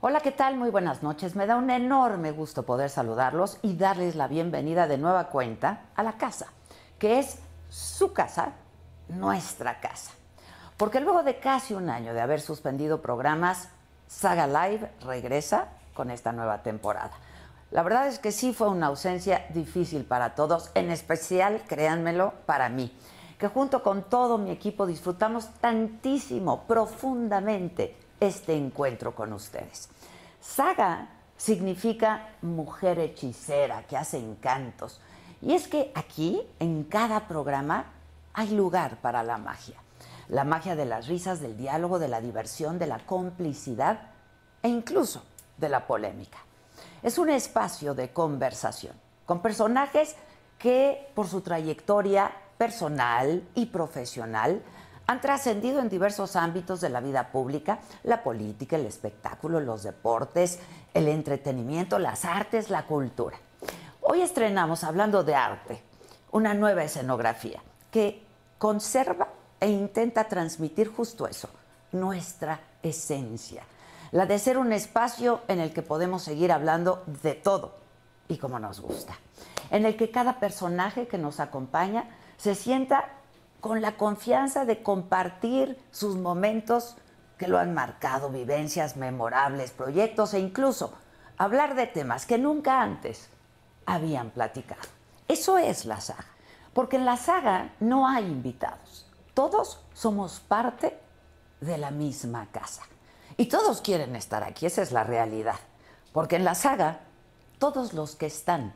Hola, ¿qué tal? Muy buenas noches. Me da un enorme gusto poder saludarlos y darles la bienvenida de nueva cuenta a la casa que es su casa, nuestra casa. Porque luego de casi un año de haber suspendido programas, Saga Live regresa con esta nueva temporada. La verdad es que sí fue una ausencia difícil para todos, en especial, créanmelo, para mí, que junto con todo mi equipo disfrutamos tantísimo, profundamente, este encuentro con ustedes. Saga significa mujer hechicera, que hace encantos, y es que aquí, en cada programa, hay lugar para la magia. La magia de las risas, del diálogo, de la diversión, de la complicidad e incluso de la polémica. Es un espacio de conversación con personajes que por su trayectoria personal y profesional han trascendido en diversos ámbitos de la vida pública, la política, el espectáculo, los deportes, el entretenimiento, las artes, la cultura. Hoy estrenamos, hablando de arte, una nueva escenografía que conserva e intenta transmitir justo eso, nuestra esencia, la de ser un espacio en el que podemos seguir hablando de todo y como nos gusta, en el que cada personaje que nos acompaña se sienta con la confianza de compartir sus momentos que lo han marcado, vivencias memorables, proyectos e incluso hablar de temas que nunca antes habían platicado. Eso es la saga, porque en la saga no hay invitados. Todos somos parte de la misma casa. Y todos quieren estar aquí, esa es la realidad. Porque en la saga, todos los que están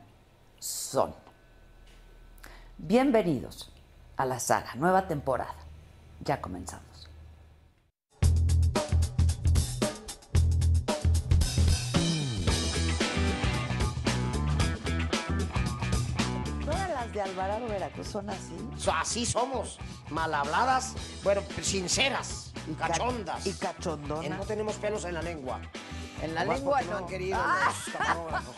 son. Bienvenidos a la saga, nueva temporada. Ya comenzamos. de Alvarado Veracruz son así. Así somos, malhabladas, bueno, sinceras, Y ca- cachondas. y cachondonas. Eh, No tenemos pelos en la lengua. En la Nomás lengua porque no. no. han querido Ah. los camarógrafos.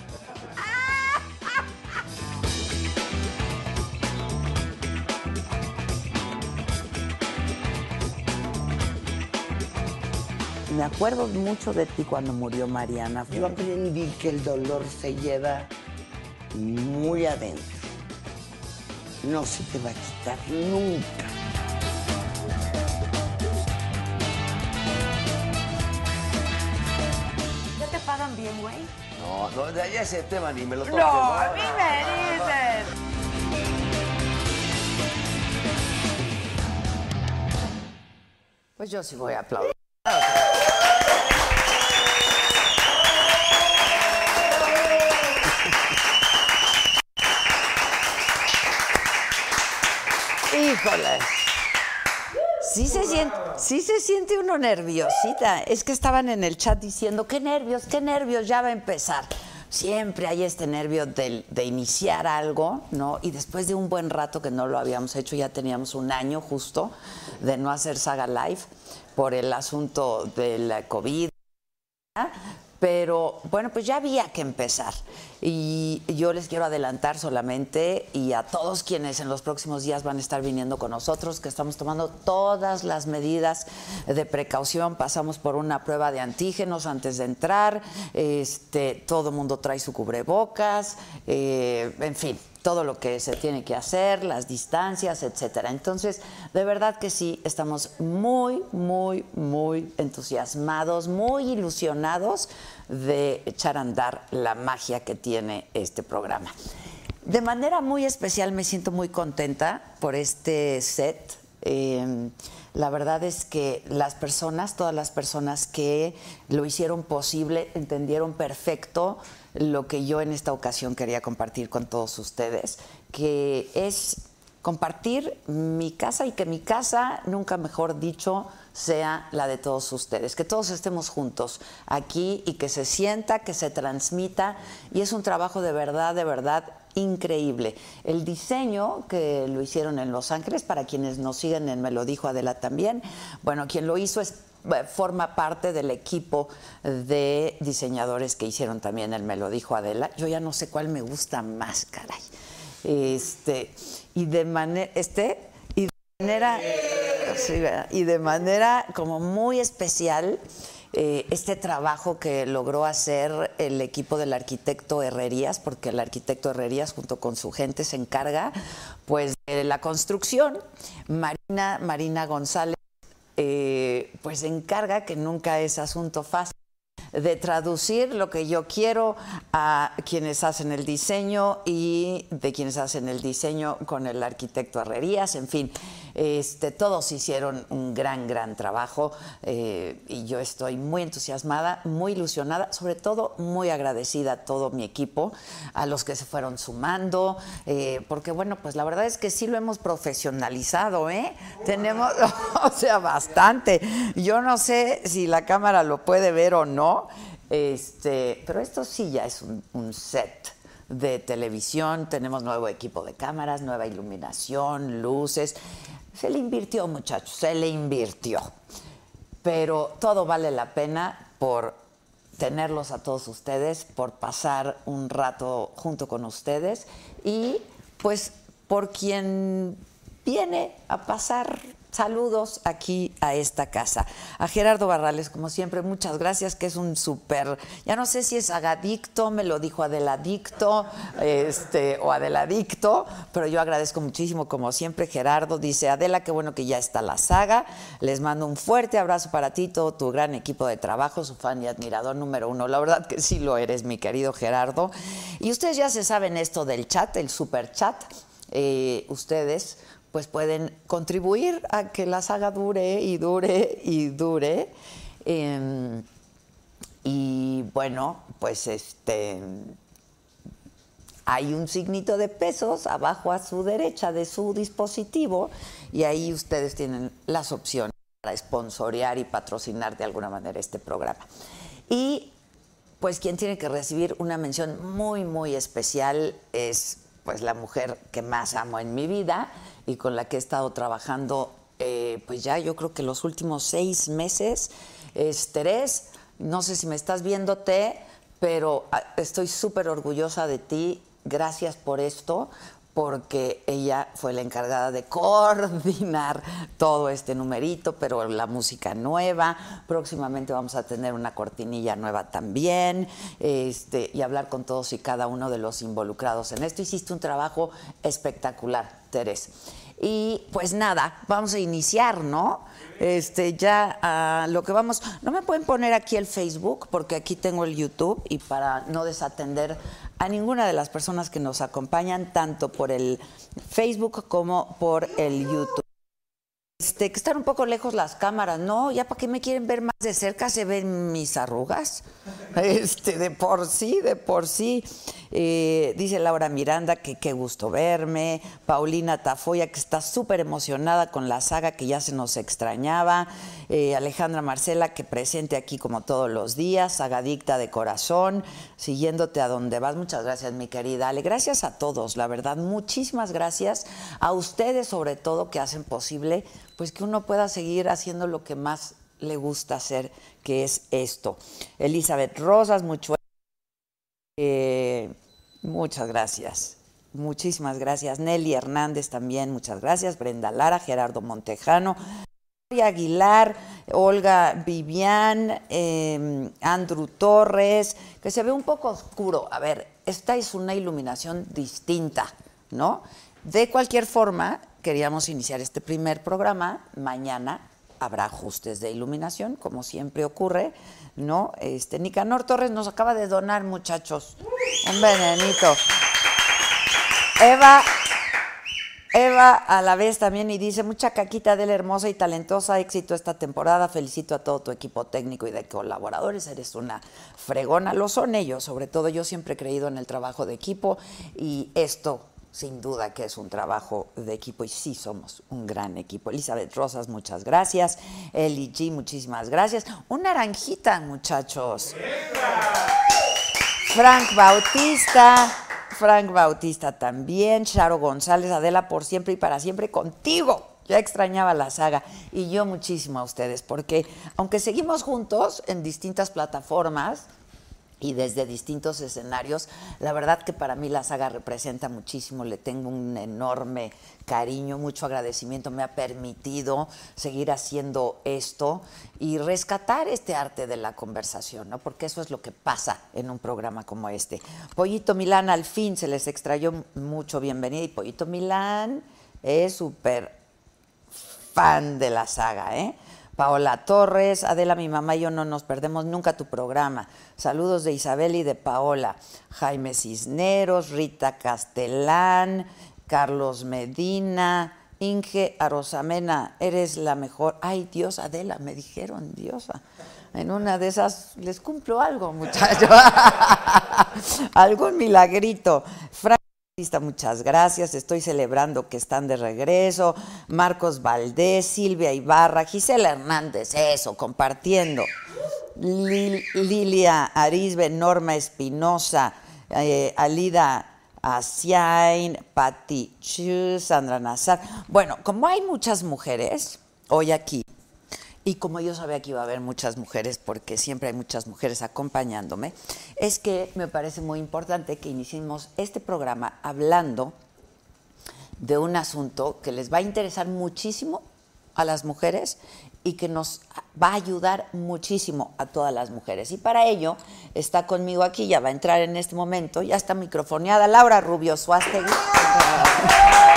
Me acuerdo mucho de ti cuando murió Mariana. Yo aprendí que el dolor se lleva muy adentro. No se te va a quitar nunca. ¿Ya te pagan bien, güey? No, no, de ahí ese tema ni me lo toques. No, a mí me dices. Pues yo sí voy a aplaudir. Híjole. Sí se, siente, sí se siente uno nerviosita. Es que estaban en el chat diciendo, qué nervios, qué nervios, ya va a empezar. Siempre hay este nervio del- de, iniciar algo, ¿no? Y después de un buen rato que no lo habíamos hecho, ya teníamos un año justo de no hacer Saga Live por el asunto de la COVID pero bueno, pues ya había que empezar. Y yo les quiero adelantar solamente y a todos quienes en los próximos días van a estar viniendo con nosotros, que estamos tomando todas las medidas de precaución. Pasamos por una prueba de antígenos antes de entrar, este, todo el mundo trae su cubrebocas, eh, en fin, todo lo que se tiene que hacer, las distancias, etcétera. Entonces, de verdad que sí, estamos muy, muy, muy entusiasmados, muy ilusionados de echar a andar la magia que tiene este programa. De manera muy especial me siento muy contenta por este set. Eh, la verdad es que las personas, todas las personas que lo hicieron posible, entendieron perfecto lo que yo en esta ocasión quería compartir con todos ustedes, que es compartir mi casa y que mi casa, nunca mejor dicho, sea la de todos ustedes, que todos estemos juntos aquí y que se sienta, que se transmita y es un trabajo de verdad, de verdad increíble. El diseño que lo hicieron en Los Ángeles, para quienes nos siguen, en me lo dijo Adela también, bueno, quien lo hizo es eh, forma parte del equipo de diseñadores que hicieron también el Me lo dijo Adela. Yo ya no sé cuál me gusta más, caray. Este, y de manera este y de manera sí, ¿verdad? y de manera como muy especial eh, este trabajo que logró hacer el equipo del arquitecto Herrerías, porque el arquitecto Herrerías junto con su gente se encarga pues de la construcción. Marina, Marina González eh, pues se encarga, que nunca es asunto fácil, de traducir lo que yo quiero a quienes hacen el diseño y de quienes hacen el diseño con el arquitecto Herrerías, en fin, este, todos hicieron un gran, gran trabajo eh, y yo estoy muy entusiasmada, muy ilusionada, sobre todo muy agradecida a todo mi equipo, a los que se fueron sumando, eh, porque bueno, pues la verdad es que sí lo hemos profesionalizado, ¿eh? Tenemos, o sea, bastante. Yo no sé si la cámara lo puede ver o no, este, pero esto sí ya es un, un set de televisión, tenemos nuevo equipo de cámaras, nueva iluminación, luces. Se le invirtió, muchachos, se le invirtió. Pero todo vale la pena por tenerlos a todos ustedes, por pasar un rato junto con ustedes y pues por quien viene a pasar saludos aquí a esta casa. A Gerardo Barrales, como siempre, muchas gracias, que es un súper, ya no sé si es agadicto, me lo dijo Adeladicto, este, o Adeladicto, pero yo agradezco muchísimo, como siempre, Gerardo dice, Adela, qué bueno que ya está la saga, les mando un fuerte abrazo para ti, todo tu gran equipo de trabajo, su fan y admirador número uno, la verdad que sí lo eres, mi querido Gerardo. Y ustedes ya se saben esto del chat, el super chat, eh, ustedes pues pueden contribuir a que la saga dure y dure y dure. Eh, y bueno, pues este hay un signito de pesos abajo a su derecha de su dispositivo y ahí ustedes tienen las opciones para sponsorear y patrocinar de alguna manera este programa. Y pues quien tiene que recibir una mención muy muy especial es pues la mujer que más amo en mi vida y con la que he estado trabajando, eh, pues ya yo creo que los últimos seis meses. Es Terés, no sé si me estás viéndote, pero ah, estoy súper orgullosa de ti. Gracias por esto, porque ella fue la encargada de coordinar todo este numerito, pero la música nueva, próximamente vamos a tener una cortinilla nueva también, este, y hablar con todos y cada uno de los involucrados en esto. Hiciste un trabajo espectacular, Teres. Y pues nada, vamos a iniciar, ¿no? Este, ya a lo que vamos. No me pueden poner aquí el Facebook porque aquí tengo el YouTube y para no desatender a ninguna de las personas que nos acompañan, tanto por el Facebook como por el YouTube. Este, que están un poco lejos las cámaras, ¿no? Ya para qué me quieren ver más de cerca, se ven mis arrugas. Este, de por sí, de por sí. Eh, dice Laura Miranda que qué gusto verme. Paulina Tafoya, que está súper emocionada con la saga que ya se nos extrañaba. Eh, Alejandra Marcela, que presente aquí como todos los días, sagadicta de corazón, siguiéndote a donde vas. Muchas gracias, mi querida Ale. Gracias a todos, la verdad, muchísimas gracias a ustedes, sobre todo, que hacen posible pues que uno pueda seguir haciendo lo que más le gusta hacer, que es esto. Elizabeth Rosas, mucho. Eh, muchas gracias. Muchísimas gracias. Nelly Hernández también, muchas gracias. Brenda Lara, Gerardo Montejano, Gloria Aguilar, Olga Vivian, eh, Andrew Torres, que se ve un poco oscuro. A ver, esta es una iluminación distinta ¿no? De cualquier forma, queríamos iniciar este primer programa. Mañana habrá ajustes de iluminación, como siempre ocurre, ¿no? Este, Nicanor Torres nos acaba de donar, muchachos. Un venenito. Eva Eva a la vez también y dice, mucha caquita de la hermosa y talentosa, éxito esta temporada, felicito a todo tu equipo técnico y de colaboradores, eres una fregona, lo son ellos, sobre todo yo siempre he creído en el trabajo de equipo y esto sin duda que es un trabajo de equipo y sí somos un gran equipo. Elizabeth Rosas, muchas gracias. Eli G, muchísimas gracias. Un naranjita, muchachos. Frank Bautista, Frank Bautista también, Charo González, Adela por siempre y para siempre contigo. Ya extrañaba la saga y yo muchísimo a ustedes porque aunque seguimos juntos en distintas plataformas y desde distintos escenarios, la verdad que para mí la saga representa muchísimo, le tengo un enorme cariño, mucho agradecimiento, me ha permitido seguir haciendo esto y rescatar este arte de la conversación, ¿no? Porque eso es lo que pasa en un programa como este. Pollito Milán al fin se les extrayó mucho bienvenida y Pollito Milán es súper fan de la saga, ¿eh? Paola Torres, Adela, mi mamá y yo no nos perdemos nunca tu programa. Saludos de Isabel y de Paola. Jaime Cisneros, Rita Castellán, Carlos Medina, Inge Arosamena, eres la mejor. Ay, Dios, Adela, me dijeron diosa. En una de esas les cumplo algo, muchachos. Algún milagrito. Fra- Artista, muchas gracias. Estoy celebrando que están de regreso. Marcos Valdés, Silvia Ibarra, Gisela Hernández, eso, compartiendo. Lil- Lilia Arisbe, Norma Espinosa, eh, Alida Asiain, Patti Chu, Sandra Nazar. Bueno, como hay muchas mujeres hoy aquí, y como yo sabía que iba a haber muchas mujeres, porque siempre hay muchas mujeres acompañándome, es que me parece muy importante que iniciemos este programa hablando de un asunto que les va a interesar muchísimo a las mujeres y que nos va a ayudar muchísimo a todas las mujeres. Y para ello está conmigo aquí, ya va a entrar en este momento, ya está microfoneada Laura Rubio Suástegui.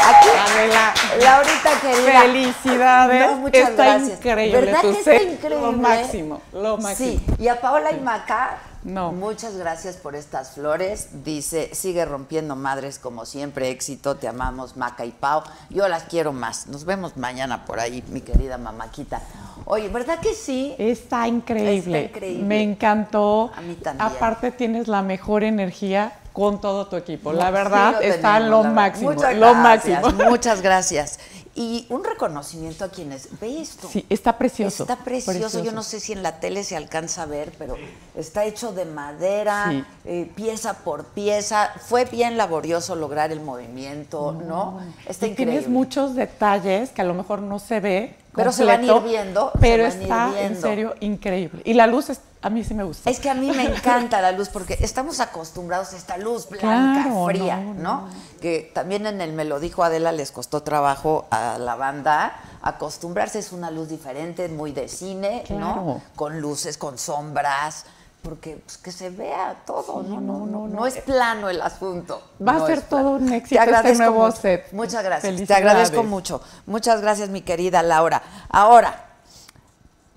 Aquí, Pamela. Laurita querida. Felicidades. No, muchas Está gracias. increíble ¿Verdad tu que set? está increíble? Lo máximo, lo máximo. Sí, y a Paola y Maca, No. muchas gracias por estas flores. Dice, sigue rompiendo madres como siempre, éxito, te amamos Maca y Pao. Yo las quiero más. Nos vemos mañana por ahí, mi querida mamaquita. Oye, ¿verdad que sí? Está increíble. Está increíble. Me encantó. A mí también. Aparte tienes la mejor energía con todo tu equipo. La Sí, verdad lo está tenemos, lo la verdad. máximo, Muchas lo gracias, máximo. Muchas gracias. Y un reconocimiento a quienes ve esto. Sí, está precioso. Está precioso. Yo no sé si en la tele se alcanza a ver, pero está hecho de madera, Sí. eh, pieza por pieza. Fue bien laborioso lograr el movimiento, ¿no? Está Mm. Y increíble. Tienes muchos detalles que a lo mejor no se ve. Pero se van a ir completo, viendo, se Pero van a ir está en viendo. serio increíble. Y la luz es- a mí sí me gusta. Es que a mí me encanta la luz porque estamos acostumbrados a esta luz blanca, Claro, fría, no, ¿no? Que también en el Me lo dijo Adela les costó trabajo a la banda acostumbrarse, es una luz diferente, muy de cine, ¿no? Claro. Con luces, con sombras, porque pues, que se vea todo, Sí, ¿no? No, no, no, no, no, no. es plano el asunto. Va a No ser es plano. todo un Te éxito este agradezco nuevo mucho. set. Muchas gracias, te Felicidades. agradezco mucho. Muchas gracias, mi querida Laura. Ahora,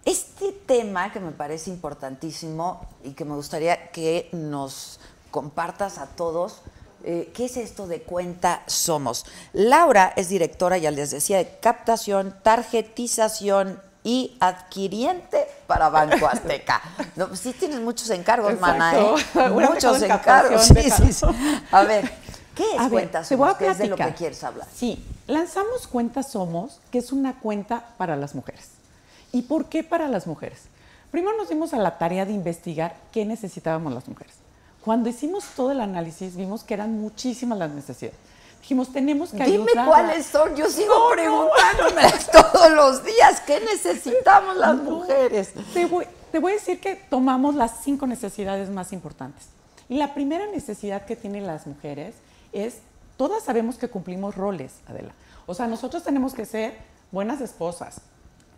este tema que me parece importantísimo y que me gustaría que nos compartas a todos, eh, ¿qué es esto de cuenta somos? Laura es directora, ya les decía, de captación, tarjetización y adquiriente para Banco Azteca. No, pues sí tienes muchos encargos, mana, ¿eh? Exacto. Ahora Muchos con encargos. captación, Sí, sí, sí. A ver, ¿qué es A ver, cuenta somos? te voy a ¿Qué es de lo que platicar. quieres hablar? Sí, lanzamos Cuenta Somos, que es una cuenta para las mujeres. ¿Y por qué para las mujeres? Primero nos dimos a la tarea de investigar qué necesitábamos las mujeres. Cuando hicimos todo el análisis, vimos que eran muchísimas las necesidades. Dijimos, tenemos que Dime ayudar a- cuáles son, yo sigo preguntándome todos los días qué necesitamos las No, mujeres. Te voy, te voy a decir que tomamos las cinco necesidades más importantes. Y la primera necesidad que tienen las mujeres es, todas sabemos que cumplimos roles, Adela. O sea, nosotros tenemos que ser buenas esposas,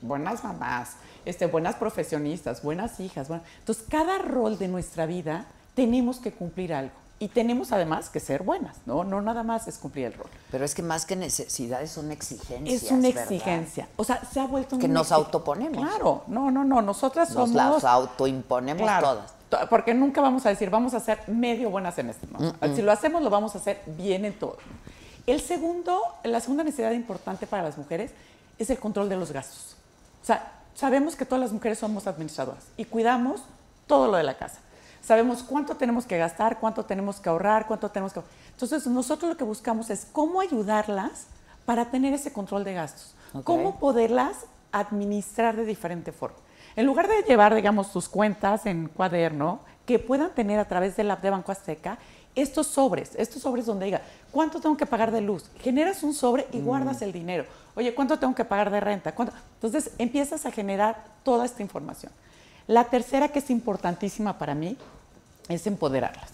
buenas mamás, este, buenas profesionistas, buenas hijas. buena- Entonces, cada rol de nuestra vida tenemos que cumplir algo. Y tenemos además que ser buenas, ¿no? No nada más es cumplir el rol. Pero es que más que necesidades son exigencias. Es una ¿verdad? exigencia. O sea, se ha vuelto Que una nos exi- autoponemos. Claro, no, no, no. Nosotras Nos somos. las autoimponemos Claro, todas. to- Porque nunca vamos a decir, vamos a ser medio buenas en esto. ¿no? Si lo hacemos, lo vamos a hacer bien en todo. El segundo, la segunda necesidad importante para las mujeres es el control de los gastos. O sea, sabemos que todas las mujeres somos administradoras y cuidamos todo lo de la casa. Sabemos cuánto tenemos que gastar, cuánto tenemos que ahorrar, cuánto tenemos que... Entonces, nosotros lo que buscamos es cómo ayudarlas para tener ese control de gastos. Ok. ¿Cómo poderlas administrar de diferente forma. En lugar de llevar, digamos, sus cuentas en cuaderno, que puedan tener a través del app de Banco Azteca estos sobres, estos sobres donde diga, ¿cuánto tengo que pagar de luz? Generas un sobre y guardas el dinero. Oye, ¿cuánto tengo que pagar de renta? ¿Cuánto? Entonces empiezas a generar toda esta información. La tercera que es importantísima para mí es empoderarlas.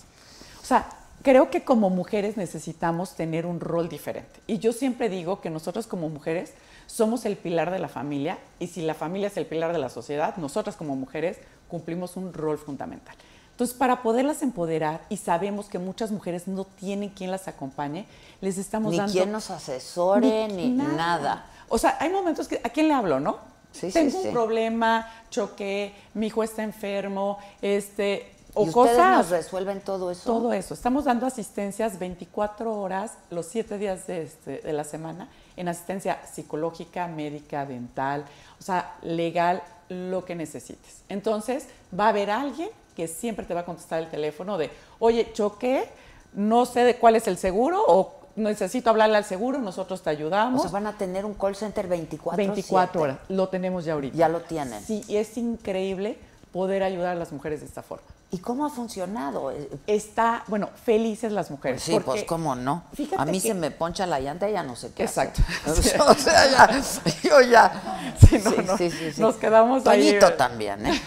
O sea, creo que como mujeres necesitamos tener un rol diferente. Y yo siempre digo que nosotras como mujeres somos el pilar de la familia y si la familia es el pilar de la sociedad, nosotras como mujeres cumplimos un rol fundamental. Entonces, para poderlas empoderar, y sabemos que muchas mujeres no tienen quien las acompañe, les estamos Ni dando... quien nos asesore, ni, nada. O sea, hay momentos que a quién le hablo, ¿no? Sí, sí, Tengo un sí. problema, choqué, mi hijo está enfermo, este o ¿Y ustedes nos cosas. resuelven todo eso? Todo eso. Estamos dando asistencias 24 horas, los 7 días de, este- de la semana, en asistencia psicológica, médica, dental, o sea, legal, lo que necesites. Entonces, va a haber alguien que siempre te va a contestar el teléfono de, oye, choqué, no sé de cuál es el seguro o necesito hablarle al seguro, nosotros te O ayudamos. sea, van a tener un call center 24 24 7. horas. Lo tenemos ya ahorita. Ya lo tienen. Sí, y es increíble poder ayudar a las mujeres de esta forma. ¿Y cómo ha funcionado? Eh, Está, bueno, felices las mujeres. Sí, porque- pues cómo no. Fíjate A mí que- se me poncha la llanta y ya no sé qué. hacer. Exacto. o sea, ya, yo ya. Sí, no, no. Nos quedamos ahí, Toñito ¿verdad? también, ¿eh?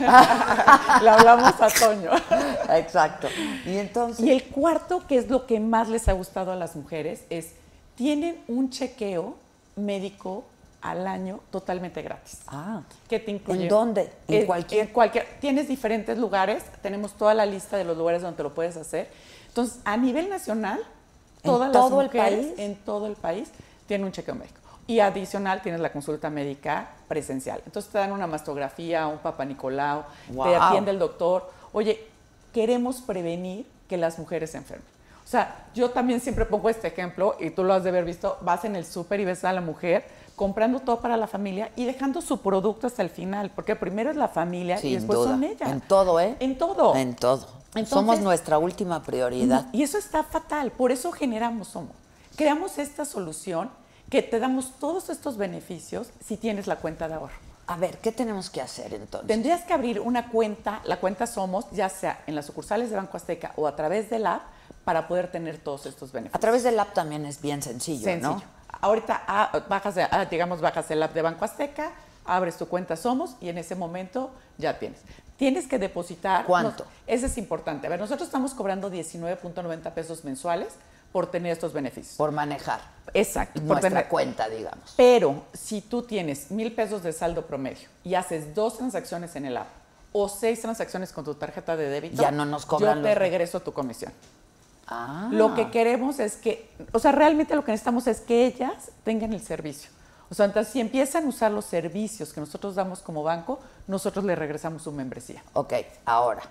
Le hablamos a Toño. Exacto. Y entonces. Y el cuarto, que es lo que más les ha gustado a las mujeres, es tienen un chequeo médico al año totalmente gratis. Ah. que te incluye. ¿En dónde? ¿En Eh, cualquier? en cualquier. Tienes diferentes lugares, tenemos toda la lista de los lugares donde lo puedes hacer. Entonces, a nivel nacional, ¿En todas las todo el mujeres país? en todo el país tienen un chequeo médico. Y adicional tienes la consulta médica presencial. Entonces te dan una mastografía, un papá Nicolau, Guau. te atiende el doctor. Oye, queremos prevenir que las mujeres se enfermen. O sea, yo también siempre pongo este ejemplo y tú lo has de haber visto. Vas en el súper y ves a la mujer comprando todo para la familia y dejando su producto hasta el final, porque primero es la familia y Sin después duda. son ellas. En todo, ¿eh? En todo. En todo. Entonces- Somos nuestra última prioridad. Y eso está fatal, por eso generamos Somos. Creamos esta solución que te damos todos estos beneficios si tienes la cuenta de ahorro. A ver, ¿qué tenemos que hacer entonces? Tendrías que abrir una cuenta, la cuenta Somos, ya sea en las sucursales de Banco Azteca o a través del app para poder tener todos estos beneficios. A través del app también es bien sencillo, ¿no? Ahorita ah, bajas, de- ah, digamos, bajas el app de Banco Azteca, abres tu cuenta Somos y en ese momento ya tienes. Tienes que depositar. ¿Cuánto? no, ese es importante. A ver, nosotros estamos cobrando 19.90 pesos mensuales por tener estos beneficios. Por manejar Exacto. por nuestra tener- cuenta, digamos. Pero si tú tienes mil pesos de saldo promedio y haces dos transacciones en el app o seis transacciones con tu tarjeta de débito, Ya no nos cobran Yo te los- regreso tu comisión. Ah. Lo que queremos es que, o sea, realmente lo que necesitamos es que ellas tengan el servicio. O sea, entonces, si empiezan a usar los servicios que nosotros damos como banco, nosotros les regresamos su membresía. Ok, ahora,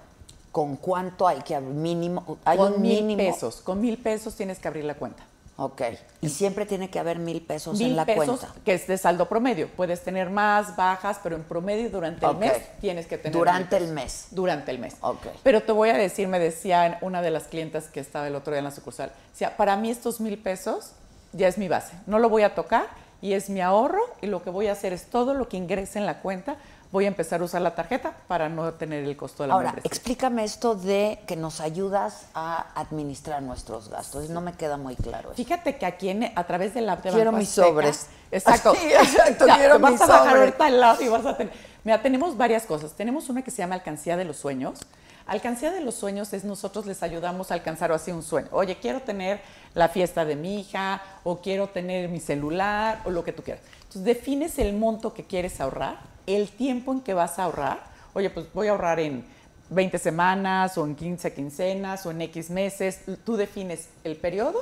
¿con cuánto hay que ab- mínimo? Hay con un mil mínimo. pesos. Con mil pesos tienes que abrir la cuenta. Ok, y siempre tiene que haber mil pesos Em, mil en la pesos cuenta. que es de saldo promedio. Puedes tener más, bajas, pero en promedio durante Ok. el mes tienes que tener. Durante mil el mes. pesos. Durante el mes. Ok. Pero te voy a decir, me decía una de las clientas que estaba el otro día en la sucursal, decía, para mí estos mil pesos ya es mi base, no lo voy a tocar y es mi ahorro y lo que voy a hacer es todo lo que ingrese en la cuenta, voy a empezar a usar la tarjeta para no tener el costo de la Ahora, membresía. explícame esto de que nos ayudas a administrar nuestros gastos. No me queda muy claro. eso. Fíjate que aquí en- a través del app de Quiero Banco mis Azteca- sobres. Exacto. Sí, exacto, Ya, quiero te vas mis a bajar sobres. ahorita el app y vas a tener. Mira, tenemos varias cosas. Tenemos una que se llama Alcancía de los Sueños. Alcancía de los Sueños es nosotros les ayudamos a alcanzar así un sueño. Oye, quiero tener la fiesta de mi hija o quiero tener mi celular o lo que tú quieras. Entonces defines el monto que quieres ahorrar, el tiempo en que vas a ahorrar. Oye, pues voy a ahorrar en 20 semanas o en 15 quincenas o en X meses. Tú defines el periodo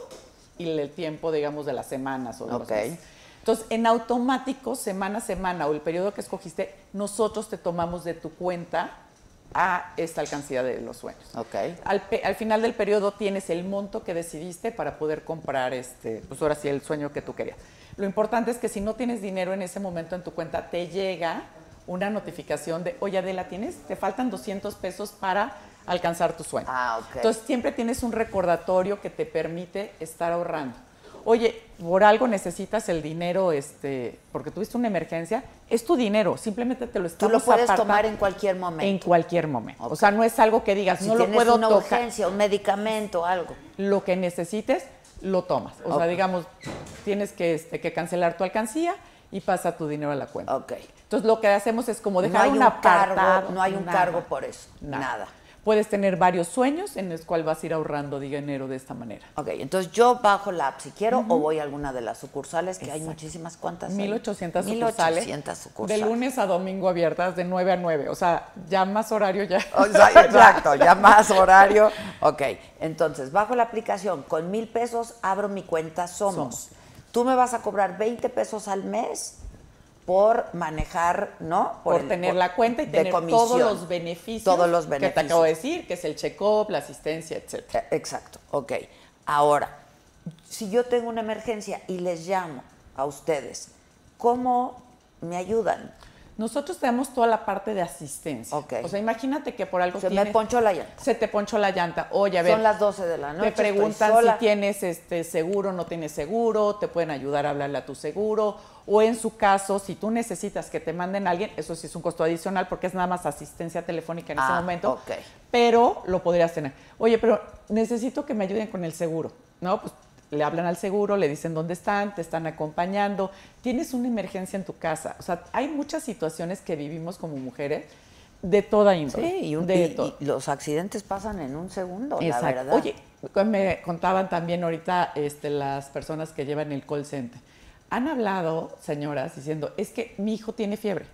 y el tiempo, digamos, de las semanas o de los Ok. meses. Entonces, en automático, semana a semana o el periodo que escogiste, nosotros te tomamos de tu cuenta a esta alcancía de los sueños. Ok. Al, pe- al final del periodo tienes el monto que decidiste para poder comprar, este, pues ahora sí, el sueño que tú querías. Lo importante es que si no tienes dinero en ese momento en tu cuenta, te llega una notificación de, oye Adela, tienes, te faltan 200 pesos para alcanzar tu sueño. Ah, ok. Entonces siempre tienes un recordatorio que te permite estar ahorrando. Oye, por algo necesitas el dinero, este, porque tuviste una emergencia, es tu dinero, simplemente te lo Tú estamos lo puedes apartando tomar en cualquier momento. en cualquier momento. Ok. O sea, no es algo que digas, si no lo tienes puedo una tocar. urgencia, un medicamento, algo. Lo que necesites, lo tomas. O sea, Ok. digamos, tienes que, este, que cancelar tu alcancía y pasa tu dinero a la cuenta. Ok. Entonces, lo que hacemos es como no dejar hay un un apartado. cargo, no hay un nada, cargo por eso. Nada. Puedes tener varios sueños en los cuales vas a ir ahorrando dinero de esta manera. Ok, entonces yo bajo la app si quiero o voy a alguna de las sucursales, que hay Exacto. muchísimas, ¿cuántas? hay? 1800 sucursales. 1800 De sucursales. lunes a domingo abiertas de 9 a 9. O sea, ya más horario ya. O sea, exacto, ya más horario. Ok, entonces bajo la aplicación, con mil pesos abro mi cuenta Somos. Somos. Tú me vas a cobrar 20 pesos al mes por manejar, ¿no? por, el- tener por- la cuenta y de tener todos comisión. los beneficios Todos los que te acabo de beneficios. decir, que es el check-up, la asistencia, etcétera. Eh, Exacto, ok. Ahora, si yo tengo una emergencia y les llamo a ustedes, ¿cómo me ayudan? Nosotros tenemos toda la parte de asistencia. Ok. O sea, imagínate que por algo Se me tienes- ponchó la llanta. Se te ponchó la llanta. Oye, a ver. Son las 12 de la noche. Te estoy preguntan sola. si tienes este seguro, no tienes seguro, te pueden ayudar a hablarle a tu seguro, o en su caso, si tú necesitas que te manden a alguien, eso sí es un costo adicional porque es nada más asistencia telefónica en ese Ah, momento, ok. pero lo podrías tener. Oye, pero necesito que me ayuden con el seguro, ¿no? Pues le hablan al seguro, le dicen dónde están, te están acompañando, tienes una emergencia en tu casa, o sea, hay muchas situaciones que vivimos como mujeres de toda índole, Sí, y, un- de y- y todo. los accidentes pasan en un segundo, la Exacto. verdad. Oye, cu- me contaban también ahorita este, las personas que llevan el call center. Han hablado, señoras, diciendo, es que mi hijo tiene fiebre.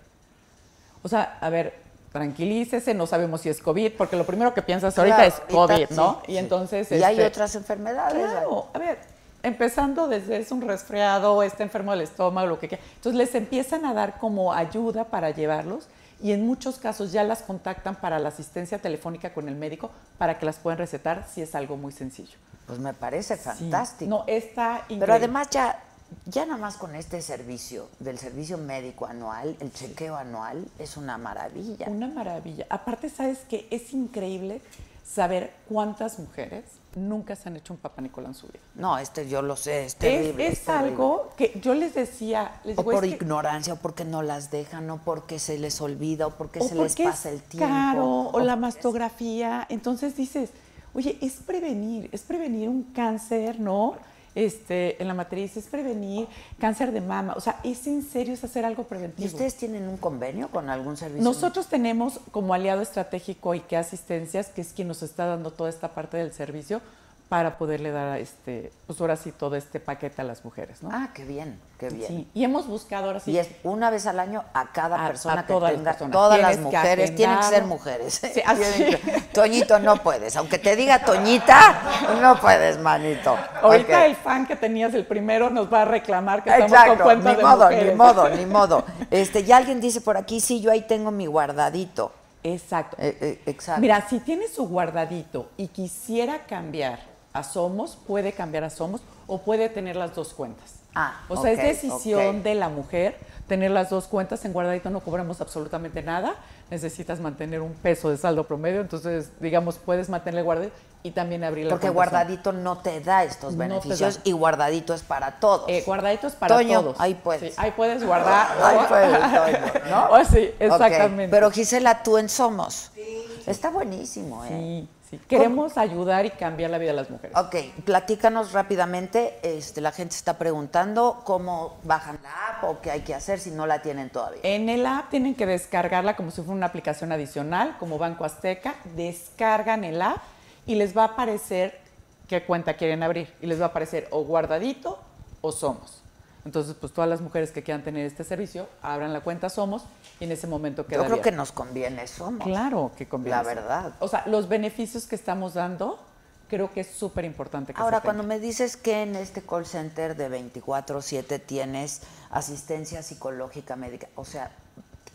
O sea, a ver, tranquilícese, no sabemos si es COVID, porque lo primero que piensas ahorita Claro, es COVID, ahorita ¿no? sí, Y sí. entonces... Y hay este, otras enfermedades. Claro, a ver, empezando desde es un resfriado, está enfermo del estómago, lo que quiera. Entonces les empiezan a dar como ayuda para llevarlos y en muchos casos ya las contactan para la asistencia telefónica con el médico para que las puedan recetar si es algo muy sencillo. Pues me parece Sí. fantástico. No, está increíble. Pero además ya, ya nada más con este servicio, del servicio médico anual, el chequeo anual, es una maravilla. Una maravilla. Aparte, sabes que es increíble saber cuántas mujeres nunca se han hecho un papá Nicolás en su vida. No, este yo lo sé, es Es- terrible. es, terrible. algo que yo les decía, les O digo, por es que- ignorancia, o porque no las dejan, o porque se les olvida, o porque o se les porque pasa es el tiempo. Caro, o la porque es- mastografía. Entonces dices, oye, es prevenir, es prevenir un cáncer, ¿no? Este, en la matriz, es prevenir cáncer de mama. O sea, es en serio, es hacer algo preventivo. ¿Y ustedes tienen un convenio con algún servicio? Nosotros tenemos como aliado estratégico IKEA Asistencias, que es quien nos está dando toda esta parte del servicio para poderle dar, a este, pues ahora sí, todo este paquete a las mujeres, ¿no? Ah, qué bien, qué bien. Sí, y hemos buscado ahora sí. Y es una vez al año a cada A- persona a que todas las tenga, personas. todas las Tienes que mujeres, tienen que ser agendar. mujeres. ¿eh? Sí, así. Tienen que- Toñito, no puedes. Aunque te diga Toñita, no puedes, manito. Ahorita Ok. el fan que tenías el primero nos va a reclamar que estamos con Exacto, cuenta ni de modo, ni mujeres. modo, ni modo. Este, ya alguien dice por aquí, sí, yo ahí tengo mi guardadito. Exacto. Eh, eh, exacto. Mira, si tiene su guardadito y quisiera cambiar a Somos, puede cambiar a Somos o puede tener las dos cuentas. Ah, o sea, ok, es decisión ok. de la mujer tener las dos cuentas. En guardadito no cobramos absolutamente nada. Necesitas mantener un peso de saldo promedio. Entonces, digamos, puedes mantener el guardadito y también abrir la porque cuenta Somos. guardadito no te da estos No beneficios te da. y guardadito es para todos. Eh, guardadito es para Toño, todos. ahí puedes. Sí, ahí puedes guardar. Ahí puedes, Toño, ¿no? O Oh, sí, Ok, exactamente. Pero Gisela, tú en Somos. Está buenísimo, ¿eh? Sí, sí. Queremos ayudar y cambiar la vida de las mujeres. Ok, platícanos rápidamente, este, la gente está preguntando cómo bajan la app o qué hay que hacer si no la tienen todavía. En el app tienen que descargarla como si fuera una aplicación adicional, como Banco Azteca. Descargan el app y les va a aparecer qué cuenta quieren abrir. Y les va a aparecer o guardadito o somos. Entonces, pues todas las mujeres que quieran tener este servicio, abran la cuenta Somos y en ese momento queda Yo creo que abierta. nos conviene Somos. Claro que conviene. La verdad. O sea, los beneficios que estamos dando, creo que es súper importante que se Ahora, tenga. cuando me dices que en este call center de 24-7 tienes asistencia psicológica médica, o sea,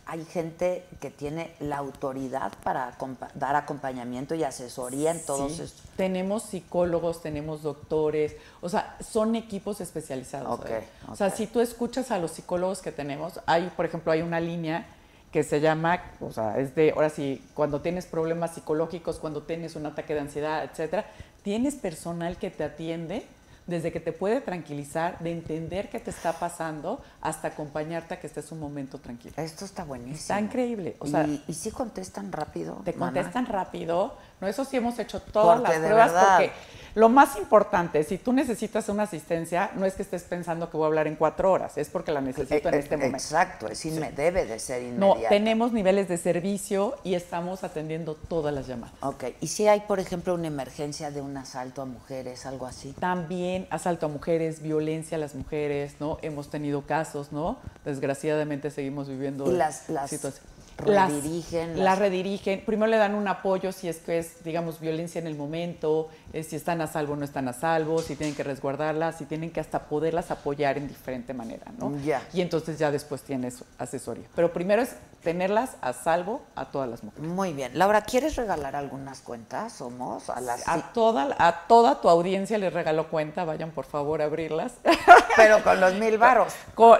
hay gente que tiene la autoridad para acompa- dar acompañamiento y asesoría en todos Sí. estos. Tenemos psicólogos, tenemos doctores, o sea, son equipos especializados. Ok, ¿eh? O sea, ok. si tú escuchas a los psicólogos que tenemos, hay, por ejemplo, hay una línea que se llama, o sea, es de, ahora sí, cuando tienes problemas psicológicos, cuando tienes un ataque de ansiedad, etcétera, tienes personal que te atiende desde que te puede tranquilizar, de entender qué te está pasando, hasta acompañarte a que estés un momento tranquilo. Esto está buenísimo. Está increíble, o sea- y, y sí contestan rápido. Te Maná? contestan rápido. No, eso sí hemos hecho todas Porque las de pruebas verdad. porque lo más importante, si tú necesitas una asistencia, no es que estés pensando que voy a hablar en cuatro horas, es porque la necesito en Eh, eh, este momento. Exacto, es inme- debe de ser No, inmediato. tenemos niveles de servicio y estamos atendiendo todas las llamadas. Ok, y si hay, por ejemplo, una emergencia de un asalto a mujeres, algo así. También asalto a mujeres, violencia a las mujeres, ¿no? Hemos tenido casos, ¿no? Desgraciadamente seguimos viviendo Y las- las situaciones. redirigen, Las, las- las redirigen. Primero le dan un apoyo si es que es, digamos, violencia en el momento, eh, si están a salvo o no están a salvo, si tienen que resguardarlas, si tienen que hasta poderlas apoyar en diferente manera, ¿no? Ya. Y entonces ya después tienes asesoría. Pero primero es tenerlas a salvo a todas las mujeres. Muy bien. Laura, ¿quieres regalar algunas cuentas, Somos? A las A toda, a toda tu audiencia les regalo cuenta, vayan por favor a abrirlas. pero con los mil varos. Con,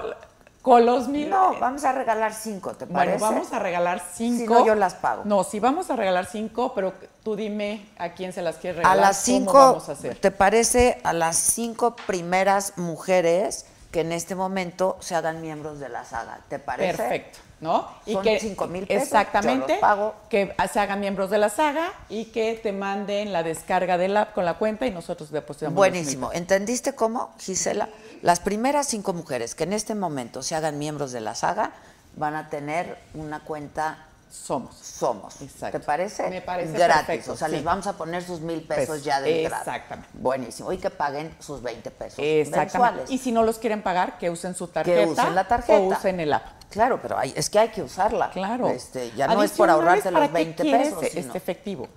con los mil. No, vamos a regalar cinco, ¿te eh, bueno, parece? vamos a regalar cinco. Si no, yo las pago. No, sí, vamos a regalar cinco, pero tú dime a quién se las quiere A regalar. las cómo cinco, vamos a hacer. ¿te parece? A las cinco primeras mujeres que en este momento se hagan miembros de la saga, ¿te parece? Perfecto, ¿no? Son cinco mil pesos, yo Exactamente. los pago. Que se hagan miembros de la saga y que te manden la descarga del app con la cuenta y nosotros depositamos. los mil Buenísimo. ¿Entendiste cómo, Gisela? Las primeras cinco mujeres que en este momento se hagan miembros de la saga van a tener una cuenta pesos. Somos. Somos. Exacto. ¿Te parece? Me parece Gratis. perfecto, o sea, sí. les vamos a poner sus mil pesos Pesos, ya de entrada. exactamente. Buenísimo. Y que paguen sus 20 pesos Exactamente. mensuales. Y si no los quieren pagar, que usen su tarjeta. que usen la tarjeta. O usen el app. Claro, pero hay- es que hay que usarla. Claro. Este, ya no es por ahorrarte los 20 pesos. Este sino- efectivo.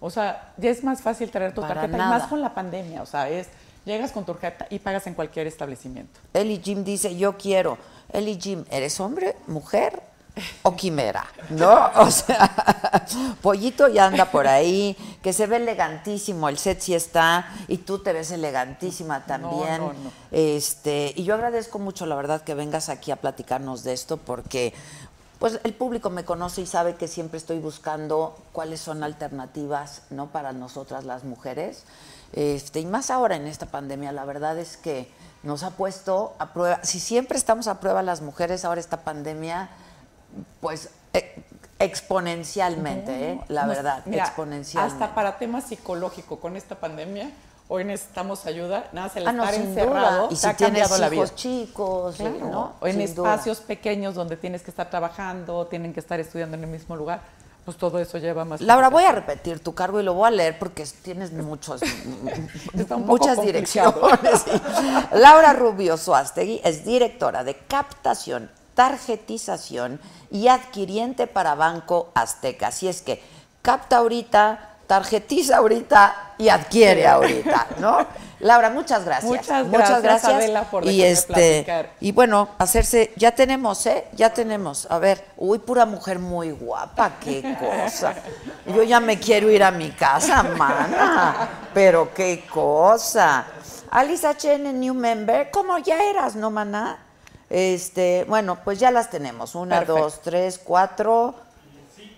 O sea, ya es más fácil traer tu Para tarjeta. y nada. más con la pandemia. O sea, es llegas con tu tarjeta y pagas en cualquier establecimiento. Eli Jim dice, yo quiero. Eli Jim, ¿eres hombre, mujer o quimera? ¿No? O sea, Pollito ya anda por ahí, que se ve elegantísimo, el set sí está, y tú te ves elegantísima también. no, no. Este, y yo agradezco mucho, la verdad, que vengas aquí a platicarnos de esto, porque pues el público me conoce y sabe que siempre estoy buscando cuáles son alternativas, ¿no? Para nosotras las mujeres. Este, y más ahora en esta pandemia, la verdad es que nos ha puesto a prueba. Si siempre estamos a prueba las mujeres, ahora esta pandemia, pues e- exponencialmente, ¿eh? la Nos- verdad, mira, exponencialmente. Hasta para temas psicológicos con esta pandemia, hoy necesitamos ayuda. Nada, se Ah, estar no, sin duda. encerrado Y te si ha tienes cambiado hijos la vida. chicos, Claro, ¿no? O en Sin duda. espacios pequeños donde tienes que estar trabajando, tienen que estar estudiando en el mismo lugar, pues todo eso lleva más. Laura, voy a complicación. repetir tu cargo y lo voy a leer porque tienes muchos, Está un poco muchas complicado. direcciones. Laura Rubio Suástegui es directora de captación, tarjetización y adquiriente para Banco Azteca. Así es que capta ahorita, tarjetiza ahorita y adquiere ahorita, ¿no? Laura, muchas gracias. Muchas gracias, Adela, por y dejarme este platicar. y bueno, hacerse, ya tenemos, ¿eh? Ya tenemos. A ver, uy, pura mujer muy guapa, qué cosa. Yo ya me quiero ir a mi casa, mana. Pero qué cosa. Alice HN New Member, ¿cómo ya eras, no, maná? Este, bueno, pues ya las tenemos. Una, Perfecto. dos, tres, cuatro,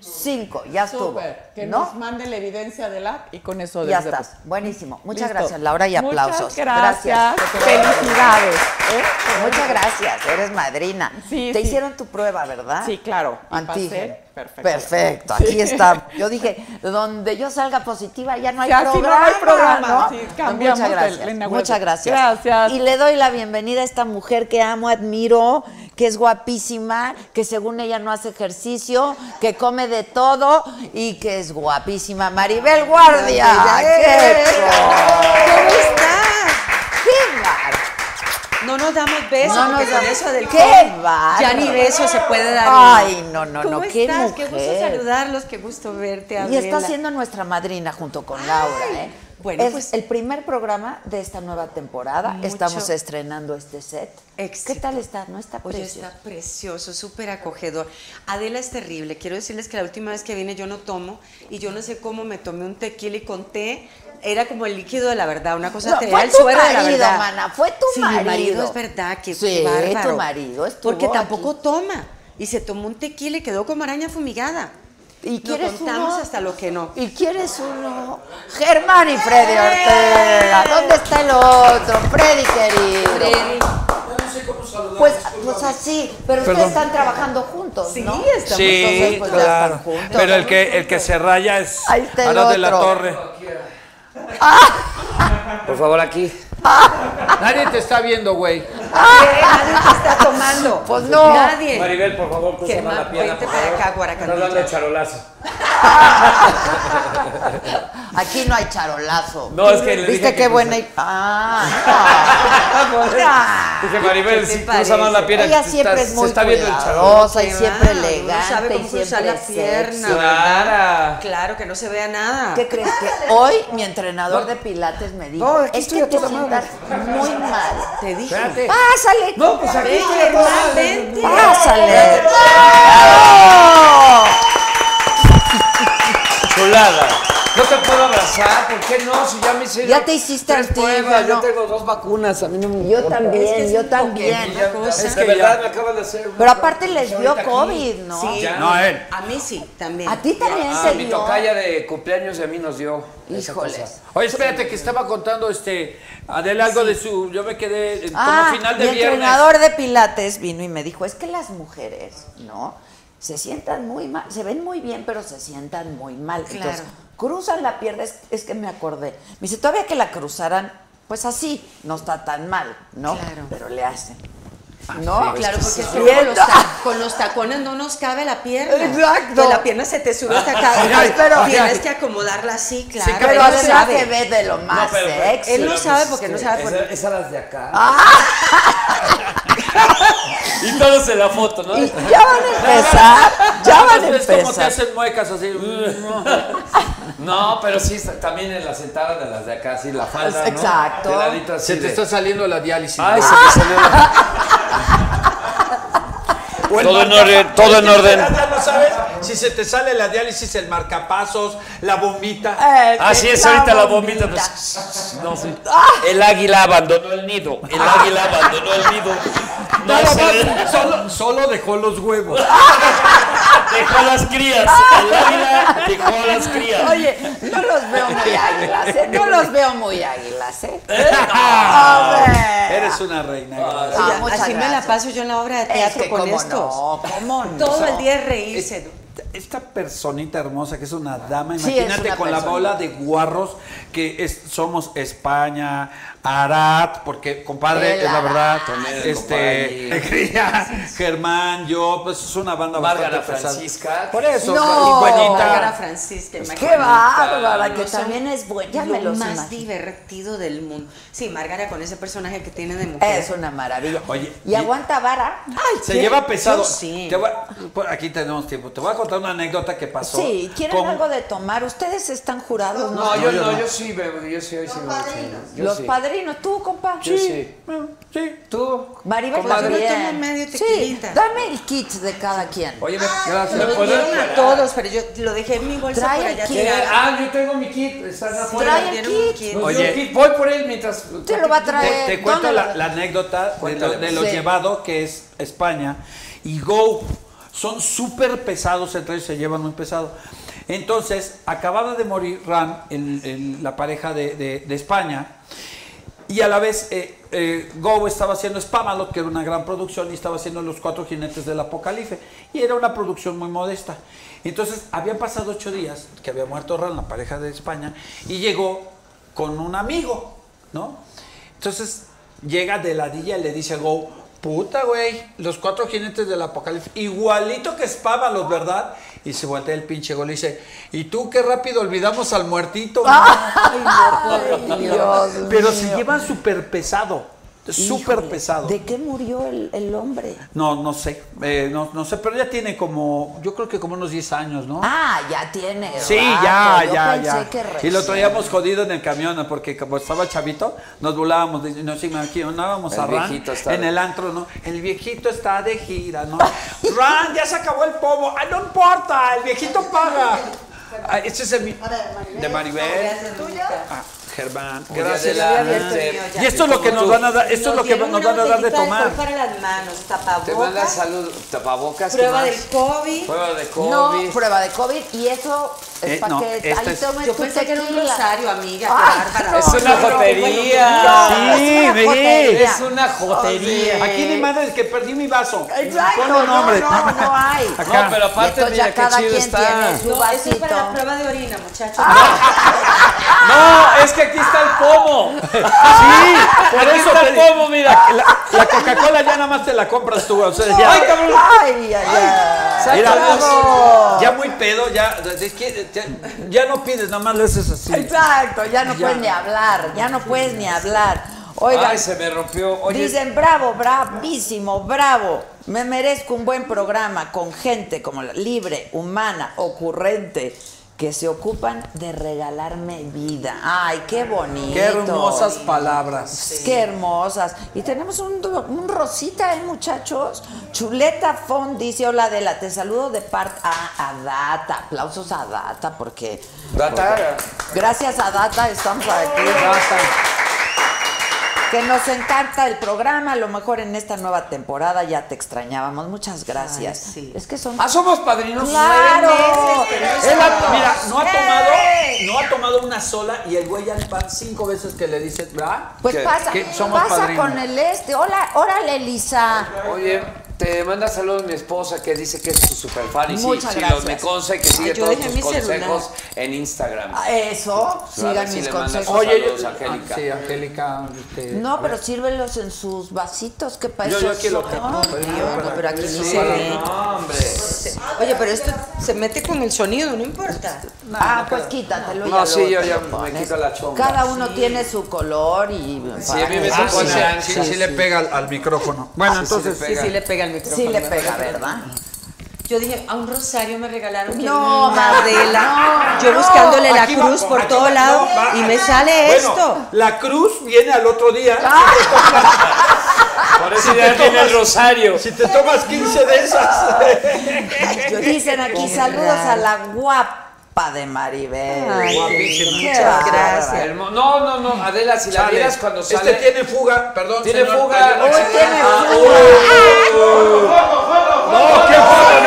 cinco. Ya estuvo. Súper, que ¿No? nos manden la evidencia del app y con eso Ya desde- estás. Buenísimo. Muchas Listo. gracias, Laura, y aplausos. Muchas gracias. Felicidades. ¿eh? Muchas gracias, eres madrina. Sí, Te sí. hicieron tu prueba, ¿verdad? Sí, claro, y Antígeno. pasé perfecto. Perfecto, aquí está. Yo dije, donde yo salga positiva ya no hay Ya, sí, no, programa. no hay programa, ¿no? sí, cambiamos Muchas el- gracias. la inauguración. Muchas gracias. Gracias. Y le doy la bienvenida a esta mujer que amo, admiro, que es guapísima, que según ella no hace ejercicio, que come de todo y que es guapísima. Maribel Guardia. Mira, ¡Qué qué cosa! ¿Cómo estás? ¡Qué bárbaro! No no nos damos besos, No no nos damos- beso del ¡Qué COVID, Ya bárbaro! ni beso se puede dar. Ay, no, no, ¿Cómo no, qué estás? Qué mujer. gusto saludarlos, qué gusto verte, Y Adela. está siendo nuestra madrina junto con Laura, ¿eh? bueno, es pues- el primer programa de esta nueva temporada. Mucho- Estamos estrenando este set. Éxito. ¿Qué tal está? ¿No está Oye, precioso? está precioso, súper acogedor. Adela es terrible. Quiero decirles que la última vez que vine yo no tomo y yo no sé cómo me tomé un tequila y con té. Era como el líquido de la verdad, una cosa No, terrible. fue el tu suero de la marido, verdad. mana, fue tu sí, mi marido. marido, es verdad, que Sí, qué bárbaro. tu marido estuvo Porque tampoco aquí. toma. Y se tomó un tequila y quedó como araña fumigada. ¿Y Nos quieres contamos uno? hasta lo que no. ¿Y quieres uno? ¡Eh! Germán y Freddy Ortega. ¿Dónde está el otro? Freddy, querido. Pues, pues así, pero ustedes Perdón. están trabajando juntos, Sí, ¿no? estamos Sí, Entonces, pues, ya claro. están juntos. Pero el que, el que se raya es Ahí está el Aras de la otro. Torre. Por favor, aquí. Nadie te está viendo, güey. ¿Qué? Nadie te está tomando. Pues no. Nadie. Maribel, por favor, Qué cruzame mal, la pierna. vente por para favor. acá, Guaracandilla. Estás dando charolazo. Aquí no hay charolazo. No, es que le dije ¿Viste que qué buena? cruza- y- Ah, no. Ah. Dije, Maribel, ¿Qué te si cruza más la pierna. Ella te siempre estás- es muy Se está viendo el charolazo. cuidadosa y Claro, siempre uno sabe elegante y cómo cruzar siempre la pierna, sexy. Clara. Claro, que no se vea nada. ¿Qué crees que hoy mi entrenador de pilates me dijo? No, aquí es estoy que a te toda madre". sientas muy mal. Te dije. Espérate. Pásale. No, pues aquí Vente, estoy a toda Hernán, madre. vente. Pásale. Chulada. No te puedo abrazar, ¿por qué no? Si ya me hicieron Ya te hiciste tres antígeno, pruebas, ¿no? yo tengo dos vacunas, a mí no me Yo importa. también, es yo un también. poquito una cosa. Es que de verdad me acabas de hacer. una Pero aparte les ahorita dio aquí. COVID, ¿no? Sí. Ya. No, a él. A mí sí, también. A ti también Ah, se mi dio. tocaya de cumpleaños y a mí nos dio. esa Híjoles. cosa. Oye, espérate, que estaba contando este Adela algo de su. Yo me quedé eh, como Ah, final mi de viernes. entrenador de pilates vino y me dijo, es que las mujeres, ¿no? Se sientan muy mal, se ven muy bien, pero se sientan muy mal. Claro. Entonces, cruzan la pierna, es, es que me acordé. Me dice, todavía que la cruzaran, pues así, no está tan mal, ¿no? Claro. Pero le hacen. Ah, ¿No? Claro, pues, porque es que con, Viendo. los ta- con los tacones no nos cabe la pierna. Exacto. Que la pierna se te sube hasta acá. Ay, ay, pero ay, tienes ay. que acomodarla así, claro. Sí, Él Pero pero no él además sabe. se ve de lo más pero- pues, sexy. eh, Él no sabe porque no sabe Ah. Esa- poner. Esa las de acá. y todos en la foto, ¿no? Y ya van a empezar, ya van a Es como te empezar. hacen muecas así. No, pero sí, también en la sentada de las de acá, así la falda. ¿no? Exacto. De ladito así Se te de- está saliendo la diálisis. Ay, güey. se me salió la- Todo en orden, todo en orden. Ya no sabes si se te sale la diálisis, el marcapasos, la bombita. Eh, Así Ah, es, la ahorita la bombita. pues, no, sí. Ah. El águila abandonó el nido. El águila abandonó el nido. No, Nada se ve- más, solo, solo dejó los huevos. Dejó las crías. El águila dejó las crías. Oye, no los veo muy águilas, ¿eh? No los veo muy águilas, ¿eh? A ver. Eres una reina. gracias. Ah, Ya, muchas así me la gracias. paso yo en la obra de teatro que con cómo estos. No, cómo no. Todo el día es reírse. ¿no? Esta personita hermosa que es una dama, Sí, es imagínate una con la persona. bola de guarros que es- somos España, Arad, porque compadre, El es la Arad. verdad, También el este, Alegría, Germán, yo, pues es una banda Márgara bastante pesada. Francisca. Por No. eso, y Bárbara buenita. Oh, Francisca, Qué imagínate. bárbara, que No son también es buena. Ya me lo los más imagino. divertido del mundo. Sí, Márgara con ese personaje que tiene de mujer. Es una maravilla. Oye, y y- aguanta vara. Ay, Se lleva pesado. Yo sí. Te voy a- por aquí tenemos tiempo. Te voy a contar una anécdota que pasó. Sí, ¿quieren con- algo de tomar? ¿Ustedes están jurados? No, yo no, yo sí, bebo, yo sí, hoy sí me Yo Los sí. padrinos, tú, compa. Yo sí. Sí, tú. Maribel Comadre. también. Yo tomo medio sí, tequilita. dame el kit de cada quien. Oye, me, gracias. Lo ¿Me Pues, puedo vendieron a encuerar? todos, pero yo lo dejé en mi bolsa Trae por el allá kit. Eh, tirado. Ah, yo tengo mi kit. Está en la Me puerta. Trae el dieron un kit. kit. Nos dio Oye. un kit. Voy por él mientras. Te lo va a traer. Te, te cuento ¿Dónde la, lo- la anécdota de lo, de lo Sí. llevado que es España y Go. Son súper pesados, entre ellos se llevan muy pesado. Entonces, acababa de morir Ram, el- el- la pareja de, de- de España, y a la vez eh, eh, Go estaba haciendo Spamalot, que era una gran producción, y estaba haciendo Los Cuatro Jinetes del Apocalipsis, y era una producción muy modesta. Entonces, habían pasado ocho días que había muerto Ram, la pareja de España, y llegó con un amigo, ¿no? Entonces llega de ladilla y le dice a Go, puta, güey, los cuatro jinetes del apocalipsis, igualito que Spábalos, ¿verdad? Y se voltea el pinche Go y le dice, ¿y tú qué rápido olvidamos al muertito? Ay, Dios Pero mío. se llevan súper pesado. súper pesado. ¿De qué murió el, el hombre? No, no sé, eh, no, no sé, pero ya tiene como, yo creo que como unos 10 años, ¿no? Ah, ya tiene. Sí, rato. ya, Yo ya, pensé ya. que Y lo recién. traíamos jodido en el camión, porque como estaba chavito, nos volábamos, de- nos imaginábamos El a Ran viejito está en de- el antro, ¿no? El viejito está de gira, ¿no? Ran, ya se acabó el pomo. ¡Ay, no importa! El viejito paga. Ah, este es el mi- de Maribel. Ah, Germán, gracias. Y esto es lo que nos van a dar, esto es lo que nos van a dar de tomar. Para las manos, Te van a dar tapabocas, salud, tapabocas. ¿qué prueba más? del COVID. Prueba de COVID. No, prueba de COVID y eso es Eh, para no, que esta ahí es- tomes Yo tu pensé que era un tequila. rosario, amiga. Ay, qué no, bárbaro. Es una no, no, jotería. no, Sí, es una ve. jotería. Es una jotería. O sea, Aquí ni madre que perdí mi vaso. Exacto, Ponle no, nombre. no, no hay. No, Acá. pero aparte, Entonces ya mira qué cada chido quien está. tiene su No, eso es para la vasito. prueba de orina, muchachos. Ah. No, es que aquí está el pomo. Sí, por Aquí eso está te el digo. pomo, mira. La, la Coca-Cola ya nada más te la compras tú. O sea, ya. ¡Ay, cabrón! Ay, ay, ay. Mira, bravo. ya muy pedo, ya, es que ya, ya no pides, nada más le haces así. Exacto, ya no Ya. puedes ni hablar, ya no puedes ni hablar. Oigan, Ay, se me rompió. Oye, dicen bravo, bravísimo, bravo. Me merezco un buen programa con gente como la libre, humana, ocurrente, que se ocupan de regalarme vida. Ay, qué bonito. Qué hermosas palabras. Qué hermosas. Y tenemos un, du- un rosita, ¿eh, muchachos? Chuleta Fon dice, hola Adela, te saludo de parte a, a Data. Aplausos a Data, porque... Data. porque- gracias a Data estamos aquí. Basta. Que nos encanta el programa, a lo mejor en esta nueva temporada ya te extrañábamos. Muchas gracias. Ay, sí. Es que son... ah, somos padrinos. ¡Claro! Él ha- mira, no ha tomado, ¡Ey! no ha tomado una sola y el güey ya van cinco veces que le dices, ¿verdad? Pues que- pasa, que somos pasa padrinos. con el este. Hola, órale, Elisa. Oye, te manda saludos mi esposa que dice que es tu super fan y sí, Muchas sí, gracias. lo- me consta que sigue Ay, yo todos dejé tus mi consejos celular. en Instagram. Ah, Eso, sigan si mis le mandas consejos. Oye, Oye, Saludos, Angélica. Sí, Angélica. este, No, pero sírvelos en sus vasitos, ¿qué pasa? Yo- yo aquí lo que- No, no, pero yo bueno, para- pero aquí ni sí, se para- ve. No, hombre. Oye, pero esto se mete con el sonido, no importa. Ah, pues quítatelo. No, ya sí, luego yo te ya lo me pones. quito la chomba. Cada uno tiene su color y... Sí, a mí me Ah, sí, tocó ese sí, ángel. sí le pega al, al micrófono. Bueno, Sí, sí le entonces. pega. Ah, Sí, sí le pega el micrófono. Sí le pega, ¿verdad? Yo dije, a un rosario me regalaron. que No, era una Adela. no, Yo no. buscándole la Aquí va- cruz por aquí todo va- lado no, va- y me sale Bueno, esto. La cruz viene al otro día. Por eso ya viene el rosario. Si te tomas 15 de esas. Dicen aquí, saludos a la guapa de Maribel. Ay, Guapísima. Qué Muchas bárbara. Hermo- No, no, no, Adela, si la vieras cuando sale. Este tiene fuga, perdón. Tiene señor, fuga. hay un Uy, accidente. tiene Ah, fuga. uy. No, qué fuga.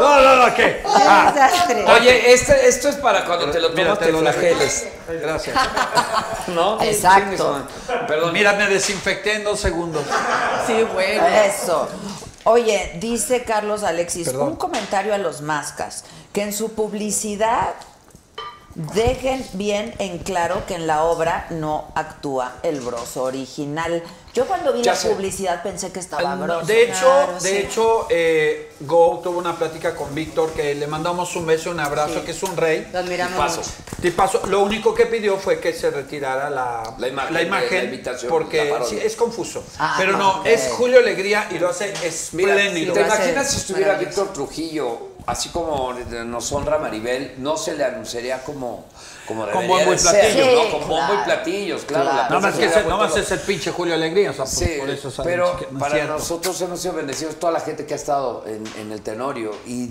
No, no, no, no, ¿qué? Qué desastre. Oye, este- esto es para cuando te lo Mira, tomas, te te lo flageles. Gracias. ¿No? Exacto. Perdón. Mira, me desinfecté en dos segundos. Sí, bueno. Eso. Oye, dice Carlos Alexis, Perdón. un comentario a los mascas, que en su publicidad dejen bien en claro que en la obra no actúa el broso original. Yo cuando vi Ya la sé. publicidad pensé que estaba broso. De hecho, claro, de sí. hecho, eh, Go tuvo una plática con Víctor que le mandamos un beso, un abrazo, que es un rey. Lo admiramos Paso. mucho. Tipazo. Lo único que pidió fue que se retirara la, La imagen de la imitación, la porque parodia. sí, es confuso. Ah, Pero no, ok. es Julio Alegría y lo hace Mira, espléndido. ¿te va a ser imaginas si estuviera maravilloso. Víctor Trujillo, así como nos honra Maribel, no se le anunciaría como, como Con debería bombo y de ser, platillo. ¿no? Sí, Con bombo claro. y platillos, claro. Claro. la Nada más, que prensa se ese- hubiera nada más puesto- es el pinche Julio Alegría, o sea, por- Sí, por, eso sale pero chique- no es para cierto. nosotros hemos sido bendecidos toda la gente que ha estado en, en el Tenorio y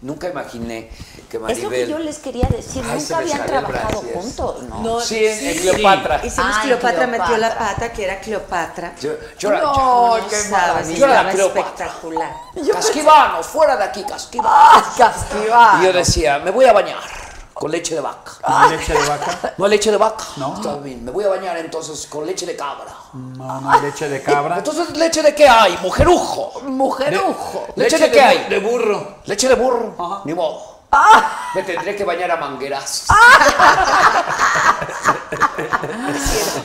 nunca imaginé que Maribel... es lo que yo les quería decir, Ay, se nunca me habían salió el trabajado brasier. juntos, ¿no? No, Sí, en, en sí. Cleopatra. Hicimos Ay, Cleopatra, metió la Cleopatra. pata, que era Cleopatra. Yo- yo era- No, no qué sabes, maravilla. Yo era estaba la Cleopatra. espectacular. Casquivanos, fuera de aquí, casquivanos. ¡Ah, Ah. Casquiva! Y yo decía, me voy a bañar con leche de vaca. ¿No es leche de vaca? No leche de vaca. No. Está bien, Me voy a bañar entonces con leche de cabra. No, no es leche de cabra. Entonces, ¿leche de qué hay? Mujerujo. ¡Mujerujo! ¿Leche de qué hay? bu- De burro. Leche de burro. Ni modo. Ah. Me tendré que bañar a mangueras.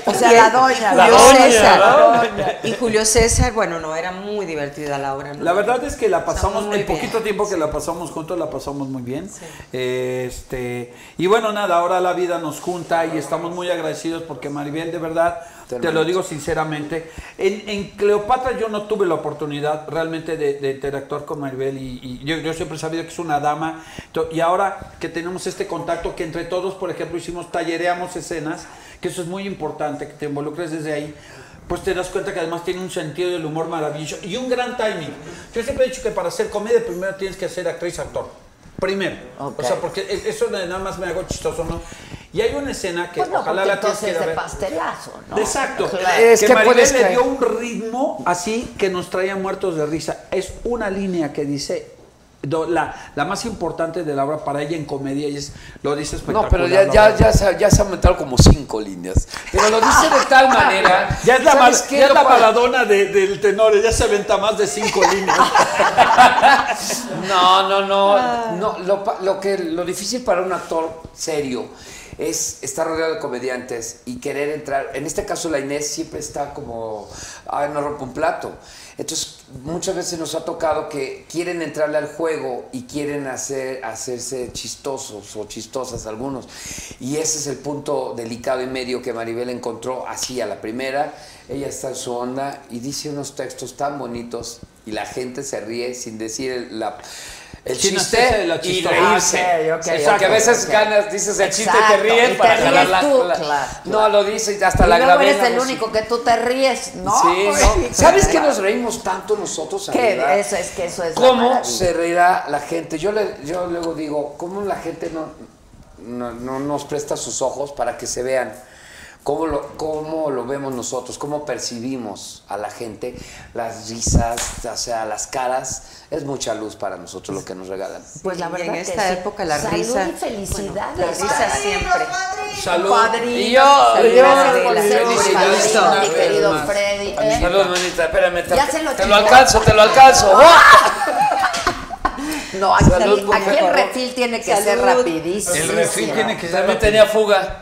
O sea, la doña. Y La Julio doña, César. la doña. Y Julio César, bueno, no, era muy divertida la obra. ¿no? La verdad es que la pasamos, muy el bien. poquito tiempo que la pasamos juntos, la pasamos muy bien. Este, y bueno, nada, ahora la vida nos junta y estamos muy agradecidos porque Maribel, de verdad, te, lo digo sinceramente, en, en Cleopatra yo no tuve la oportunidad realmente de, de interactuar con Maribel y, y yo, yo siempre he sabido que es una dama. To- Y ahora que tenemos este contacto, que entre todos, por ejemplo, hicimos, tallereamos escenas, que eso es muy importante, que te involucres desde ahí pues te das cuenta que además tiene un sentido del humor maravilloso y un gran timing. Yo siempre he dicho que para hacer comedia primero tienes que ser actriz actor. Primero. O sea, porque e- eso de nada más me hago chistoso, ¿no? Y hay una escena que Pues no, ojalá porque la todos entonces es quieran de ver. pastelazo, ¿no? Exacto. Eh, Claro. Es que, que Maribel puedes le caer. dio un ritmo así que nos traía muertos de risa. Es una línea que dice do- la, la más importante de la obra para ella en comedia y es lo dice No, espectacular. pero ya, la ya, verdad. ya, se, ya se han aumentado como cinco líneas. Pero lo dice de tal manera. Ya es la, ¿sabes Mar- qué? ya es Lo la cual- Maradona de- del tenor, ya se aventa más de cinco líneas. No, no, no. no lo, pa- lo que, lo difícil para un actor serio es estar rodeado de comediantes y querer entrar. En este caso, la Inés siempre está como, ay, no rompo un plato. Entonces, muchas veces nos ha tocado que quieren entrarle al juego y quieren hacer, hacerse chistosos o chistosas algunos. Y ese es el punto delicado y medio que Maribel encontró así a la primera. Ella está en su onda y dice unos textos tan bonitos y la gente se ríe sin decir el- la, el Sin chiste hacerse de la y chistosa. reírse. Ah, ok, ok, Porque ok, a veces ok. ganas, dices el chiste y Exacto, te ríes y para te ríes jalar la, tú, la- claro, No, lo dices y hasta y la luego grabé. eres en la el música. único que tú te ríes, ¿no? Pues, Sí, Güey. no. ¿Sabes que nos reímos tanto nosotros? Que Andrea? eso es que eso es la ¿Cómo maravilla. se reirá la gente? Yo, le- yo luego digo, ¿cómo la gente no, no, no nos presta sus ojos para que se vean? ¿Cómo lo, ¿Cómo lo vemos nosotros? ¿Cómo percibimos a la gente? Las risas, o sea, las caras. Es mucha luz para nosotros lo que nos regalan. Pues la Y verdad en que esta sí. época la Salud risa. y felicidades. bueno, la risa siempre. Salud. Padrino. Y yo, Salud, yo, gracias por yo, ser yo, mi yo, padrino, yo, mi yo, querido yo, Freddy, ¿eh? Salud, manita, espérame. Te, Ya se lo te lo chingó. alcanzo, te lo alcanzo. ¡Ah! No, aquí, Salud, por aquí el favor. refil tiene que ser Salud. rapidísimo. El refil tiene que ser. También tenía fuga.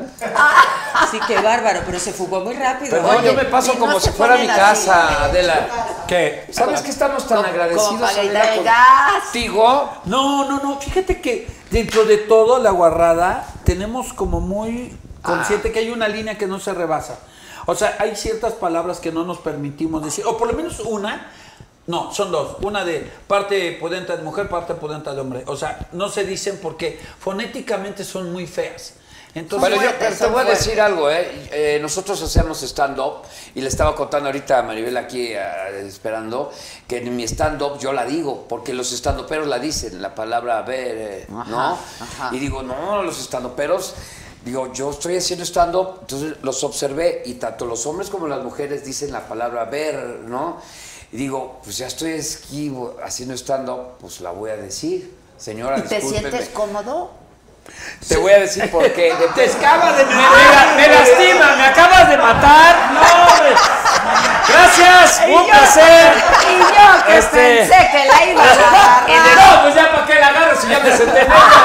Sí, qué bárbaro, pero se fugó muy rápido. Perdón, Oye, yo me paso y no como se si fuera mi ponen casa, así. Adela. ¿Qué? ¿Sabes que estamos tan Con agradecidos, paguita de Adela, gas. contigo? No, no, no. Fíjate que dentro de todo la guarrada tenemos como muy Ah. consciente que hay una línea que no se rebasa. O sea, hay ciertas palabras que no nos permitimos decir, o por lo menos una. No, son dos. Una de parte pudenta de mujer, parte pudenta de hombre. O sea, no se dicen porque fonéticamente son muy feas. Entonces, Bueno, yo fuertes, pero te son voy a fuertes. decir algo, ¿eh? Eh, Nosotros hacíamos stand-up y le estaba contando ahorita a Maribel aquí eh, esperando que en mi stand-up yo la digo, porque los stand-uperos la dicen, la palabra a ver, eh, ¿no? Y digo, no, los stand-uperos. Digo, yo estoy haciendo stand-up, entonces los observé y tanto los hombres como las mujeres dicen la palabra ver, ¿no? Y digo, pues ya estoy esquivo haciendo stand-up, pues la voy a decir. Señora, ¿Y te Ah, discúlpeme. sientes cómodo? Te voy a decir por qué. te escapa de Me, me- me lastima, me acabas de matar. No, hombre. Gracias, un placer. Y yo que Este- pensé que la iba a Y de agarrar. no, pues ya para qué la agarro si ya me senté. en ella.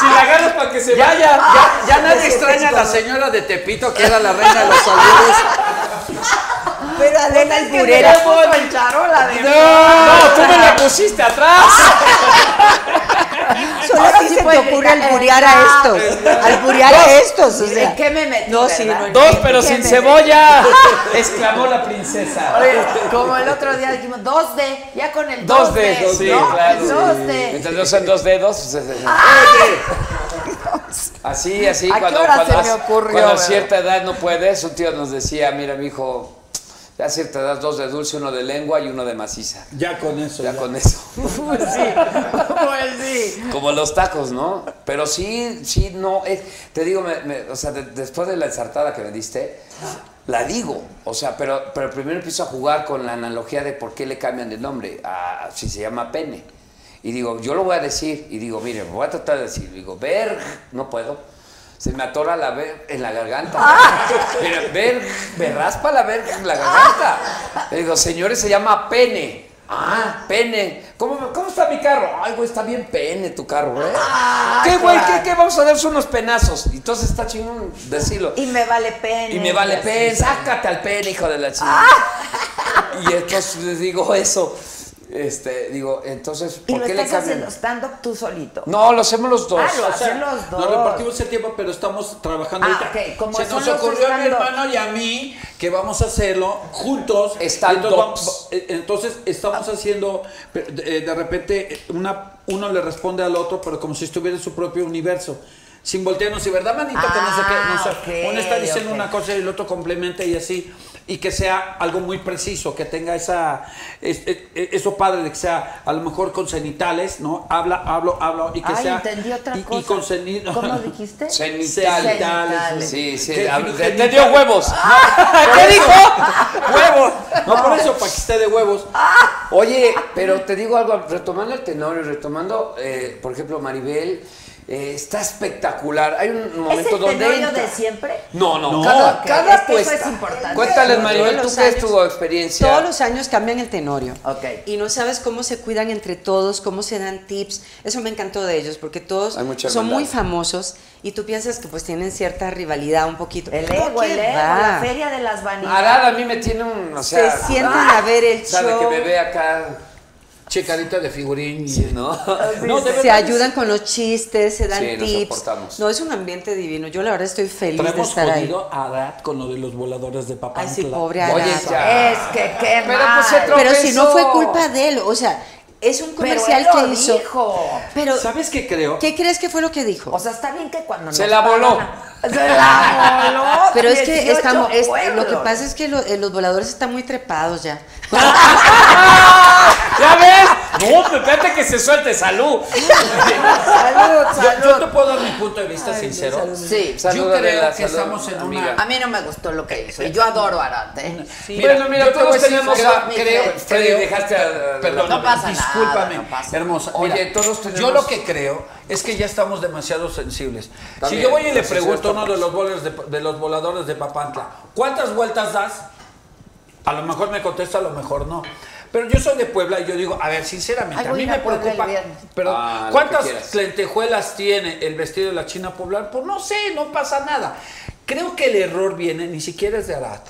Si la agarras para que se Ya, vaya. ya, ya, ya nadie extraña a la señora de Tepito que era la reina de los saludos. Pero Adela es Alburera puso en charola de No, Ah, tú me la pusiste atrás. Solo Ahora sí así se te puedes ocurre gritar, Ah, alburear a "Exacto". estos. Alburear a estos. O sea. ¿En qué me metí? No, sí, verdad? no, Dos, pero ¿En qué sin me cebolla. Exclamó la princesa. metí? Oye, Como el otro día dijimos, dos de, ya con el dos, Dos dedos, sí, ¿no? claro. El dos de. Mientras no sean dos dedos. pues, es- es- Así, así. ¿A qué cuando, hora cuando se has- me ocurrió, cuando a verdad? cierta edad no puedes, un tío nos decía, mira, mi hijo, a cierta edad dos de dulce, uno de lengua y uno de maciza. Ya con eso. Ya con eso. Pues sí. Como los tacos, ¿no? Pero sí, sí, no. es- te digo, me- me- o sea, de- después de la ensartada que me diste, la digo. O sea, pero, pero primero empiezo a jugar con la analogía de por qué le cambian de nombre a, si se llama pene. Y digo, yo lo voy a decir. Y digo, mire, voy a tratar de decir. Digo, ver, no puedo. Se me atora la ver en la garganta. Ah. Mira, ver, me raspa la ver en la garganta. Le digo, señores, se llama pene. Ah, pene. ¿Cómo, ¿Cómo está mi carro? Ay, güey, está bien pene tu carro, ¿eh? Ah, ¿Qué, güey? claro. ¿Qué, ¿Qué vamos a darse unos penazos? Entonces está chingón decirlo. Y me vale pene. Y me vale así. pene, sácate al pene, hijo de la chica. Ah. Y entonces les digo eso. Este, digo, entonces, Y ¿por lo qué le estás haciendo cambian? stand up tú solito. No, lo hacemos los dos. Ah, lo O sea, hacen los dos. Nos repartimos el tiempo, pero estamos trabajando Ah, ahorita. ok, como Se son nos los ocurrió a mi stand-up. hermano y a mí que vamos a hacerlo juntos. Stand-ups. Entonces, vamos- eh, Entonces estamos haciendo, pero, eh, de repente, eh, una, uno le responde al otro, pero como si estuviera en su propio universo. Sin voltearnos y verdad, manito, que no sé qué. No sé. Ah, ok, Uno está diciendo ok. una cosa y el otro complementa y así. Y que sea algo muy preciso, que tenga esa es- es- eso padre de que sea a lo mejor con cenitales, ¿no? Habla, hablo, hablo y que Ay, sea. entendí otra y- cosa. Y con cenit- ¿Cómo dijiste? Cenitales. Cenitales. Sí, sí, ¿Qué- hablo- qué- te dio huevos. Ah. ¿Qué dijo? Huevos. No, por eso, para que esté de huevos. Oye, pero te digo algo, retomando el tenor y retomando, eh, por ejemplo, Maribel, eh, está espectacular. Hay un ¿Es momento el donde. tenorio entra- de siempre? No, no, No. cada, Ok, cada es que eso apuesta. es importante. Cuéntales, Sí, Maribel, todos ¿tú los qué es años. tu experiencia? Todos los años cambian el tenorio. Ok. Y no sabes cómo se cuidan entre todos, cómo se dan tips. Eso me encantó de ellos, porque todos Hay mucha son hermandad. muy famosos y tú piensas que pues tienen cierta rivalidad un poquito. El No, ego, ¿qué el ego, va? la feria de las vanidades. Arad a mí me tiene un. O Se sea, ah, sientan a ver el sabe show. que me ve acá. Checadita de figurín. y- ¿no? No, de se verdad, ayudan con los chistes, se dan Sí, nos tips. soportamos. No, es un ambiente divino. Yo la verdad estoy feliz de Traemos estar ahí. jodido a Arad con lo de los voladores de papá. Ay, sí, pobre Oye, Arad. Ah, ya. Es que qué Pero, mal. pues, se tro- Pero si no fue Tropezó. culpa de él, o sea, es un Pero comercial él lo que hizo. dijo. Pero ¿Sabes qué creo? ¿Qué crees que fue lo que dijo? O sea, está bien que cuando Se nos la pagan voló. a- Se la voló. Pero es que 18 estamos, es- lo que pueblos. pasa es que lo- eh, los voladores están muy trepados ya. ¿Ya ves? No, pues, me espérate que se suelte. Salud. Salud, Yo- salud. Yo, te puedo dar mi punto de vista sincero. Sí, Yo Salúdale creo la que salud, estamos en una- amiga. a mí no me gustó lo que hizo. Y yo adoro a Arad, ¿eh? bueno, mira, yo te voy todos a decir- tenemos. creo- a- Creo, creo- Freddy, dejaste a. Perdón, No pasa nada, discúlpame, no pasa nada. hermosa. Oye, Mira, todos tenemos- Yo lo que creo es que ya estamos demasiado sensibles. También, si yo voy y le pues, es pregunto a cierto, uno de los, voladores de, de los voladores de Papantla, ¿cuántas vueltas das? A lo mejor me contesta, a lo mejor no. Pero yo soy de Puebla y yo digo, a ver, sinceramente, Ay, a voy mí a ir me a Puebla el preocupa. viernes. Perdón, Ah, lo que quieras. ¿Cuántas lentejuelas tiene el vestido de la China poblana? Pues no sé, no pasa nada. Creo que el error viene, ni siquiera es de Arad,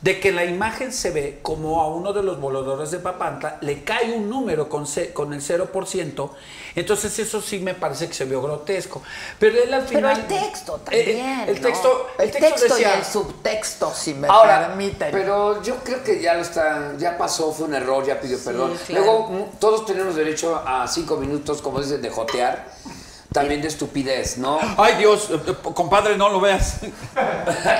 de que la imagen se ve como a uno de los voladores de Papanta, le cae un número con, ce- con el 0%, entonces eso sí me parece que se vio grotesco. Pero él al Pero final... el texto Eh, eh, también. el, ¿no? texto, el, El texto, texto decía... Ah, y el subtexto, si me Ahora, permiten. pero yo creo que ya lo están, ya pasó, fue un error, ya pidió perdón. claro. Luego, mm, todos tenemos derecho a cinco minutos, como dicen, de jotear, también de estupidez, ¿no? Ay Dios, eh, eh, compadre, no lo veas.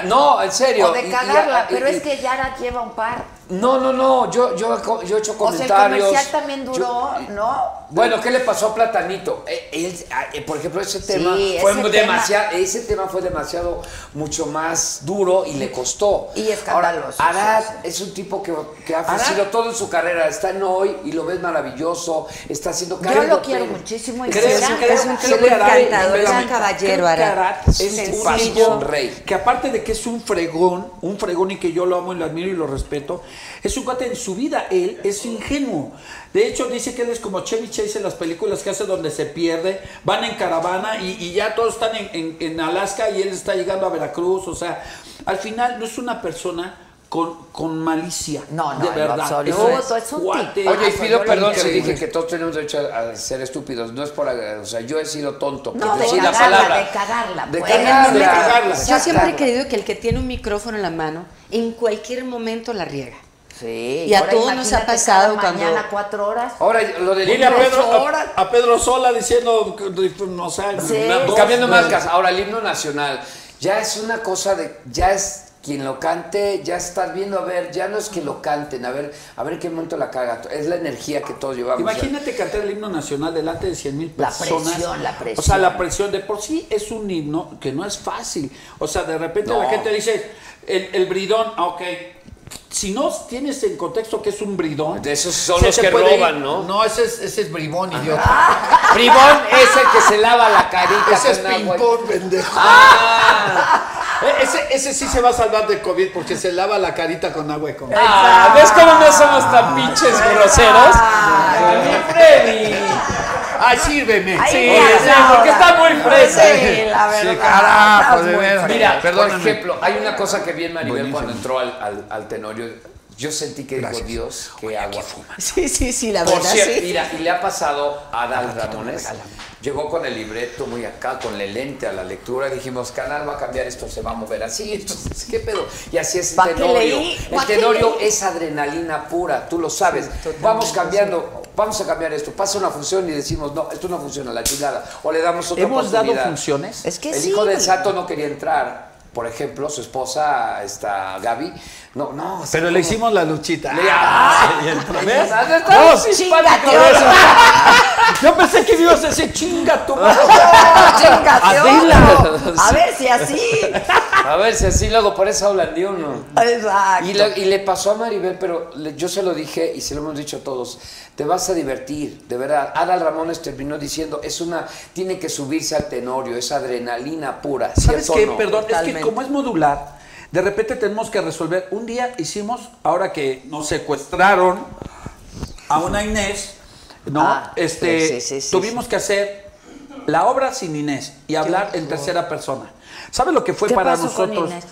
No, en serio. o de y- y- cagarla, y- pero y- es que Yara lleva un par. No, no, no, yo, yo, yo he hecho O sea, el comentarios. comercial también Yo- duró, ¿no? Bueno, ¿qué le pasó a Platanito? Eh, él, ah, eh, por ejemplo, ese tema ese fue tema. demasiado, ese tema fue demasiado mucho más duro y le costó. Y escandaloso, Ahora, Arad sí, es un tipo que, que ha ofrecido todo en su carrera. Está en hoy y lo ves maravilloso. Está haciendo Yo lo quiero muchísimo y Creo- será- creo- es un creo tipo que Arad- encantador, es un Creo que caballero, Arad. es un Sencillo. tipo, un rey. que aparte de que es un fregón, un fregón y que yo lo amo y lo admiro y lo respeto, es un cuate en su vida, él es ingenuo. De hecho, dice que él es como Chevy Chase en las películas que hace donde se pierde, van en caravana y, y ya todos están en, en- en Alaska y él está llegando a Veracruz. O sea, al final no es una persona con, con malicia. No, no, de en lo verdad. absoluto, es un cuate. tipazo, Oye, y pido yo lo perdón si entiendo. dije que todos tenemos derecho a a ser estúpidos. No es por. O sea, yo he sido tonto. No, por de decir cagarla, la palabra. de cagarla, De pues. cagarla. De cagarla. Yo siempre he Cagarla. creído que el que tiene un micrófono en la mano, en cualquier momento la riega. Sí. Y a ahora todos nos ha imagínate pasado cada cuando- Mañana cuatro horas. Oh, Ahora, lo de Dile a Pedro Pedro, a, a Pedro Sola diciendo, no sé, Sí. na- dos, Cambiando na- marcas, ahora el himno nacional ya es una cosa de, ya es quien lo cante, ya estás viendo, a ver, ya no es que lo canten, a ver, a ver en qué momento la caga, es la energía que todos llevamos. Imagínate cantar el himno nacional delante de 100 mil La personas. presión, la O sea, presión. la presión de por sí es un himno que no es fácil. O sea, de repente No. la gente dice, el, el bridón, ah, ok. Si no tienes en contexto que es un bridón. De esos son se los te que puede roban, ¿no? Ah, No, ese es, ese es bribón, idiota. Bribón es el que se lava la Ah. carita. Ese es con agua. ping-pong, pendejo. E- Ese, ese sí se va a salvar del COVID porque se lava la carita con agua y con Ah, ¿Ves cómo no somos tan pinches groseros? Mi Freddy. Ay, sírveme. Sí, Ay, sí, no, porque la- está muy fresa. Sí, la Sí, verdad, carajo, estás de muy veras. fresa. Mira, por Perdóname. ejemplo, hay una cosa que vi en Maribel Buenísimo. cuando entró al, al, al Tenorio. Yo sentí que dijo, Dios, qué agua fuma. Sí, sí, sí, la Por verdad, cierto, sí. mira, y le ha pasado a Adal Ramones. Llegó con el libreto muy acá, con el lente a la lectura. Dijimos, canal va a cambiar esto, se va a mover así. Entonces, ¿qué pedo? Y así es ¿Pa' el qué tenorio. leí? El ¿Pa' qué tenorio leí? es adrenalina pura, tú lo sabes. vamos cambiando, vamos a cambiar esto. Pasa una función y decimos, no, esto no funciona, la chingada. O le damos otra ¿Hemos dado oportunidad. funciones? Es que El sí, hijo del güey. santo no quería entrar. Por ejemplo, su esposa, esta Gaby, no, no. Pero le hicimos la luchita. Ah, Y el- ¿Ves? ¿ves? Dos. Estamos simpáticos. Yo pensé que ibas a decir chinga tu madre". Chinga, te Adela. odio. A ver si así. A ver si así luego por eso hablan de uno. Exacto. Y, lo- y le pasó a Maribel, pero le- yo se lo dije y se lo hemos dicho a todos. Te vas a divertir, de verdad. Adal Ramones terminó diciendo, es una, tiene que subirse al tenorio, es adrenalina pura. ¿Sabes ¿cierto qué? o no? Perdón, es que como es modular, de repente tenemos que resolver. Un día hicimos, ahora que nos secuestraron a una Inés, ¿no? Ah, sí, este, sí, sí, tuvimos que hacer la obra sin Inés y hablar en tercera persona. ¿Sabes lo que fue ¿Qué para pasó con nosotros? Inés?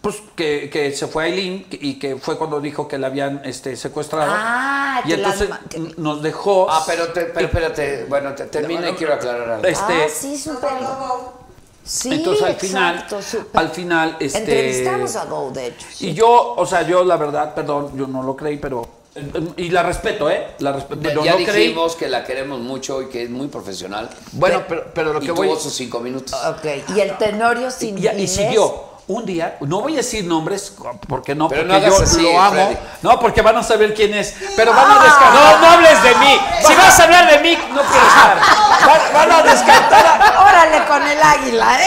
Pues que, que se fue Aileen y que fue cuando dijo que la habían este, secuestrado. Ah, y que la entonces ma- nos dejó. Ah, pero, te- pero espérate, bueno, te, termina y quiero aclarar algo. Este, ah, sí, súper. Sí, entonces al final, exacto, súper. al final, este, Entrevistamos a Go, de hecho. Y yo, o sea, yo la verdad, perdón, yo no lo creí, pero. Y la respeto, ¿eh? La respeto. Ya, pero ya no creí. dijimos que la queremos mucho y que es muy profesional. Bueno, pero, lo que y voy- tuvo sus cinco minutos. Ok, y el tenorio sin Y, y Inés? siguió. Un día, no voy a decir nombres porque no, Pero no porque hagas yo así, lo amo. Freddy. No, porque van a saber quién es. Pero van a descartar. No, no hables de mí. Si vas a hablar de mí, no quiero estar. Van, van a descartar. a- Órale con el águila, ¿eh?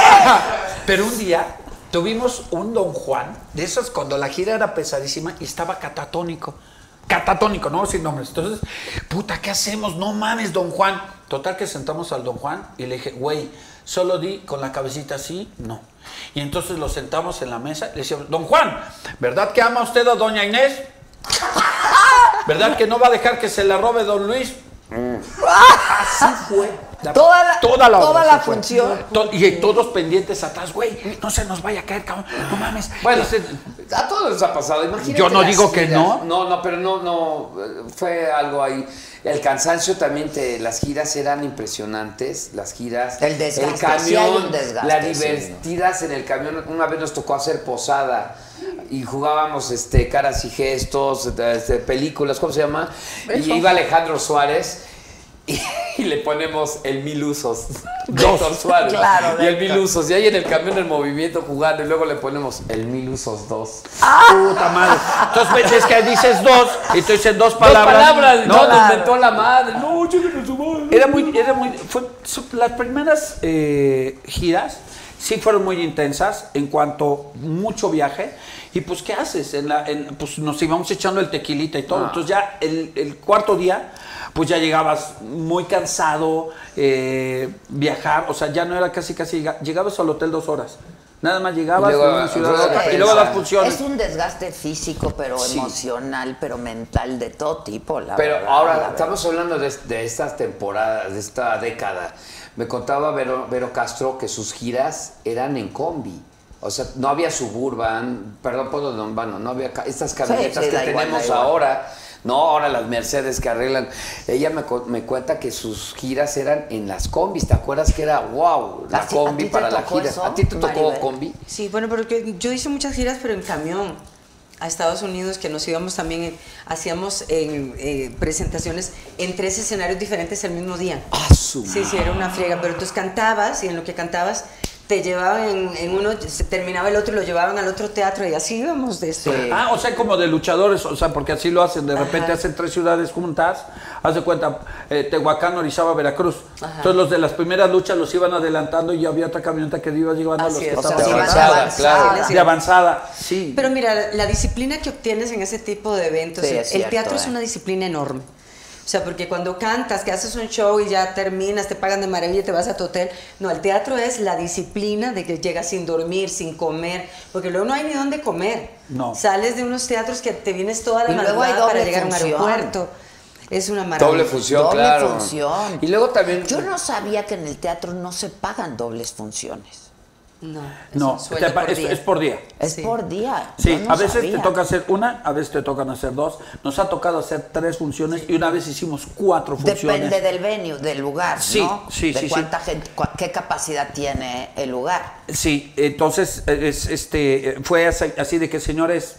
Pero un día tuvimos un Don Juan, de esos cuando la gira era pesadísima y estaba catatónico. Catatónico, no sin nombres. Entonces, puta, ¿qué hacemos? No mames, Don Juan. Total que sentamos al Don Juan y le dije, güey, solo di con la cabecita así, no. Y entonces lo sentamos en la mesa y le decíamos, Don Juan, ¿verdad que ama usted a Doña Inés? ¿Verdad que no va a dejar que se la robe Don Luis? Así fue. Toda la- toda la sí fue. función. To- y todos pendientes atrás, güey, no se nos vaya a caer, cabrón. No mames. Bueno, Ese- a todos les ha pasado, imagínate. Yo no las digo que giras. no. No, no, pero no, no, eh, fue algo ahí. El cansancio también, te- las giras eran impresionantes, las giras. El desgaste, El sí hay camión, un desgaste, las sí. divertidas en el camión. Una vez nos tocó hacer posada y jugábamos este, caras y gestos, este, películas, ¿cómo se llama? Y Eso. iba Alejandro Suárez. Y, y le ponemos el mil usos. Dos. Héctor Suárez. Claro, y de el mil Héctor. usos. Y ahí en el camión el movimiento jugando. Y luego le ponemos el mil usos dos. Puta madre. Entonces ves, es que dices dos, entonces en dos palabras. Dos palabras, no, Claro. te inventó la madre. No, chéquen a su madre. Era muy, era muy, fue- su- las primeras eh, giras sí fueron muy intensas en cuanto mucho viaje. Y pues, ¿qué haces? En la- en- pues nos íbamos echando el tequilita y todo. Ah. Entonces ya el, el cuarto día, pues ya llegabas muy cansado, eh, viajar, o sea, ya no era casi, casi, llega- llegabas al hotel dos horas. Nada más llegabas Y de luego una ciudad a rueda de otra y luego prensa. las funciones. Es un desgaste físico, pero Sí. emocional, pero mental, de todo tipo, la Pero verdad, la ahora verdad. estamos hablando de, de estas temporadas, de esta década. Me contaba Vero, Vero Castro que sus giras eran en combi. O sea, no había suburban, perdón por los nombranos, no había ca- estas camionetas sí, que da igual, tenemos da igual. ahora. No, ahora las Mercedes que arreglan. Ella me, cu- me cuenta que sus giras eran en las combis. ¿Te acuerdas que era wow? ¿A La ti- a combi ti te para la tocó gira. eso, ¿A ti te tocó Maribel? combi? Sí, bueno, pero que yo hice muchas giras, pero en camión a Estados Unidos, que nos íbamos también, en- hacíamos en, eh, presentaciones en tres escenarios diferentes el mismo día. Ah, su Sí, sí, era una friega, pero tú cantabas y en lo que cantabas te llevaban en, en uno, se terminaba el otro y lo llevaban al otro teatro y así íbamos de este... Ah, o sea, como de luchadores, o sea, porque así lo hacen. De repente Ajá. hacen tres ciudades juntas, haz de cuenta, eh, Tehuacán, Orizaba, Veracruz. Ajá. Entonces los de las primeras luchas los iban adelantando y ya había otra camioneta que iba llevando a los Así que es, o sea, estaban se iban avanzados. de avanzada, claro. De avanzada, sí. Pero mira, la disciplina que obtienes en ese tipo de eventos, Sí, el es cierto, teatro es eh. una disciplina enorme. O sea, porque cuando cantas, que haces un show y ya terminas, te pagan de maravilla y te vas a tu hotel. No, el teatro es la disciplina de que llegas sin dormir, sin comer, porque luego no hay ni dónde comer. No. Sales de unos teatros que te vienes toda la Y luego hay madrugada para doble llegar función. a un aeropuerto. Es una maravilla. Doble función, Doble claro. función. Y luego también. Yo no sabía que en el teatro no se pagan dobles funciones. No. No, sueldo te pa- por es, día. es por día. Es por día. Sí, Yo no a veces sabía. te toca hacer una, a veces te tocan hacer dos. Nos ha tocado hacer tres funciones y una vez hicimos cuatro funciones. Depende del venue, del lugar, Sí, ¿no? sí, de sí, sí. cuánta gente, cua- qué capacidad tiene el lugar. Sí, entonces eh, es- este, eh, fue así, así de que, señores,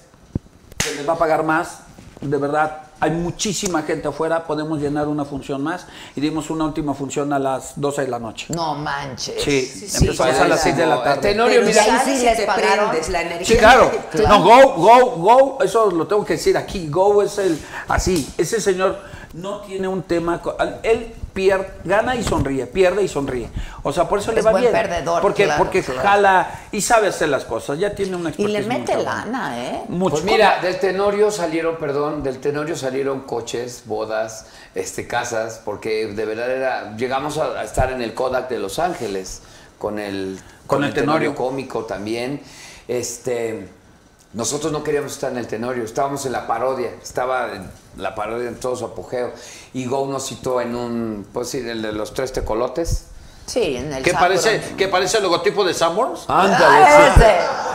se les va a pagar más, de verdad. Hay muchísima gente afuera, podemos llenar una función más y dimos una última función a las 12 de la noche. No manches. Sí, empezamos a las 6 de la tarde. Tenorio, Pero mira, sales ahí sí y les te pagaron. prendes, la energía. Sí, claro. Claro. No, Go, Go, Go, eso lo tengo que decir aquí. Go es el así. Ese señor no tiene un tema. co- al- Él pierde, gana y sonríe, pierde y sonríe. O sea, por eso le Es va buen bien. perdedor, porque claro, porque claro. jala y sabe hacer las cosas. Ya tiene una Y le expertise muy mete cabrona. lana, ¿eh? Mucho. Pues mira, del Tenorio salieron, perdón, del Tenorio salieron coches, bodas, este, casas, porque de verdad era, llegamos a, a estar en el Kodak de Los Ángeles con el Con el Tenorio. cómico también, este, nosotros no queríamos estar en el Tenorio, estábamos en la parodia, estaba en la parodia en todo su apogeo y Go nos citó en un, pues sí, el de los tres tecolotes. Sí, en el Que Sanborns. parece, que parece el logotipo de Sanborns. Ándale. Ah, sí. ese.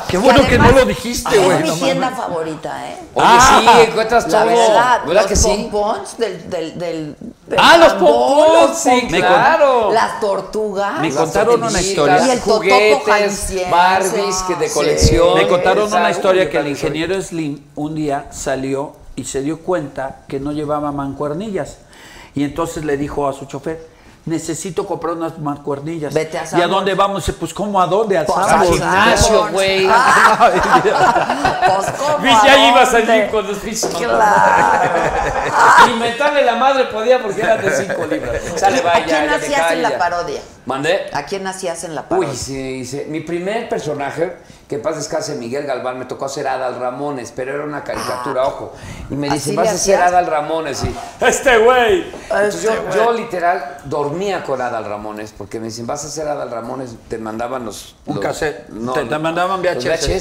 Qué bueno que además no lo dijiste, güey. Es No mi mames. tienda favorita, ¿eh? Oye, Ah, sí, encuentras La todo. verdad, ¿Verdad los que sí? pompons del, del, del, del Ah, los tambor, pompons, sí, pompons, Me claro. Las tortugas. Me Las contaron una tortillitas, historia. Y el totopo juguetes, jalisciense. Barbies que de Sí. colección. Me contaron una ¿sabes? historia Yo que el también soy. ingeniero Slim un día salió y se dio cuenta que no llevaba mancuernillas. Y entonces le dijo a su chofer, necesito comprar unas mancuernillas. Vete a ¿Y a Sanborns. dónde vamos? Dice, Pues, ¿cómo a dónde? Al Pues, Al Sanborns". Ah, gimnasio, güey. Ah. Pues, ¿cómo Viste, ahí iba a dónde? salir con los bichos. Claro. Y mentarle la madre podía porque era de 5 libras. Sale, ¿A vaya. quién ya te hacías en calla. la parodia? Mandé. ¿A quién hacías en la Uy, parodia? sí, sí. Mi primer personaje, que en paz descanse Miguel Galván, me tocó hacer Adal Ramones, pero era una caricatura, ojo. Y me ¿Así dice, le vas a hacer hacías? Este Adal Ramones. Y, Ah. Este güey. Entonces, yo, yo literal dormía con Adal Ramones, porque me dicen, vas a hacer Adal Ramones, te mandaban los... Un los- cassette. Te- te mandaban los VHS.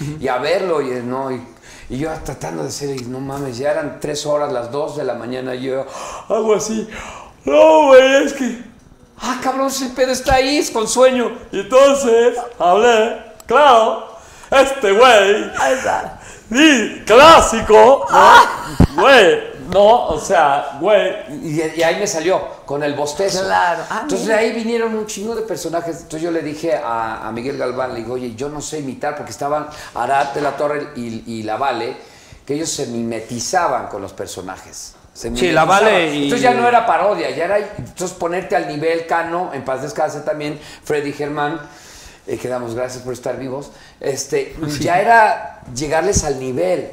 VHS. Y a verlo, y no, y, y yo tratando de hacer, y no mames, ya eran tres horas, las dos de la mañana, y yo hago así, no, güey, es que... Ah, cabrón, ese pedo está ahí, es con sueño. Y entonces hablé, claro, este güey, di- clásico, Ah. ¿no? güey, no, o sea, güey, Y, y ahí me salió, con el bostezo. Claro. Ah, Entonces de mira. ahí vinieron un chingo de personajes. Entonces yo le dije a, a Miguel Galván, le digo, oye, yo no sé imitar, porque estaban Arad de la Torre y, y la Vale, que ellos se mimetizaban con los personajes. Se Sí, la mimetizaban. Vale y- Entonces ya no era parodia, ya era. Entonces ponerte al nivel Cano, en paz descanse también, Freddy Germán. eh, que damos gracias por estar vivos. Este, ya era llegarles al nivel.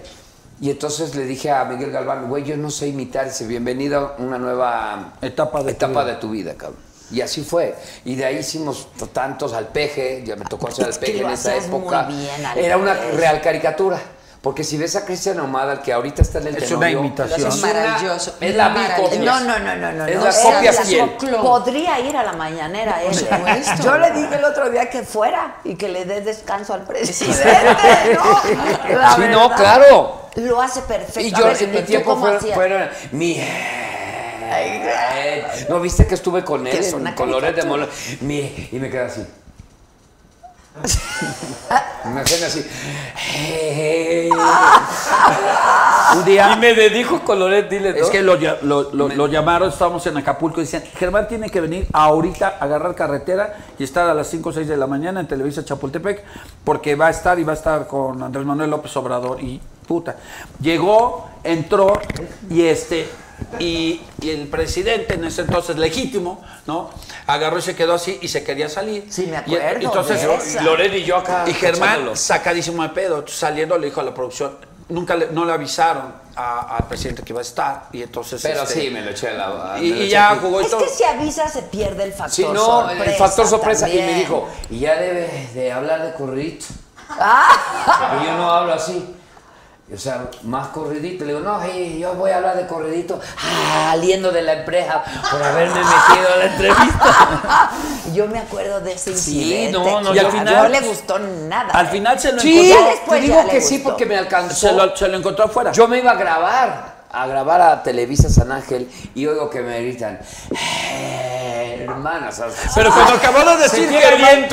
Y entonces le dije a Miguel Galván, güey, yo no sé imitar. Dice, bienvenido a una nueva Etapa de tu etapa vida". de tu vida, cabrón. Y así fue. Y de ahí hicimos t- tantos al peje, ya me tocó hacer al Es que peje lo en esa hacías muy época. bien, Al Era una Peje. real caricatura. Porque si ves a Cristian Ahumada, el que ahorita está en el Es una Tenorio, imitación. es una- Maravilloso. Es la bicopia. No, no, no, no, no. Es no. la Era copia la- fiel. Podría ir a la mañanera él. ¿eh? supuesto. Yo le dije el otro día que fuera y que le dé descanso al presidente, ¿no? La Sí, no, verdad. claro. Lo hace perfecto. Y A yo ver, en mi ¿tú tiempo cómo fueron, hacías? fueron mi no viste que estuve con él Que es en una colores de caricatura. mono Mi- y me quedé así Ah. me quedé así Un día... y me dedico Coloret, dile, ¿no? Es que lo, lla- lo- lo- lo llamaron, estábamos en Acapulco y decían, Germán tiene que venir ahorita a agarrar carretera y estar a las 5 o 6 de la mañana en Televisa Chapultepec, porque va a estar y va a estar con Andrés Manuel López Obrador y puta. Llegó, entró y este, y, y el presidente en ese entonces legítimo, ¿no? Agarró y se quedó así y se quería salir. Sí, me Y- acuerdo entonces de yo- esa. Loret y yo acá y Germán cachándolo. sacadísimo de pedo, saliendo le dijo a la producción, nunca le- no le avisaron a- al presidente que iba a estar y entonces... pero este, sí me lo eché a la Y, me lo y eché ya aquí. jugó y Es todo. que si avisa se pierde el factor Sí, no, sorpresa. el factor sorpresa. Y también. me dijo, y ya debes de hablar de corridito. Ah, Y yo no hablo así. O sea, más corridito. Le digo, no, hey, yo voy a hablar de corridito, saliendo de la empresa por haberme metido a la entrevista. Yo me acuerdo de ese Sí, incidente. no, no, que y al no final- le gustó nada. Al final se lo Sí, encontró. ya después Te ya digo le que sí gustó. porque me alcanzó. Se lo, se lo encontró afuera. Yo me iba a grabar, a grabar a Televisa San Ángel y oigo que me gritan, "Eh, hermana. o sea, Pero cuando acabó de decir sentí que el Germán-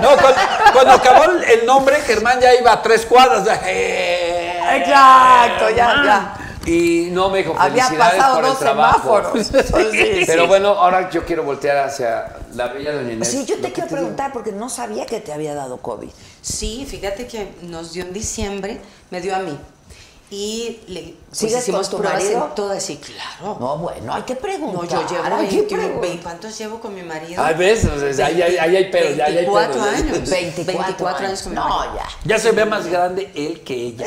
No, cu- cuando, acabó el- el nombre, Germán ya iba a tres cuadras. ya, "Eh, Exacto, ya, eh, Germán". ya. Y no me dijo Había felicidades pasado por el dos trabajo. semáforos. Sí, Pero sí. bueno, ahora yo quiero voltear hacia la bella doña Inés. Sí, yo Lo te que quiero digo. preguntar porque no sabía que te había dado COVID. Sí, fíjate que nos dio en diciembre, me dio a mí. Y le pues, ¿Sigues hicimos con tu pruebas marido? en todas. Sí, claro. No, bueno, hay que No, preguntar. yo llevo hay que 21, preguntar. 20, ¿cuántos llevo con mi marido? Ay, Ah, ves, o sea, ahí, ahí- ahí hay pedo, ya, ahí hay pedo. 24 años. 24 años con mi marido. No, ya. Ya se ve más grande él que ella.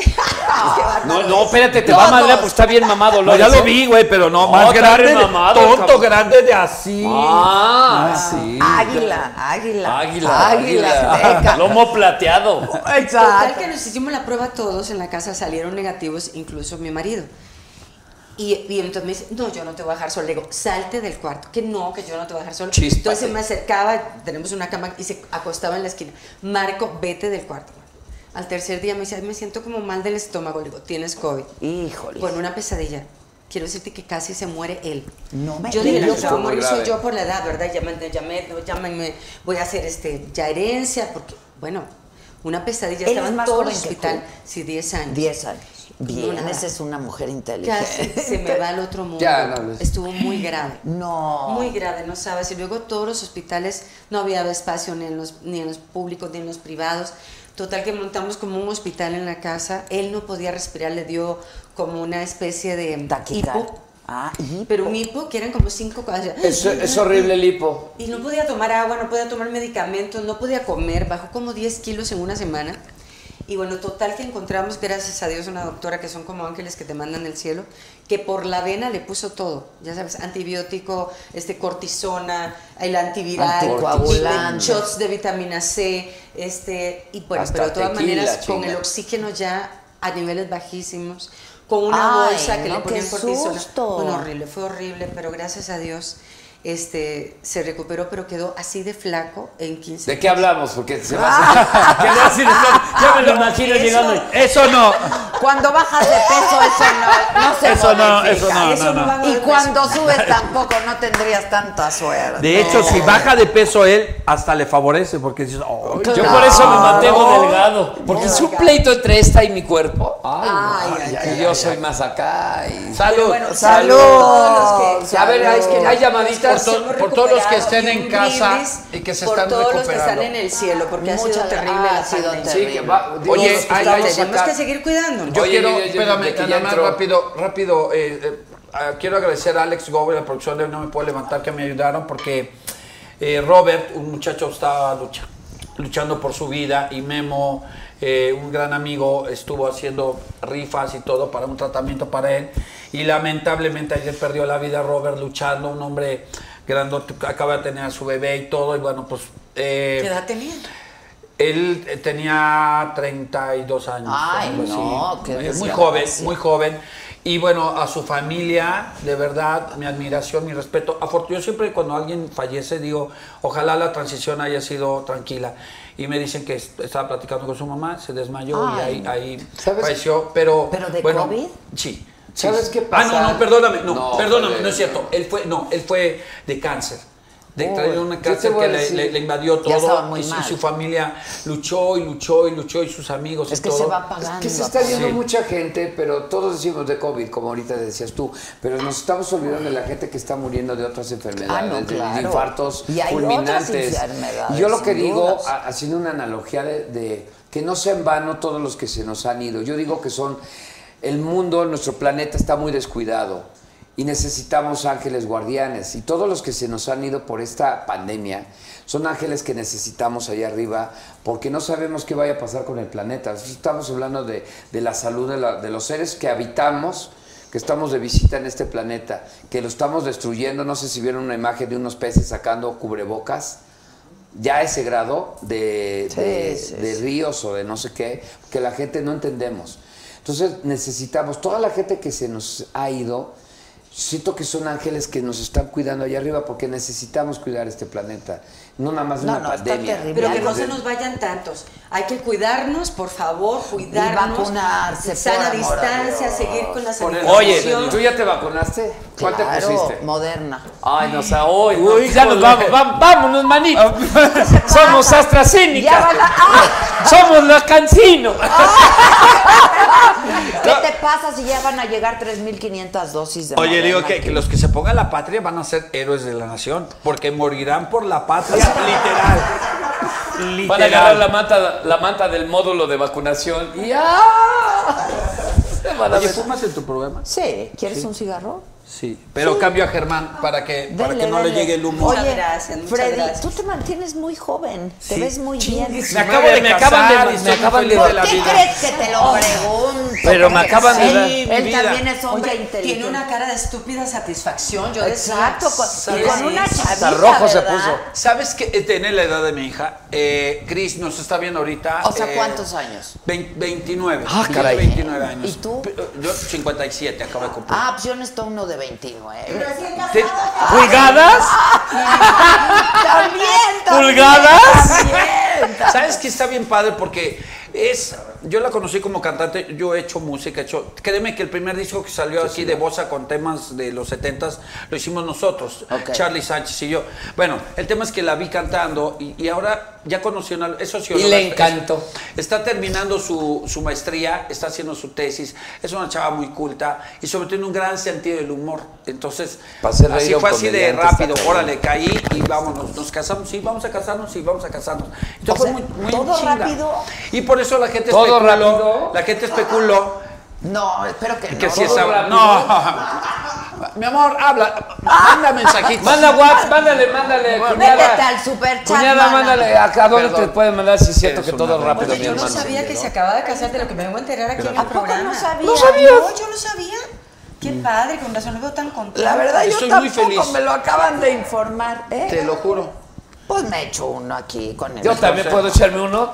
No, no, espérate, te va a madrear, pues está bien mamado. No, ya Lores, lo ¿eh? vi, güey, pero no, No, más está grande. bien de- mamado, tonto, cabrón. grande de así. Ah, sí. Águila, águila. Águila, Águila. águila. azteca. Lomo plateado. Total Exacto. que nos hicimos la prueba todos en la casa, salieron negativos, incluso mi marido. Y, y entonces me dice, no, yo no te voy a dejar sola. Le digo, salte del cuarto. Que no, que yo no te voy a dejar sola. Chíspate. Entonces me acercaba, tenemos una cama y se acostaba en la esquina. Marco, vete del cuarto. Al tercer día me dice, "Ay, me siento como mal del estómago. Le digo, tienes COVID. Híjole. Con una pesadilla. Quiero decirte que casi se muere él. No me Yo dije, digas. no, se va a morir grave. soy yo por la edad, ¿verdad? Ya me, ya me- ya me- me- voy a hacer este, ya herencia, porque, bueno, una pesadilla. Él Estaba es en más todo el joven que hospital, tú. sí, 10 años. 10 años. Bien, nada. esa es una mujer inteligente. Casi se me va al otro mundo. Ya, no, Luis. Estuvo muy grave. No. Muy grave, no sabes. Y luego todos los hospitales no había espacio ni en los, ni en los públicos ni en los privados. Total que montamos como un hospital en la casa. Él no podía respirar, le dio como una especie de Taquicar- hipo. Ah, hipo. Pero un hipo que eran como cinco cuadras. Es, es horrible el hipo. Y no podía tomar agua, no podía tomar medicamentos, no podía comer, bajó como 10 kilos en una semana. Y bueno, total que encontramos, gracias a Dios, una doctora que son como ángeles que te mandan del cielo, que por la vena le puso todo, ya sabes, antibiótico, este cortisona, el antiviral, Anticoagulante. shots de vitamina C, este, y bueno, Hasta pero de todas tequila, maneras, con chinga. el oxígeno ya a niveles bajísimos, con una Ay, bolsa que no, le ponían qué cortisona. susto. Bueno, horrible, fue horrible, pero gracias a Dios este, se recuperó, pero quedó así de flaco en 15 ¿De qué hablamos? Porque se Ah. va a Que no, si lo- ya me lo imagino Eso- llegando. Eso no. Cuando bajas de peso, eso no, no se Eso no, modifica. eso no, no, no. baja Y de cuando subes tampoco, no tendrías tanta suerte. De hecho, si baja de peso él, hasta le favorece porque dices, "Ay, Yo por eso me mantengo delgado. Porque es un pleito entre esta y mi cuerpo. Ay, no, Ay, y ay, yo soy más acá. y- salud. salud. todos los que- A ver, es que hay Nos llamaditas hemos por, todos los que recuperado estén y en un casa brindis y que se por están todos los que recuperando. están en el cielo, porque ha Muchas sido gracias. terrible Ah, la ha sido pandemia. Sí, que va- Todos Oye, los que hay- estamos- hay- tenemos que seguir cuidándonos. Yo Oye, quiero- yo- yo- espérame, de que ya nada más entró. rápido, rápido. eh, eh, ah, quiero agradecer a Alex Gómez, la producción de No Me Puedo Levantar, que me ayudaron porque eh, Robert, un muchacho, estaba lucha- luchando por su vida y Memo, eh, un gran amigo, estuvo haciendo rifas y todo para un tratamiento para él. Y lamentablemente ayer perdió la vida Robert luchando, un hombre grandote, acaba de tener a su bebé y todo. Y bueno, pues. eh, ¿Qué edad tenía? él eh, tenía 32 años. Ay, algo así. no, qué Es muy desgracia. joven, muy joven. Y bueno, a su familia, de verdad, mi admiración, mi respeto. Afortu- Yo siempre cuando alguien fallece digo, ojalá la transición haya sido tranquila. Y me dicen que est- estaba platicando con su mamá, se desmayó Ay, y ahí, ahí ¿Sabes? falleció. Pero, ¿Pero de bueno, COVID? Sí. sí. ¿Sabes qué Ah, pasa? no, no, perdóname, no, No, perdóname, fue de- no es cierto. Él fue, no, él fue de cáncer. De, Uy, traía ¿qué una te cáncer voy a que le, decir? le- le invadió Ya todo estaba muy y su- y mal. su familia luchó y luchó y luchó y sus amigos Es y que todo. se va pagando. Que se está yendo Sí. mucha gente, pero todos decimos de COVID, como ahorita decías tú, pero nos estamos olvidando de la gente que está muriendo de otras enfermedades, Ah, no, de claro. infartos Y hay fulminantes. otras enfermedades, Y yo lo que sin digo, dudas. a- haciendo una analogía de, de que no sea en vano todos los que se nos han ido. Yo digo que son el mundo, nuestro planeta está muy descuidado. Y necesitamos ángeles guardianes. Y todos los que se nos han ido por esta pandemia son ángeles que necesitamos allá arriba porque no sabemos qué vaya a pasar con el planeta. Estamos hablando de, de la salud de, la- de los seres que habitamos, que estamos de visita en este planeta, que lo estamos destruyendo. No sé si vieron una imagen de unos peces sacando cubrebocas ya a ese grado de, Sí, de- sí, de sí. ríos o de no sé qué, que la gente no entendemos. Entonces necesitamos, toda la gente que se nos ha ido, siento que son ángeles que nos están cuidando allá arriba porque necesitamos cuidar este planeta. No nada más de una pandemia. Pero que no se nos vayan tantos. Hay que cuidarnos, por favor, cuidarnos. Y vacunarse, Sana por amor a distancia, seguir con la sanitización. Oye, ¿tú ya te vacunaste? ¿Cuál te pues. Claro, pusiste? Moderna. Ay, no, o sea, hoy. no, Uy, ya nos vamos, vam- vámonos, manito. Somos Ya AstraZeneca. van a- Somos los cancino. ¿Qué te pasa si ya van a llegar 3.500 dosis de Oye, digo Moderna que, aquí? que los que se pongan la patria van a ser héroes de la nación, porque morirán por la patria, literal. Van a Literal. agarrar la manta, la manta del módulo de vacunación. Y ¡ah! Se van a Oye, ver. ¿fumas en tu programa? Sí, ¿quieres un cigarro? Sí, pero cambio a Germán para que, para Dele, que no dele. le llegue el humo. Oye, Muchas gracias, muchas Freddy, gracias. tú te mantienes muy joven, te Sí. ves muy bien. Me acabo de me casar acaban de- y me soy muy acaban de- feliz ¿Por de la qué vida. crees que te lo Oh. pregunto? Pero me Porque acaban de él- dar- Sí, mi Él vida. también es hombre Oye, inteligente. tiene una cara de estúpida satisfacción. Yo Exacto, con, decía, y "Sí, con una sí, chavita, Hasta rojo se ¿verdad? puso. ¿Sabes que Tiene la edad de mi hija. Eh, Cris nos está viendo ahorita. O sea, eh, ¿cuántos años? vein- 29. Ah, Tiene caray. 29 años. ¿Y tú? P- Yo 57 acabo de cumplir. Ah, pues yo necesito uno de 29. Te- ¿Pulgadas? ¡También, también! ¿Pulgadas? ¿Sabes que está bien padre? Porque es. Yo la conocí como cantante, yo he hecho música, he hecho. Créeme que el primer disco que salió aquí de Bosa con temas de los 70s lo hicimos nosotros, Ok. Charlie Sánchez y yo. Bueno, el tema es que la vi cantando y, y ahora ya conocí una. Eso sí, Y le encantó. Está terminando su, su maestría, está haciendo su tesis, es una chava muy culta y sobre todo tiene un gran sentido del humor. Entonces, Para hacer reír así a un fue así de comediante está rápido, cabrón. órale, caí y vámonos, nos casamos, sí, vamos a casarnos, sí, vamos a casarnos. Entonces O fue sea, muy, muy todo en chinga. rápido. Y por eso la gente Todo especuló, rápido. la gente especuló No, espero que que no. si todo estaba, rápido. no. Mi amor, habla, manda mensajitos. Manda WhatsApp, mándale, mándale. Métete cuñada. al superchat, Cuñada, mana. mándale. ¿A a dónde Perdón. te pueden mandar? Si es cierto Eres que una todo reina. rápido, Oye, mi yo no hermano. sabía que se acababa de casar de lo que me vengo a enterar aquí en ¿A el poco programa. no sabía? No, yo no sabía. Qué padre, con razón lo veo tan contento. La verdad, yo Estoy muy tampoco feliz. Ah, me lo acaban de informar. ¿eh? Te lo juro. Pues me echo uno aquí con el. Yo también puedo echarme uno.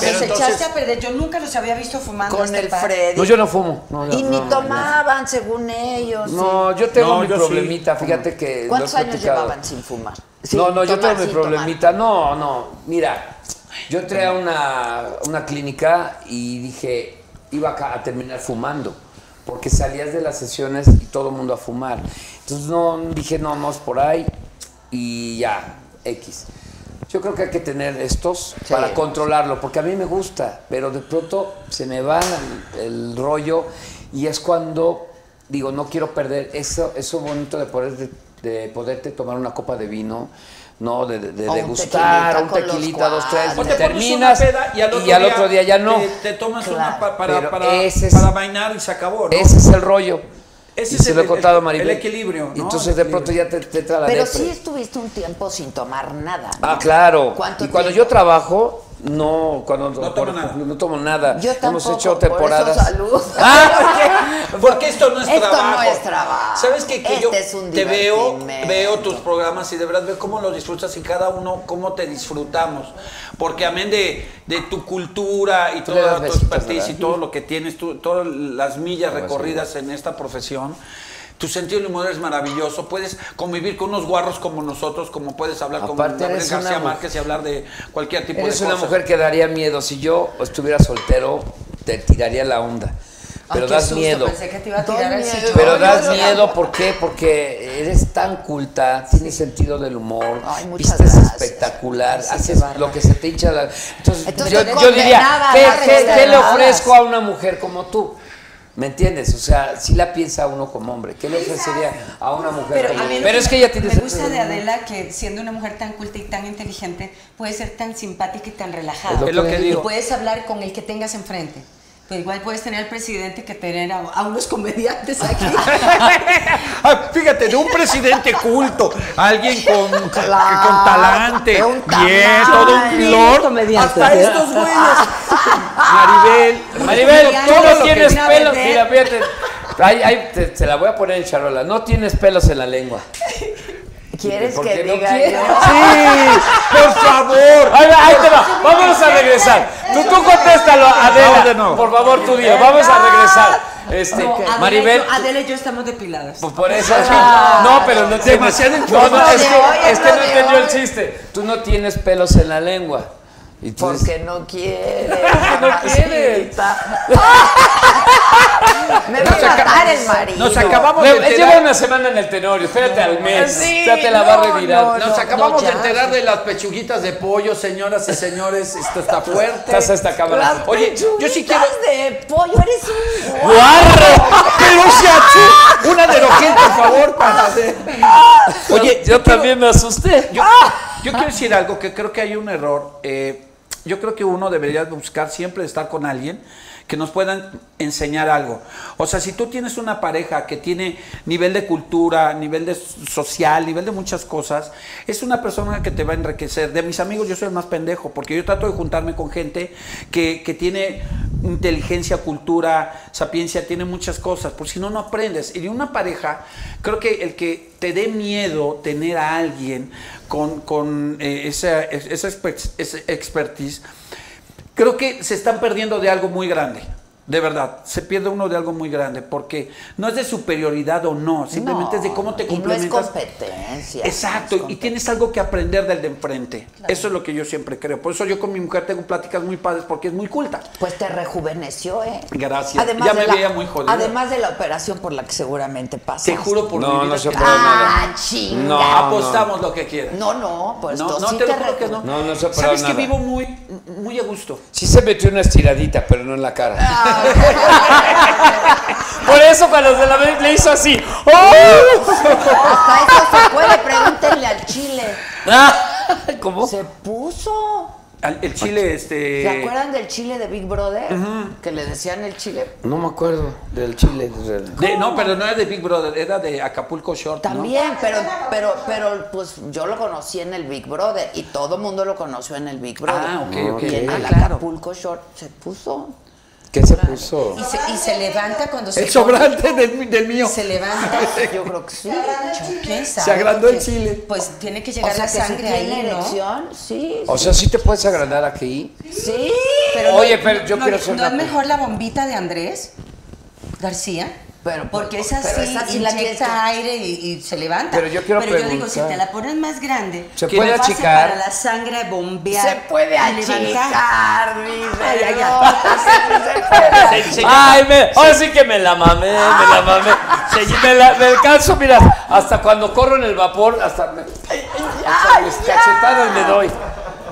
Pero echaste entonces- a perder. Yo nunca los había visto fumando. con este el par. Freddy. No, yo no fumo. No, yo- y ni no, tomaban según ellos. No, yo tengo No, mi yo sí. problemita, fíjate que. Eh, lo he ¿Cuántos años platicado. llevaban sin fumar? Sin no, no, yo tomar, tengo mi sin tomar. problemita. No, no, mira, yo entré a una, una clínica y dije, iba acá a terminar fumando, porque salías de las sesiones y todo el mundo a fumar. Entonces no, dije, no, no es por ahí y ya, X. Yo creo que hay que tener estos Sí. para controlarlo, porque a mí me gusta, pero de pronto se me va el, el rollo y es cuando digo, no quiero perder eso, eso bonito de, poder, de poderte tomar una copa de vino, no de, de- de O un tequilita degustar, un con los tequilita, dos, tres, O cuates. te terminas pones una peda y al otro, día, ya no. Te, te tomas Claro. una pa- para, Pero para, ese es- para vainar y se acabó, ¿no? Ese es el rollo. Ese y es se el- lo he contado a el- Maribel. el equilibrio, ¿no? Y entonces El de pronto ya te, te entra la Pero depre. sí estuviste un tiempo sin tomar nada. ¿no? Ah, claro. ¿Cuánto Y cuando tiempo? yo trabajo, no, cuando tomo nada. no tomo nada. Yo Hemos tampoco, hecho por eso temporadas. salud. Ah, ¿por qué? Porque esto no es Esto no trabajo. es trabajo. ¿Sabes qué? Que Este yo es un te veo, divertimento. veo tus programas y de verdad veo cómo los disfrutas y cada uno, cómo te disfrutamos. Porque amén de, de tu cultura y das toda tu besitos, expertise y ¿verdad? todo lo que tienes, tú, todas las millas Le das recorridas en esta profesión. Tu sentido del humor es maravilloso, puedes convivir con unos guarros como nosotros, como puedes hablar con Aparte, Gabriel eres una García mujer. Márquez y hablar de cualquier tipo Eres de una cosas. mujer que daría miedo. Si yo estuviera soltero, te tiraría la onda. Pero Ay, qué das susto, miedo. Pensé que te iba a tirar al miedo. sillón. Pero No, das yo no- miedo, ¿por qué? Porque eres tan culta, tienes sentido del humor, Ay, muchas vistes gracias. espectacular, Sí, qué haces bárbaro. lo que se te hincha la... Entonces, Entonces, yo, estoy yo condenada diría, a ¿qué, darles qué- qué le desveladas. ofrezco a una mujer como tú? ¿Me entiendes? O sea, si la piensa uno como hombre, ¿qué le ofrecería a una mujer Pero, como a mí lo Pero es que ella tiene Me gusta de Adela que siendo una mujer tan culta y tan inteligente puede ser tan simpática y tan relajada. Es lo que Es lo que y digo. puedes hablar con el que tengas enfrente. Pues igual puedes tener al presidente que tener a, a unos comediantes aquí. Ah, fíjate, de un presidente culto, alguien con, Claro, con talante, de un bien, talante. todo un lord, hasta estos güeyes. Maribel, Ah, Maribel, tú Mira, no lo que tienes vino a pelos. vender. Mira, fíjate. Ay, ay, te, te la voy a poner en charola. No tienes pelos en la lengua. ¿Quieres Porque que no diga quiero. yo? Sí, por favor. Ahí, va, ahí te va. Vamos a regresar. Tú, tú contéstalo, Adela. Por favor, tú dilo. Vamos a regresar. Este, No, Adela y Maribel, yo- Adela y yo estamos depiladas. Pues por eso. Ah. no, pero no tienes. Demasiado no, información. no, Lo es que, de hoy es es que lo no de entendió hoy. el chiste. Tú no tienes pelos en la lengua. Y tú dices, Porque no quieres. No quieres. mamacita. Me va a matar el marido. Nos acabamos de "Leo, él lleva enterar. una semana en el tenorio, espérate al mes. Sí, ya te la va a no, revirar. no, No, Nos no, acabamos ya. de enterar de las pechuguitas de pollo, señoras y señores. Esto está fuerte. Estás a esta cámara. Las Oye, yo sí quiero. pechuguitas de pollo, eres un ¡Guarro! ¡Pero se achú! Una de rojén, por favor, para hacer. Ah. Oye, yo también me asusté. Yo, yo quiero decir algo que creo que hay un error. Eh, yo creo que uno debería buscar siempre estar con alguien que nos puedan enseñar algo. O sea, si tú tienes una pareja que tiene nivel de cultura, nivel de s- social, nivel de muchas cosas, es una persona que te va a enriquecer. De mis amigos yo soy el más pendejo, porque yo trato de juntarme con gente que, que tiene inteligencia, cultura, sapiencia, tiene muchas cosas, por si no, no aprendes. Y de una pareja, creo que el que te dé miedo tener a alguien con, con, eh, esa, es- esa exper- esa expertise, creo que se están perdiendo de algo muy grande. De verdad, se pierde uno de algo muy grande, porque no es de superioridad o no, simplemente es de cómo te y no es complementas. competencia. Exacto, y tienes algo que aprender del de enfrente. Eso es lo que yo siempre creo. Por eso yo con mi mujer tengo pláticas muy padres, porque es muy culta. Pues te rejuveneció, ¿eh? Gracias. Ya de me la- veía muy jodida. Además de la operación por la que seguramente pasas. Te juro por mi No, vida no se que- operó Ah, nada. chinga. No, apostamos lo que quieras. No, no, pues no, tú no sí te lo juro reju- que no. No, no se operó Sabes nada. que vivo muy, muy a gusto. Sí se metió una estiradita, pero no en la cara. Por eso cuando se la ve le hizo así. ¡Oh! Hasta eso se puede, pregúntenle al chile. ¿Cómo? Se puso. Al- El chile, este. ¿Se acuerdan del chile de Big Brother? Que le decían el chile. No me acuerdo del chile. de- no, pero no era de Big Brother, era de Acapulco Short. ¿no? También, pero, pero, pero, pues yo lo conocí en el Big Brother y todo el mundo lo conoció en el Big Brother. Ah, ok, ok. Y en Ah, el claro. Acapulco Short se puso. ¿Qué se puso? Y se, y se levanta cuando se El sobrante del, del mío. Se levanta. Yo creo que sí. ¿Quién sabe? Se agrandó el Porque, chile. Pues tiene que O llegar sea, la que si sangre tiene ahí, ¿no? erección, sí. O sea, sí te puedes agrandar aquí. sí. Pero no- Oye, pero yo no- quiero hacer ¿No una es mejor la bombita de Andrés García? Pero- porque es pero así, esa sí y la tienes la que- inyecta aire y, y se levanta. Pero yo quiero Pero digo, si preguntar. te la pones más grande, ¿Se que puede pase achicar? Para la sangre bombear. Se puede y levantar. achicar, mi Ay, ay, ay. reloj, sí, se puede. Ay, me, ahora sí que me la mamé, me la Ah. mamé. Se- me, la, me alcanzo, mira, hasta cuando corro en el vapor, hasta me, hasta mis cachetadas me doy.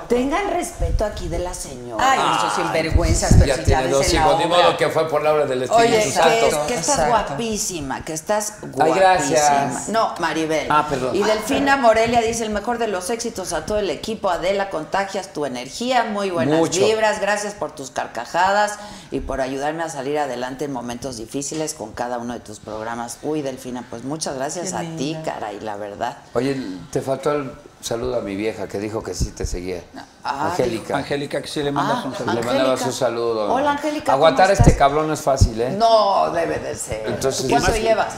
Tengan respeto aquí de la señora. Ay, esos sinvergüenzas, Pues pero Ya si ya tiene ves dos en la hijos, ni obra. modo que fue por la obra del Espíritu Oye, que, Santo. exacto, que estás exacto. guapísima, que estás guapísima. Ay, gracias. No, Maribel. Ah, perdón. Y Delfina Morelia dice, el mejor de los éxitos a todo el equipo. Adela, contagias tu energía, muy buenas Mucho. vibras. Gracias por tus carcajadas y por ayudarme a salir adelante en momentos difíciles con cada uno de tus programas. Uy, Delfina, pues muchas gracias a ti, caray, la verdad. Oye, te faltó el saludo a mi vieja que dijo que sí te seguía. Ah, Angélica. Angélica, que sí le mandas Ah, un saludo. Le Angélica. mandabas un saludo. Hola, Angélica, ¿cómo Aguantar a este estás? cabrón no es fácil, ¿eh? No, debe de ser. Entonces, ¿Cuánto más- llevas?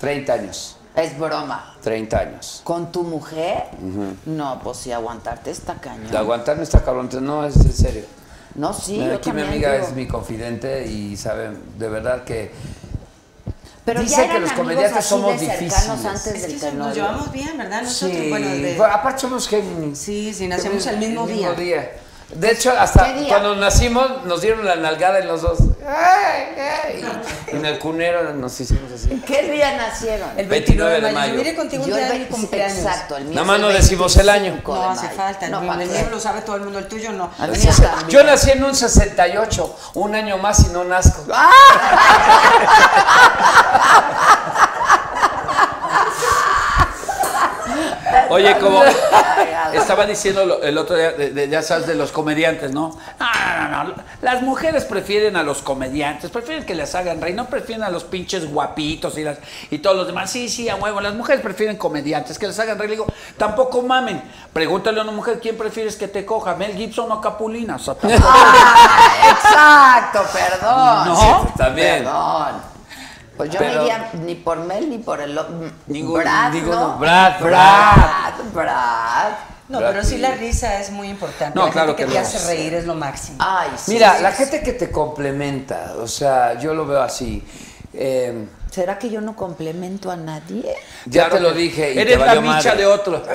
30 años. Es broma. 30 años. ¿Con tu mujer? No, pues sí, aguantarte está cañón. De aguantar no está cabrón, entonces, no, es en serio. No, sí, Mira, yo Aquí mi también amiga digo. es mi confidente y saben, de verdad que Pero dice ya eran que los amigos comediantes así somos de cercanos difíciles. antes Es del que tenorio. nos llevamos bien, ¿verdad? Nosotros, Sí, bueno, de- bueno, aparte somos Géminis. Sí, sí, nacemos el mismo día. De hecho, hasta ¿Qué día? cuando nacimos nos dieron la nalgada en los dos. ¡Ay, ay! Y en el cunero nos hicimos así. ¿Qué día nacieron? El 29 29 de de mayo. mayo. Yo iré contigo un Yo el día de mi 20 cumpleaños. Exacto, el mío. Nada es más el no decimos el año. 25 No de hace mayo. falta. No, el ¿para mío qué? lo sabe todo el mundo, el tuyo no. El mío Entonces, Ah, también. Yo nací en un 68, un año más y no nazco. Oye, como estaba diciendo lo- el otro día, de- de- ya sabes, de los comediantes, ¿no? Ah, no, no, no. Las mujeres prefieren a los comediantes, prefieren que les hagan reír, no prefieren a los pinches guapitos y, las, y todos los demás. Sí, sí, a huevo. Las mujeres prefieren comediantes, que les hagan reír. Le digo, tampoco mamen. Pregúntale a una mujer, ¿quién prefieres que te coja? ¿Mel Gibson o Capulina? O sea, tampoco- Ah, exacto, perdón. No. También. Perdón. Pues yo Pero- no iría ni por Mel ni por el o- mm, Ninguno, Brad, ninguno. ¿no? Brad, Brad, Brad. No, Brad pero sí Pitt. la risa es muy importante. No, la claro gente que que te no. hace reír es lo máximo. Ay, sí. Mira, la gente que te complementa, o sea, yo lo veo así. eh, ¿Será que yo no complemento a nadie? ya te lo dije y Eres te la valió micha madre. de otro.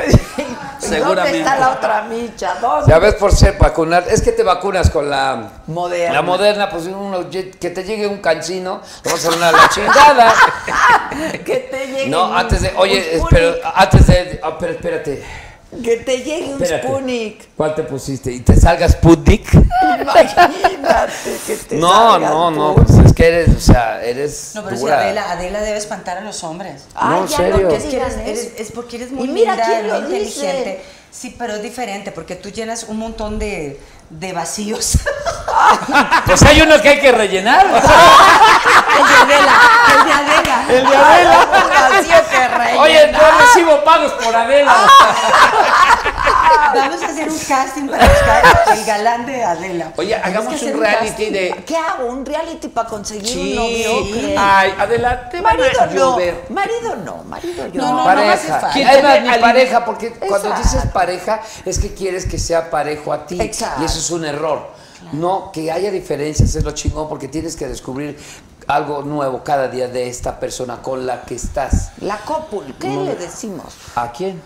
¿Dónde Seguramente. está la otra micha? ¿Dónde? Ya ves por ser vacunar, es que te vacunas con la Moderna. la moderna, pues uno, ye- que te llegue un cancino, vamos a una la chingada. que te llegue No, un- antes de, oye, un pero antes de, ah, pero espérate, Sputnik, Que te llegue un Espérate. Sputnik. ¿cuál te pusiste? ¿Y te salgas Sputnik? Imagínate que te No, salga no, tú. no, pues es que eres, o sea, eres No, pero si dura. Adela, Adela debe espantar a los hombres. Ay, No, ya serio. no Es, que eres, eres- es porque eres muy Y mira linda, quién lo muy inteligente. dice. Sí, pero es diferente, porque tú llenas un montón de, de vacíos. Pues hay unos que hay que rellenar. el de Adela, el de Adela. El de Adela. vacío que rey. Oye, no recibo pagos por Ah. Adela. Vamos a hacer un casting para buscar el galán de Adela. Oye, hagamos Pues hacer un un reality de. ¿Qué hago? ¿Un reality para conseguir un Sí. novio? ¿Crees? Ay, Adela, te van Marido a no, llover. marido no, marido yo. No, no, no. hace pareja. falta. ¿Quién Ahí te va ve mi mi pareja? Porque cuando Exacto. dices pareja es que quieres que sea parejo a ti. Exacto. Y eso es un error. No, que haya diferencias es lo chingón porque tienes que descubrir algo nuevo cada día de esta persona con la que estás. La cópula, ¿qué le decimos? ¿A quién?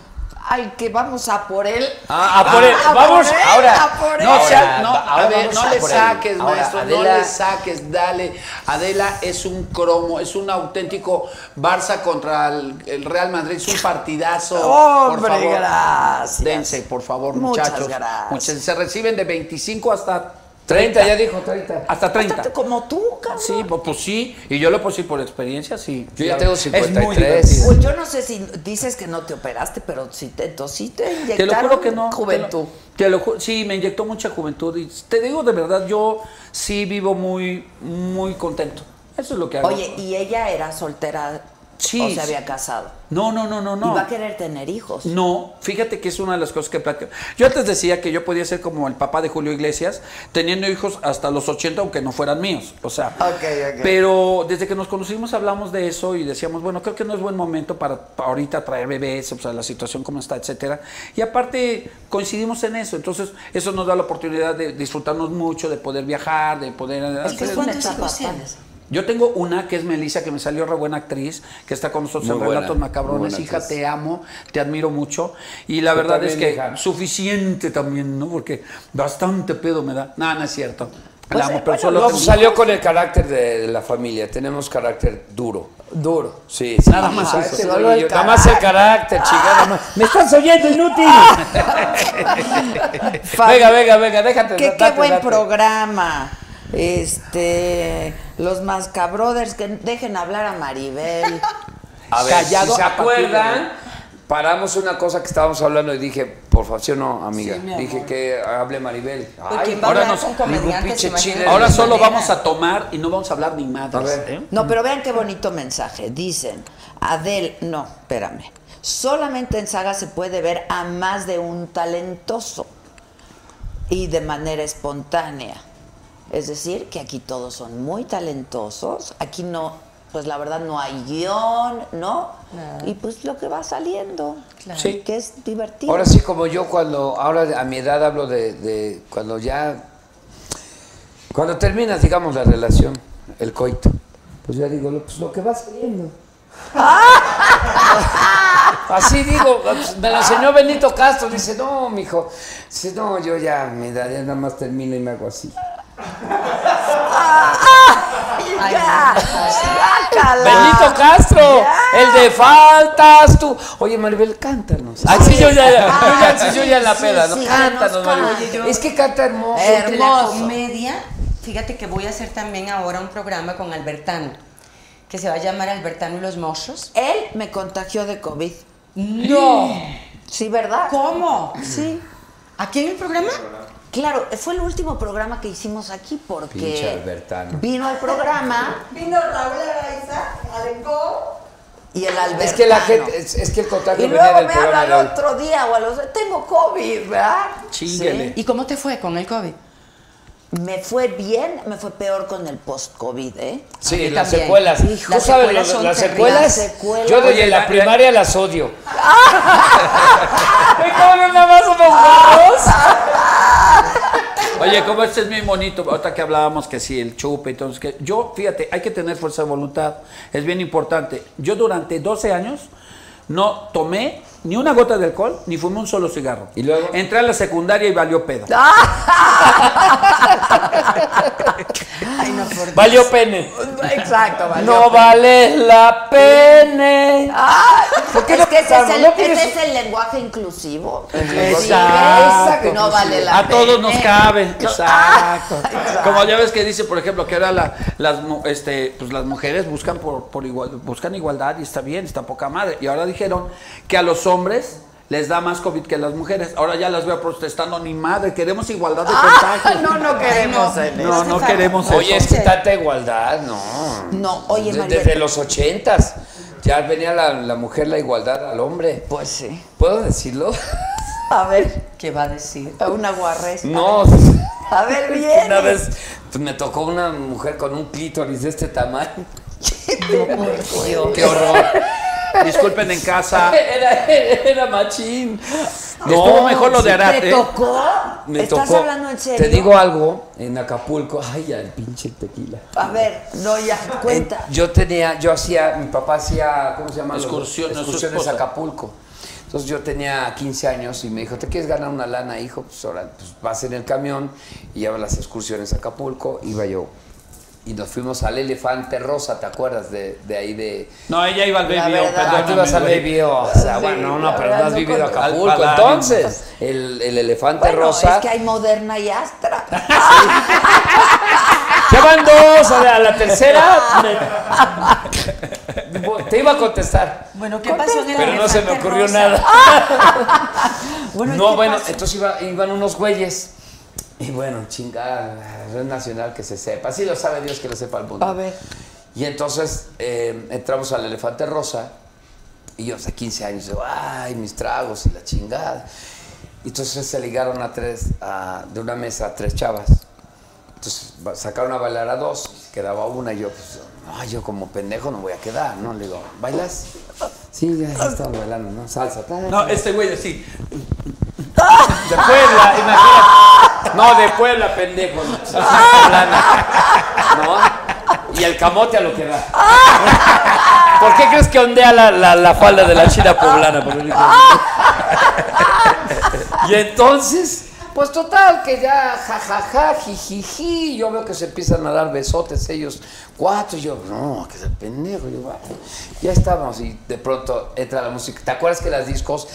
Al que vamos a por él. Ah, a Ah, por él. a Vamos por él, ahora. a por No, él. sea, no, Ahora, a ahora ver, vamos no a le por él. saques, Ahora, maestro, Adela- no le saques, dale. Adela es un cromo, es un auténtico Barça contra el, el Real Madrid, es un partidazo. Hombre, por favor. gracias. Dense, por favor, Muchas muchachos. gracias. Muchas- se reciben de 25 hasta 30, ya dijo 30. Hasta 30. Hasta Como tú, cabrón. Sí, pues, pues sí. Y yo lo puedo decir por experiencia, sí. Yo ya tengo Es muy 53. divertido. Pues yo no sé si dices que no te operaste, pero si te, entonces sí te inyectaron Te lo juro que no. te lo- juventud. Te lo, ju- sí, me inyectó mucha juventud. Y te digo de verdad, yo sí vivo muy, muy contento. Eso es lo que hago. Oye, y ella era soltera Sí, o se sí. había casado. No, no, no, no, no. Y va a querer tener hijos. No, fíjate que es una de las cosas que platico. Yo antes decía que yo podía ser como el papá de Julio Iglesias, teniendo hijos hasta los 80, aunque no fueran míos. O sea, ok. pero desde que nos conocimos hablamos de eso y decíamos, bueno, creo que no es buen momento para, para ahorita traer bebés, o sea, la situación como está, etcétera. Y aparte coincidimos en eso, entonces eso nos da la oportunidad de disfrutarnos mucho, de poder viajar, de poder... que hacer- es una ¿Cuántos etapa hijos padre. tienes? yo tengo una que es Melissa, que me salió re buena actriz, que está con nosotros Muy en buena, Relatos muy Macabrones. buena Hija, actriz. te amo, te admiro mucho. Y la Yo verdad es también, que hija. suficiente también, ¿no? Porque bastante pedo me da. Nada, no es cierto. Pues, la amo, eh, pero bueno, solo No, tengo- pues salió con el carácter de, de la familia. Tenemos carácter duro. Duro. Sí, sí. Nada más Ah, eso. este Solo güey, el yo- Nada más el carácter, chingada. madre. ¡Me estás oyendo, inútil! Venga, venga, venga, déjate. Que qué date, buen date. programa. Este, los Mascabrothers, que dejen hablar a Maribel. A ver, Callado si se a partir acuerdan, paramos una cosa que estábamos hablando y dije, por favor, ¿sí o no, amiga? Sí, mi amor. dije que hable Maribel. Pues, ¿quién va a ahora hablar nos- con comediantes? ningún pinche Imagínate. chile. Ahora De solo manera. vamos a tomar y no vamos a hablar ni A madres. ver. ¿eh? No, pero vean qué bonito mensaje. Dicen, Adel, no, espérame. Solamente en Saga se puede ver a más de un talentoso y de manera espontánea. Es decir, que aquí todos son muy talentosos. Aquí no, pues la verdad no hay guión, ¿no? Y pues lo que va saliendo, Claro. Sí. que es divertido. Ahora sí, como yo cuando, ahora a mi edad hablo de, de cuando ya, cuando terminas, digamos, la relación, el coito, pues ya digo, lo- pues lo que va saliendo. Así digo, me lo enseñó Benito Castro, dice, no, mijo, dice, no, yo ya a mi edad ya nada más termino y me hago así. ¡Ay, ya! ¡Guácala! Benito Castro, el de faltas tú. Oye, Maribel, cántanos. Así Ah, yo ya, yo ya, sí, yo ya en la Sí, peda, sí, ¿no? que Cántanos, nos Maribel. cante. Es que canta hermoso. Entre la Hermoso. comedia, fíjate que voy a hacer también ahora un programa con Albertano, que se va a llamar Albertano y los Mochos. Él me contagió de COVID. ¡No! Sí, ¿verdad? ¿Cómo? Sí. ¿Aquí en el programa? Claro, fue el último programa que hicimos aquí porque Pinche Albertano. vino el programa Vino Raúl Araiza, Alenco. y el Albertano. Es que la gente, es, es que el contagio Y venía luego del me programa habla de hoy. al otro día o a los tengo COVID, ¿verdad? Chíngale. Sí. ¿Y cómo te fue con el COVID? Me fue bien, me fue peor con el post-COVID, ¿eh? A Sí, mí las también. secuelas. Hijo, Tú sabes, las, son las terribles. secuelas, Las secuelas- yo desde la primaria las odio. Me cabrón, nada más somos Ah. guapos. Oye, como este es muy bonito, ahorita que hablábamos que sí, el chupe, entonces que yo, fíjate, hay que tener fuerza de voluntad, es bien importante. Yo durante 12 años no tomé ni una gota de alcohol, ni fumé un solo cigarro. Y luego entré a la secundaria y valió pedo. Valió pene. Exacto, vale. No vale la pene. ¿Por Ah, qué es no que ese es, pensamos? el, ¿No ese quieres- es el lenguaje inclusivo. Exacto. No vale la A todos nos pena. cabe. Exacto. Como ya ves que dice, por ejemplo, que ahora la- las, mu- este, pues las mujeres buscan por, por igual, buscan igualdad y está bien, está poca madre. Y ahora dijeron que a los hombres les da más COVID que a las mujeres. Ahora ya las veo protestando, ni madre, queremos igualdad de contagio. Ah, no, no queremos Ay, en no. eso. No, no queremos eso. Oye, es que tanta igualdad, no. No, oye, De- Mariela. Desde los ochentas ya venía la, la mujer la igualdad al hombre. Pues sí. ¿Puedo decirlo? A ver. ¿Qué va a decir? Una guarrez. No. A ver, bien. Una vez pues, me tocó una mujer con un clítoris de este tamaño. ¡Qué horror! Disculpen en casa. Era, era machín. No, Estuvo mejor lo de Arad, ¿Te ¿eh? tocó? Me ¿Estás tocó. hablando en serio? Te digo algo, en Acapulco, ay, ya, el pinche tequila. A ver, no, ya, cuenta. Yo tenía, yo hacía, mi papá hacía, ¿cómo se llama? Excursiones, su Excursiones a esposa. Acapulco. Entonces yo tenía 15 años y me dijo, ¿te quieres ganar una lana, hijo? Pues ahora pues, vas en el camión y llevas las excursiones a Acapulco. Iba yo. Y nos fuimos al Elefante Rosa, ¿te acuerdas? De, de ahí de... No, ella iba al La baby. verdad, perdóname, tú ibas al güey. Baby O, o sea, bueno, no, pero no has vivido Acapulco. Al Palladium. Entonces, el, el elefante Bueno, rosa. es que hay moderna y astra. Ya van dos, a la, a la tercera. me- Te iba a contestar, Bueno, ¿qué pasó en el pero no se me elefante ocurrió rosa? nada. Bueno, ¿y no, qué bueno, pasó? entonces iba- iban unos güeyes. Y bueno, chingada, red nacional que se sepa. Sí lo sabe Dios que lo sepa el mundo. A ver. Y entonces eh, entramos al Elefante Rosa. Y yo, hace 15 años, yo, ay, mis tragos y la chingada. Y entonces se ligaron a tres, a- de una mesa a tres chavas. Entonces ba- sacaron a bailar a dos, quedaba una y yo, pues, no, yo como pendejo no voy a quedar, ¿no? Le digo, ¿bailas? Sí, ya estaban bailando, ¿no? Salsa. ta, ta, No, este güey así. de Puebla, imagínate. No, de Puebla, pendejo. pues, ¿No? Y el camote a lo que da. ¿Por qué crees que ondea la, la- la falda de la china poblana? por único? y entonces, pues total, que ya jajaja, jijiji, yo veo que se empiezan a dar besotes ellos cuatro, y yo, no, que se pendejo, yo, "Ah". ya estábamos y de pronto entra la música. ¿Te acuerdas que las discos,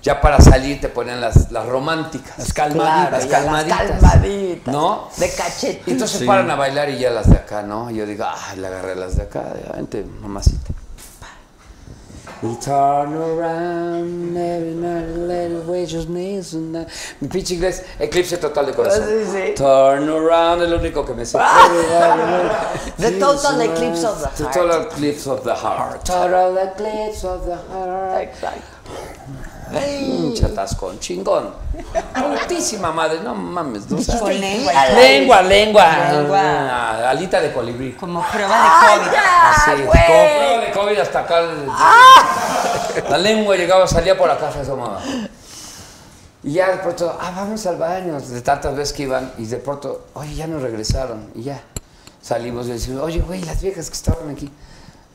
ya para salir te ponían las, las románticas? Las Claro, ya las las calmaditas. calmaditas. ¿No? De cachete. Y entonces paran a bailar y ya las de acá, ¿no? Yo digo, ay, le agarré las de acá, ya, vente, mamacita. We turn around every night a little way just needs a night. Mi pinche inglés, eclipse total de corazón. Sí, sí. Turn around es lo único que me sé. The Ah. total eclipse of the The heart. total eclipse of the heart. Total eclipse of the heart. Exacto. Un chatascón chingón. Putísima madre, no mames. no sabes. Con lengua. Lengua, lengua. Lengua. Ah, Alita de colibrí. Como prueba de COVID. Así, como prueba de COVID hasta acá. el- Ah. La lengua llegaba, salía por acá, se asomaba. Y ya de pronto, ah, vamos al baño, de tantas veces que iban, y de pronto, oye, ya nos regresaron, y ya. Salimos y decimos, oye, güey, las viejas que estaban aquí.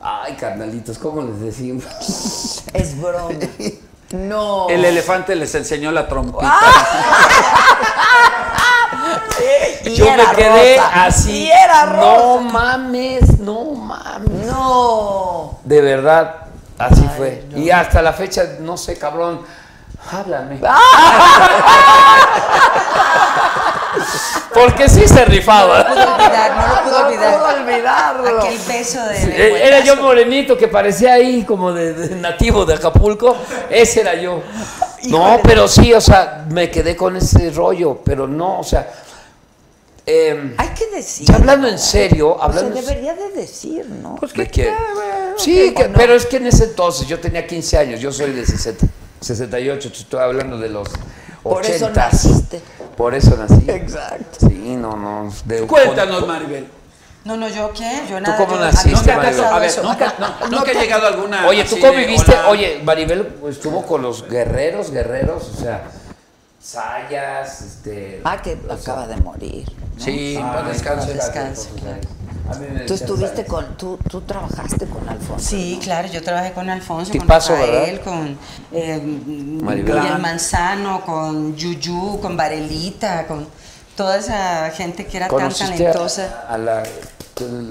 Ay, carnalitos, ¿cómo les decimos? Es broma. No. El elefante les enseñó la trompita. Y Yo era me quedé rosa. así. Y era no rosa. mames, no mames. No. De verdad, así fue. Y hasta la fecha, no sé, cabrón, háblame. Porque sí se rifaba. No lo pudo olvidar, no lo pudo No puedo olvidar. olvidarlo. Aquel beso de. Eh, Era yo morenito que parecía ahí como de, de nativo de Acapulco. Ese era yo. No, pero sí, o sea, me quedé con ese rollo, pero no, o sea. em, Hay que decir. ya hablando en serio, O sea, hablando. en debería de decir, ¿no? ¿De qué? Sí, que- pero es que en ese entonces yo tenía 15 años, yo soy de 60, 68, te estoy hablando de los Por eso ochentas. naciste. Por eso nací. Exacto. Sí, no, no. de- Cuéntanos, con- Maribel. No, no, yo qué, yo ¿Tú nada. cómo yo- naciste, nunca Maribel? Ah. pasado A ver, eso. nunca- no, Nunca he llegado a alguna. Oye, ¿tú así de, conviviste? hola. Oye, Maribel pues, estuvo con los guerreros, guerreros, o sea, Sayas, este. Ah, que acaba de morir. ¿no? Sí, pues descanse. descanse, claro. A mí me Tú decían estuviste Sayas. con, tú, tú trabajaste con Alfonso. Sí, claro, yo trabajé con Alfonso, Tipazo, con Rafael, ¿verdad? con eh, Maribel. Miguel Manzano, con Yuyu, con Varelita, con toda esa gente que era tan ¿Conociste a- talentosa. A, la,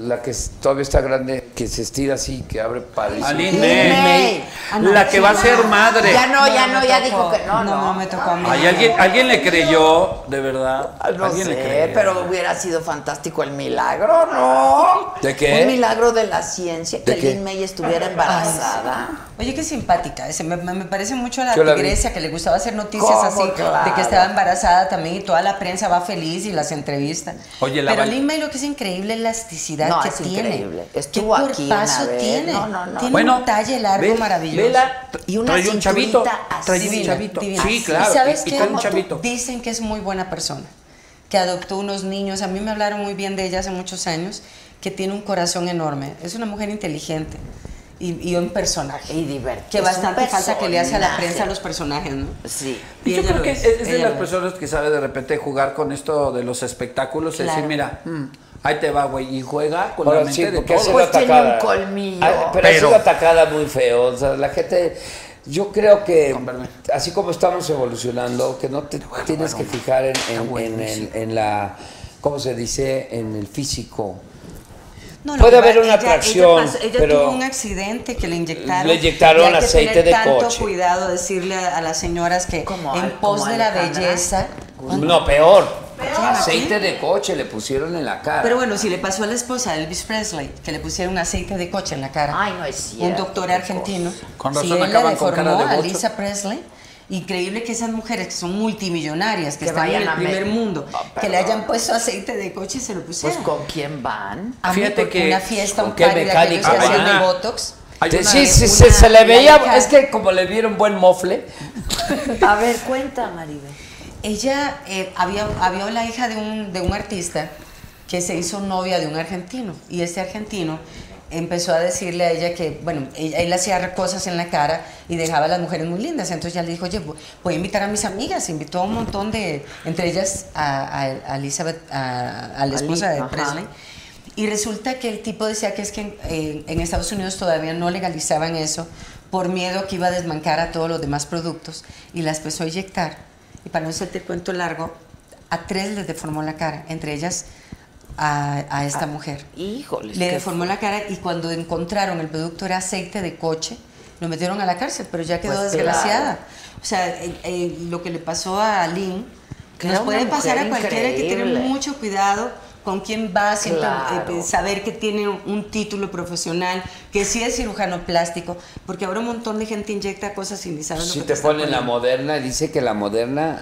la que todavía está grande, que se estira así, que abre palito. A Lin May. Lin May. Ah, no, La que sí, va a no. ser madre. Ya no, ya no, me ya dijo tocó. que no, no. me tocó a mí. Ay, alguien, alguien le creyó, de verdad. Ah, No ¿Alguien le sé, creyó? pero hubiera sido fantástico el milagro, ¿no? ¿De qué? Un milagro de la ciencia, que ¿De qué? Lin May estuviera embarazada. Oye, qué simpática. ese, Me, me- me parece mucho a la Yo la vi. tigresia que le gustaba hacer noticias ¿Cómo? así de Claro. que estaba embarazada también y toda la prensa va feliz y las entrevistas. Oye, la Pero Val- Lin May lo que es increíble es la elasticidad No, que es tiene. increíble. ¿Qué Estuvo aquí una cuerpazo vez. tiene? No, no, no. Tiene Bueno, un talle largo ve- maravilloso. vela, tra- Y una traía un cinturita chavito. así. Traía un Divina, chavito. divina. Sí, claro. ¿Y sabes y, y qué? traía un chavito. Dicen que es muy buena persona, que adoptó unos niños. A mí me hablaron muy bien de ella hace muchos años, que tiene un corazón enorme. Es una mujer inteligente y, y un personaje. Y divertido. Que bastante falta que le hace a la prensa a los los... personajes, ¿no? Sí. Y yo ella creo lo que es, es, es de ella las lo es. personas que sabe de repente jugar con esto de los espectáculos y decir, Claro. mira, mm, ahí te va, güey, y juega con la Ahora mente sí, de porque ha todos. sido Pues tiene atacada. un colmillo. Ah, pero, ha Pero- sido atacada muy feo. O sea, la gente. Yo creo que así como estamos evolucionando, que no te tienes que fijar en, en- en- en- en la. ¿Cómo se dice? En el físico. No, Puede lo que haber va- una atracción, Ella, pasó- ella pero- tuvo un accidente que le inyectaron. Le inyectaron y hay que aceite tener de tanto coche. cuidado decirle a, a las señoras que Como en al- pos como de la Alejandra. belleza. Pues No, peor. Peor. Aceite de coche le pusieron en la cara. Pero bueno, si le pasó a la esposa de Elvis Presley, que le pusieron aceite de coche en la cara. Ay, no es cierto. Un doctor argentino. Con si razón él la acaban con cara deformó de a bocho. Lisa Presley. Increíble que esas mujeres que son multimillonarias, que, Que están en vayan el a primer México. mundo, Ah, que le perdón. hayan puesto aceite de coche y se lo Pues pusieron. con quién van. a mí, Fíjate porque que- una fiesta, un ¿con qué party de aquellos mecánica que van? hacían de Ah. botox. Hay Sí, una- sí, sí, una- se, se le una veía. hija- Es que como le vieron buen mofle. A ver, cuenta, Maribel. Ella eh, había, había la hija de un, de un artista que se hizo novia de un argentino y este argentino empezó a decirle a ella que, bueno, él, él hacía cosas en la cara y dejaba a las mujeres muy lindas. Entonces ella le dijo, oye, vo- voy a invitar a mis amigas. Invitó a un montón de, entre ellas a, a- a Elizabeth, a, a la A Li- esposa de ajá. Presley. Y resulta que el tipo decía que es que en, en- en Estados Unidos todavía no legalizaban eso por miedo que iba a desmancar a todos los demás productos y las empezó a inyectar. Y para no hacerte el cuento largo, a tres les deformó la cara, entre ellas a, a Ah, esta mujer. Híjole. Le deformó la cara y cuando encontraron el producto era aceite de coche, lo metieron a la cárcel, pero ya quedó Pues desgraciada. claro. O sea, eh, eh, lo que le pasó a Lynn Que nos era puede una pasar a mujer cualquiera hay que tener increíble. mucho cuidado con quién va, siempre, eh, Claro. saber que tiene un título profesional, que sí es cirujano plástico, porque ahora un montón de gente inyecta cosas sin ni saber lo Si pues que te está ponen la poniendo. moderna, dice que la moderna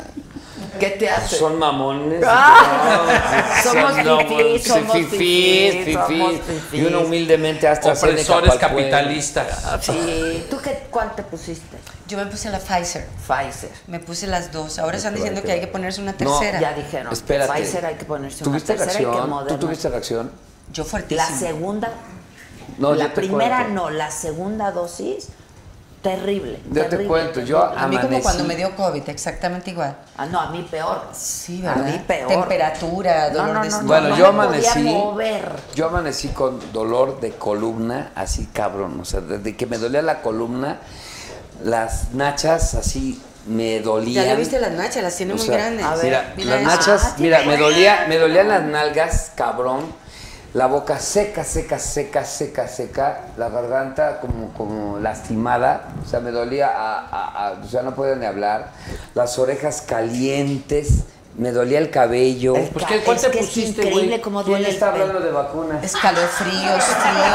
¿Qué te hace? Son mamones. Ah, Son somos lobos, fifís, sí, somos fifís, fifís, fifís. somos Y uno fifís. humildemente hasta Opresores capitalistas. Sí. ¿Tú qué, cuál te pusiste? Yo me puse la Pfizer, Pfizer. me puse las dos, ahora están Ahí diciendo te que va. hay que ponerse una No, tercera. Ya dijeron. Espérate. Pfizer hay que ponerse una ¿Tuviste tercera y que reacción? ¿Tú Moderna. tuviste reacción? Yo La fuertísimo. segunda, No, yo la te primera cuento. no, la segunda dosis, terrible. Yo te terrible, cuento, terrible. yo a mí como amanecí. cuando me dio COVID, exactamente igual. Ah, no, a mí peor. Sí, ¿verdad? A mí peor. Temperatura, No, no, no, dolor de no, estómago. Bueno, no yo me podía amanecí. mover. Yo amanecí con dolor de columna, así cabrón. O sea, desde que me dolía la columna, las nachas así me dolían. Ya le viste las nachas, las tiene O muy sea, grandes. a ver, Mira, Mira las eso. nachas, Ah, mira, tiene me dolía, razón. me dolían las nalgas, cabrón. La boca seca, seca, seca, seca, seca. La garganta como, como lastimada. O sea, me dolía, a, a- a- o sea, no podía ni hablar. Las orejas calientes. Me dolía el cabello. El Pues, ¿qué- ca- cuál es te que es pusiste, güey? increíble cómo ¿Quién duele el está pelo. hablando de vacunas? Escalofríos, frío.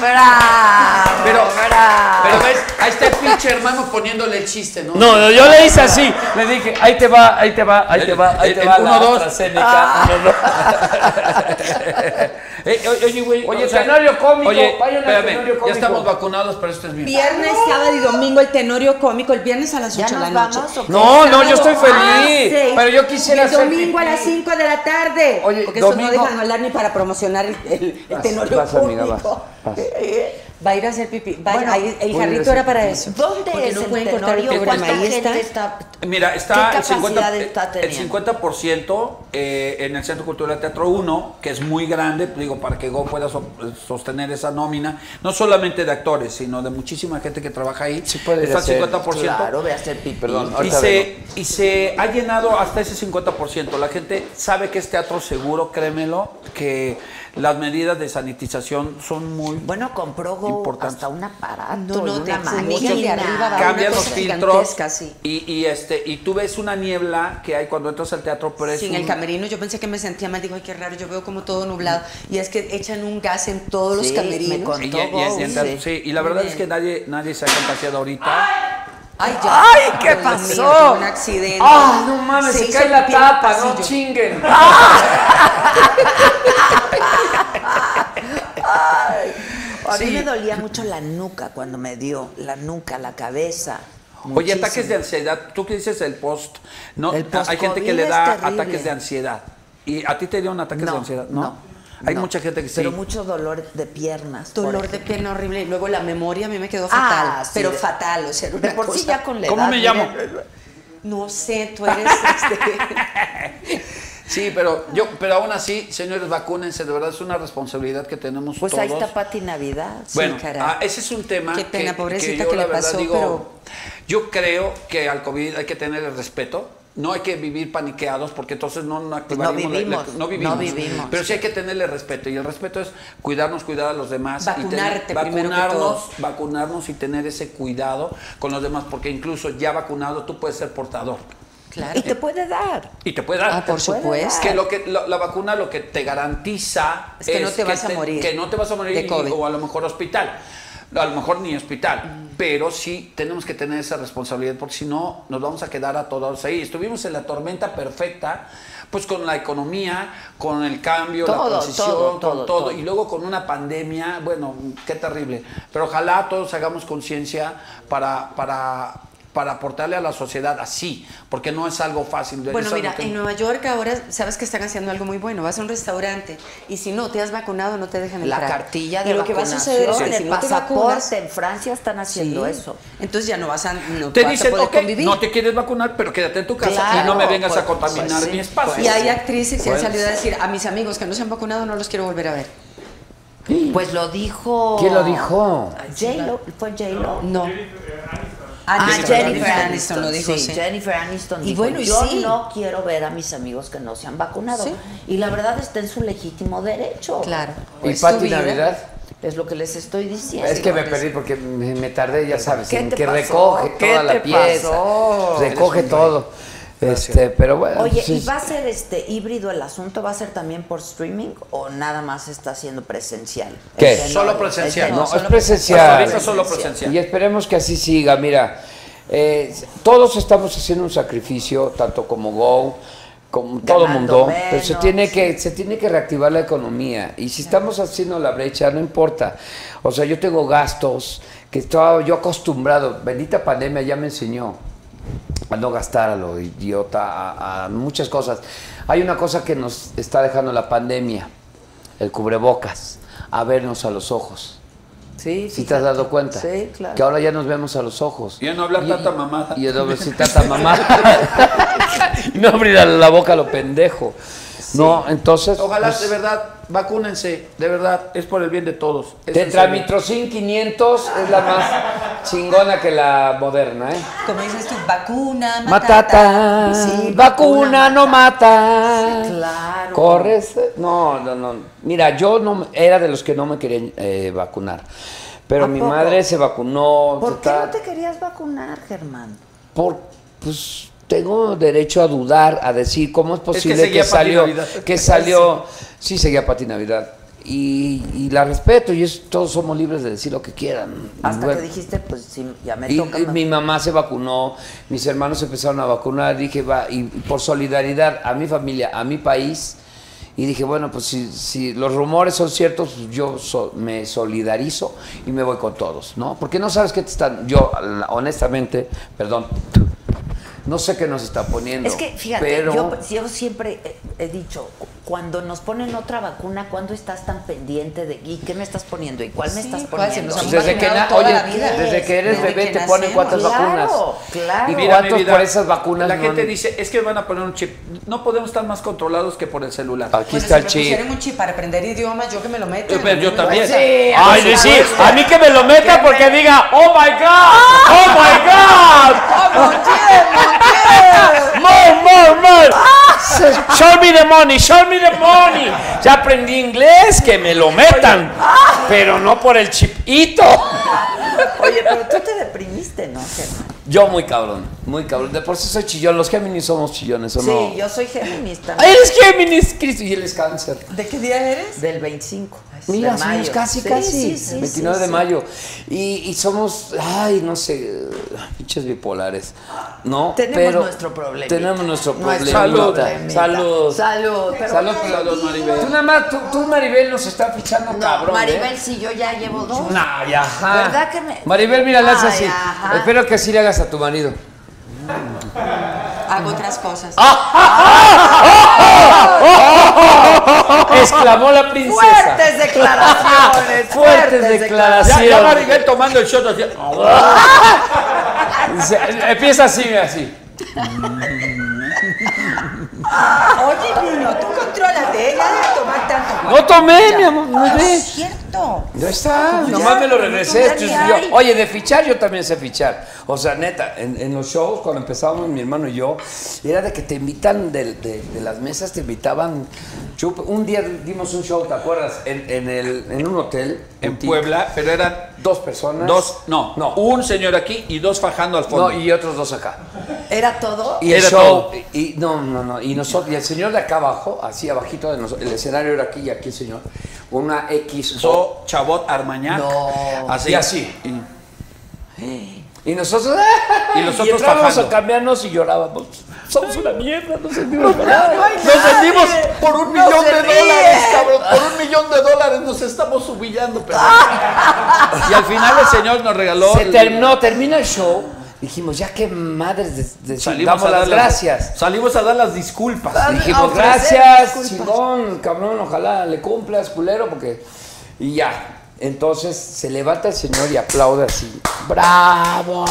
Bravo, Pero, bravo. pero ves, ahí está el pinche hermano poniéndole el chiste, ¿no? No, no, yo le hice así. Le dije, ahí te va, ahí te va, ahí te va, ahí el- te el va. uno, la dos. AstraZeneca, Ah. uno, dos. Eh, o- oye, güey. Oye, o sea, escenario cómico, Oye, vayan al espérame, escenario ya cómico. estamos vacunados, pero esto es mío. Viernes, sábado y domingo el tenorio cómico, el viernes a las 8 de la noche. No, no, yo estoy Sábado a feliz, seis. pero yo quisiera Y El hacer domingo a las 5 de la tarde. Oye, Porque eso no domingo- dejan hablar ni para promocionar el, el- el Vas, tenorio vas, amiga, cómico. vas, vas. Va a ir a hacer pipí. Va a ir- Bueno, ahí- el voy a ir a jarrito hacer era para pipí. eso. ¿Dónde Porque es no el pueden cortar el tenorio? programa. ¿Cuánta Ahí está. gente está? Mira, está ¿Qué el 50%, capacidad está el teniendo? 50% eh, en el Centro Cultural Teatro 1, que es muy grande, digo, para que Go pueda so- eh, sostener esa nómina, no solamente de actores, sino de muchísima gente que trabaja ahí. puede está ser. el 50%. Claro, ve a hacer pipí. Perdón, Y ahorita vengo. se, y se ha llenado hasta ese 50%. La gente sabe que es teatro seguro, créemelo, que las medidas de sanitización son muy... Bueno, compró Go Importante. hasta un aparato No, no, y te una examinan de máquina. arriba abajo. cambian una los cosa filtros gigantesca, sí. y, y, este y tú ves una niebla que hay cuando entras al teatro pero es Sí, en el un- camerino yo pensé que me sentía mal, digo, ay, qué raro, yo veo como todo nublado. Y es que echan un gas en todos Sí, los me camerinos. contó. y, y- y- y- Todo, sí. sí, y la verdad es que nadie nadie se ha contagiado ahorita Ay, ¡Ay, qué Dios mío, pasó! tuve un accidente. ¡Ah, no mames! Se, hizo cae la pipí en el tapa, no pasillo. chinguen. A mí Sí. me dolía mucho la nuca cuando me dio, la nuca, la cabeza. oye Muchísimo. ataques de ansiedad tú qué dices el post no El post-covid hay gente que le da es terrible. ataques de ansiedad y a ti te dieron ataques de ansiedad no, hay no. mucha gente que sí Pero mucho dolor de piernas. por Dolor de ejemplo. pierna horrible. Y luego la memoria a mí me quedó Ah, fatal. sí, pero de- fatal, o sea, era De una por sí cosa- ya con la ¿Cómo edad, me llamo? miren, No sé, tú eres... este, Sí, pero yo, pero aún así, señores, vacúnense, de verdad es una responsabilidad que tenemos Pues todos. ahí está Pati Navidad. Bueno, caray. ah, ese es un tema Qué pena, que, pobrecita, yo que la le verdad pasó, digo, pero- Yo creo que al COVID hay que tener el respeto. No hay que vivir paniqueados porque entonces no, Pues no activaríamos la- la- vivimos, no vivimos. no vivimos. Pero sí hay que tenerle respeto. Y el respeto es cuidarnos, cuidar a los demás. Vacunarte y tener- primero que vacunarnos, todo. vacunarnos y tener ese cuidado con los demás. Porque incluso ya vacunado tú puedes ser portador. Y claro. te puede dar. Y te puede dar. Ah, por Te supuesto. puede dar. Que, lo que lo- la vacuna lo que te garantiza Es que no te vas a morir Que no te vas a morir de y- COVID. o a lo mejor hospital. A lo mejor ni hospital. Pero sí tenemos que tener esa responsabilidad porque si no nos vamos a quedar atorados ahí. Estuvimos en la tormenta perfecta, pues con la economía, con el cambio, Todo, la transición, todo, con todo, todo, todo. Y luego con una pandemia, bueno, qué terrible. Pero ojalá todos hagamos conciencia para... para para aportarle a la sociedad así, porque no es algo fácil. es Bueno, algo mira, que- en Nueva York ahora sabes que están haciendo algo muy bueno. Vas a un restaurante y si no te has vacunado no te dejan La entrar. cartilla de y lo que va a suceder es vacunación, que el si no te pasaporte. vacunas, en Francia están haciendo sí, eso. Entonces ya no vas a, no Te vas a dicen, poder ok, convivir. no te quieres vacunar, pero quédate en tu casa Claro, y no me vengas pues, a contaminar pues sí, mi espacio. y hay actrices que han Pues, salido a decir a mis amigos que no se han vacunado no los quiero volver a ver. Pues lo dijo. ¿Quién lo dijo? J-Lo, ¿Fue J-Lo? No. Ah, Aniston, Jennifer, Aniston, Aniston, lo dijo. sí, sí. Jennifer Aniston Y dijo, bueno, y yo sí. no quiero ver a mis amigos que no se han vacunado. Sí. Y la verdad está en su legítimo derecho. Claro. ¿Y Es tu Pati vida. Navidad? Es lo que les estoy diciendo. Es que me perdí porque me, me tardé, ya pues. sabes, ¿Qué en te que pasó? recoge ¿Qué toda te la pieza. pasó? Recoge Eres un todo. Este, pero bueno. Oye, sí. ¿y va a ser este híbrido el asunto? ¿Va a ser también por streaming o nada más está siendo presencial? ¿Qué? Este Solo no, presencial. este No, es solo presencial. Ahorita solo presencial. Y esperemos que así siga. Mira, eh, todos estamos haciendo un sacrificio, tanto como Go, como todo el Ganando mundo. Pero se menos. tiene, que, se tiene que reactivar la economía. Y si estamos haciendo la brecha, no importa. O sea, yo tengo gastos que estaba yo acostumbrado. Bendita pandemia ya me enseñó a no gastar a lo idiota, a, a muchas cosas. Hay una cosa que nos está dejando la pandemia, el cubrebocas, a vernos a los ojos. Sí, Si te has dado cuenta. Sí, claro. Que ahora ya nos vemos a los ojos. Ya no hablar Y- tanta mamada. Y el doble sí, tanta mamada. y no abrir la boca a lo pendejo. No, entonces. Ojalá, pues, de verdad, vacúnense, de verdad, es por el bien de todos. Es en serio. Tetramitrocin 500 es la más chingona que la moderna, ¿eh? Como dices tú, vacuna, matata. Matata. Sí, vacuna no mata. Sí, claro. Corres. No, no, no. Mira, yo no me- era de los que no me querían eh, vacunar. Pero ¿A mi poco? madre se vacunó. ¿Por qué ta- no te querías vacunar, Germán? por pues tengo derecho a dudar, a decir cómo es posible que, seguía Pati salió, Navidad. que salió, sí seguía Pati Navidad y- y la respeto y es- todos somos libres de decir lo que quieran. Hasta Bueno, que dijiste, pues sí, ya me y, toca. y me- mi mamá se vacunó, mis hermanos empezaron a vacunar, dije, va, y por solidaridad a mi familia, a mi país, y dije, bueno, pues si, si los rumores son ciertos, pues, yo so- me solidarizo y me voy con todos, ¿no? Porque no sabes qué te están, yo la- honestamente, perdón, no sé qué nos está poniendo. Es que, fíjate, pero yo, pues, yo siempre eh, he dicho, cu- cuando nos ponen otra vacuna, ¿cuándo estás tan pendiente de y qué me estás poniendo y cuál me Sí, estás ¿cuál? Se poniendo? pues, nos han Desde que vacunado na- toda oye, la vida. desde que eres bebé te ponen cuántas vacunas. Claro, ¿Y claro. cuántos por esas vacunas La no gente han- dice, es que van a poner un chip. No podemos estar más controlados que por el celular. Aquí Bueno, si me pusieran un chip para aprender idiomas, yo que me lo meto. Eh, Yo, pero yo también. ah, Ay, sí, Luis, sí, a mí que me lo meta porque diga, oh my god, oh my god. More, more, more. Show me the money, show me the money. Ya aprendí inglés, que me lo metan, pero no por el chipito. Oye, pero tú te deprimiste, ¿no? Germán? Yo muy cabrón, muy cabrón. De por sí soy chillón, los Géminis somos chillones, ¿o Sí, no? yo soy geminiista. Ah, Eres Géminis, Cristo, y él es cáncer. ¿De qué día eres? Del 25. Mira, de somos mayo. casi, Sí, casi. sí, sí, 29 sí, de sí. mayo. Y, y somos, ay, no sé, pinches bipolares. ¿No? Tenemos Pero nuestro problemita. Tenemos nuestro Nuestro problema. problemita. Salud. Salud, pero- Salud, salud, Maribel. Tú nada más, tú, tú, Maribel, nos está fichando cabrón. Maribel, ¿eh? sí, yo ya llevo dos. Nah, ya, ajá. ¿Verdad que me- Maribel, mira, le hace Ay, así. ajá. Espero que sí le hagas a tu marido. Hago otras cosas. Exclamó la princesa. Fuertes declaraciones. Fuertes declaraciones. Ya, ya Maribel tomando el shot así. Se- empieza así, mira, así. Oye, Bruno, tú contrólate, ya deja de tomar tanto. No tomé, mi amor, no Ah, sé. es cierto. No está, Ya, nomás me lo regresé. ya, esto es ya. yo. Oye, de fichar yo también sé fichar. O sea, neta, en, en los shows, cuando empezábamos mi hermano y yo, era de que te invitan de, de- de las mesas, te invitaban. chup- un día dimos un show, ¿te acuerdas? En, en el, en un hotel. En boutique. Puebla, pero eran Dos personas. dos, no, no, un señor aquí y dos fajando al fondo. No, y otros dos acá. ¿Era todo? Y el Era show, todo. y no, no, no, y nosotros, y el señor de acá abajo, así abajito de nosotros, el escenario era aquí y aquí el señor, una X, O, So, Chabot Armañac. No. Así. Y así. Y- Y nosotros, "Ah, Y los otros entrábamos fajando. a cambiarnos y llorábamos. Somos una mierda, no sentimos Nos vendimos por un eh. No millón se de ríe. dólares, cabrón. Por un millón de dólares nos estamos humillando, pero. Y al final el señor nos regaló. Se el- terminó, termina el show. Dijimos, ya qué madres, de, de- Salimos damos a las dar gracias. Salimos a dar las disculpas. a Dijimos, ofrecer gracias, disculpas". chingón, cabrón, ojalá le cumplas, culero, porque. Y ya. Entonces se levanta el señor y aplaude así. ¡Bravo!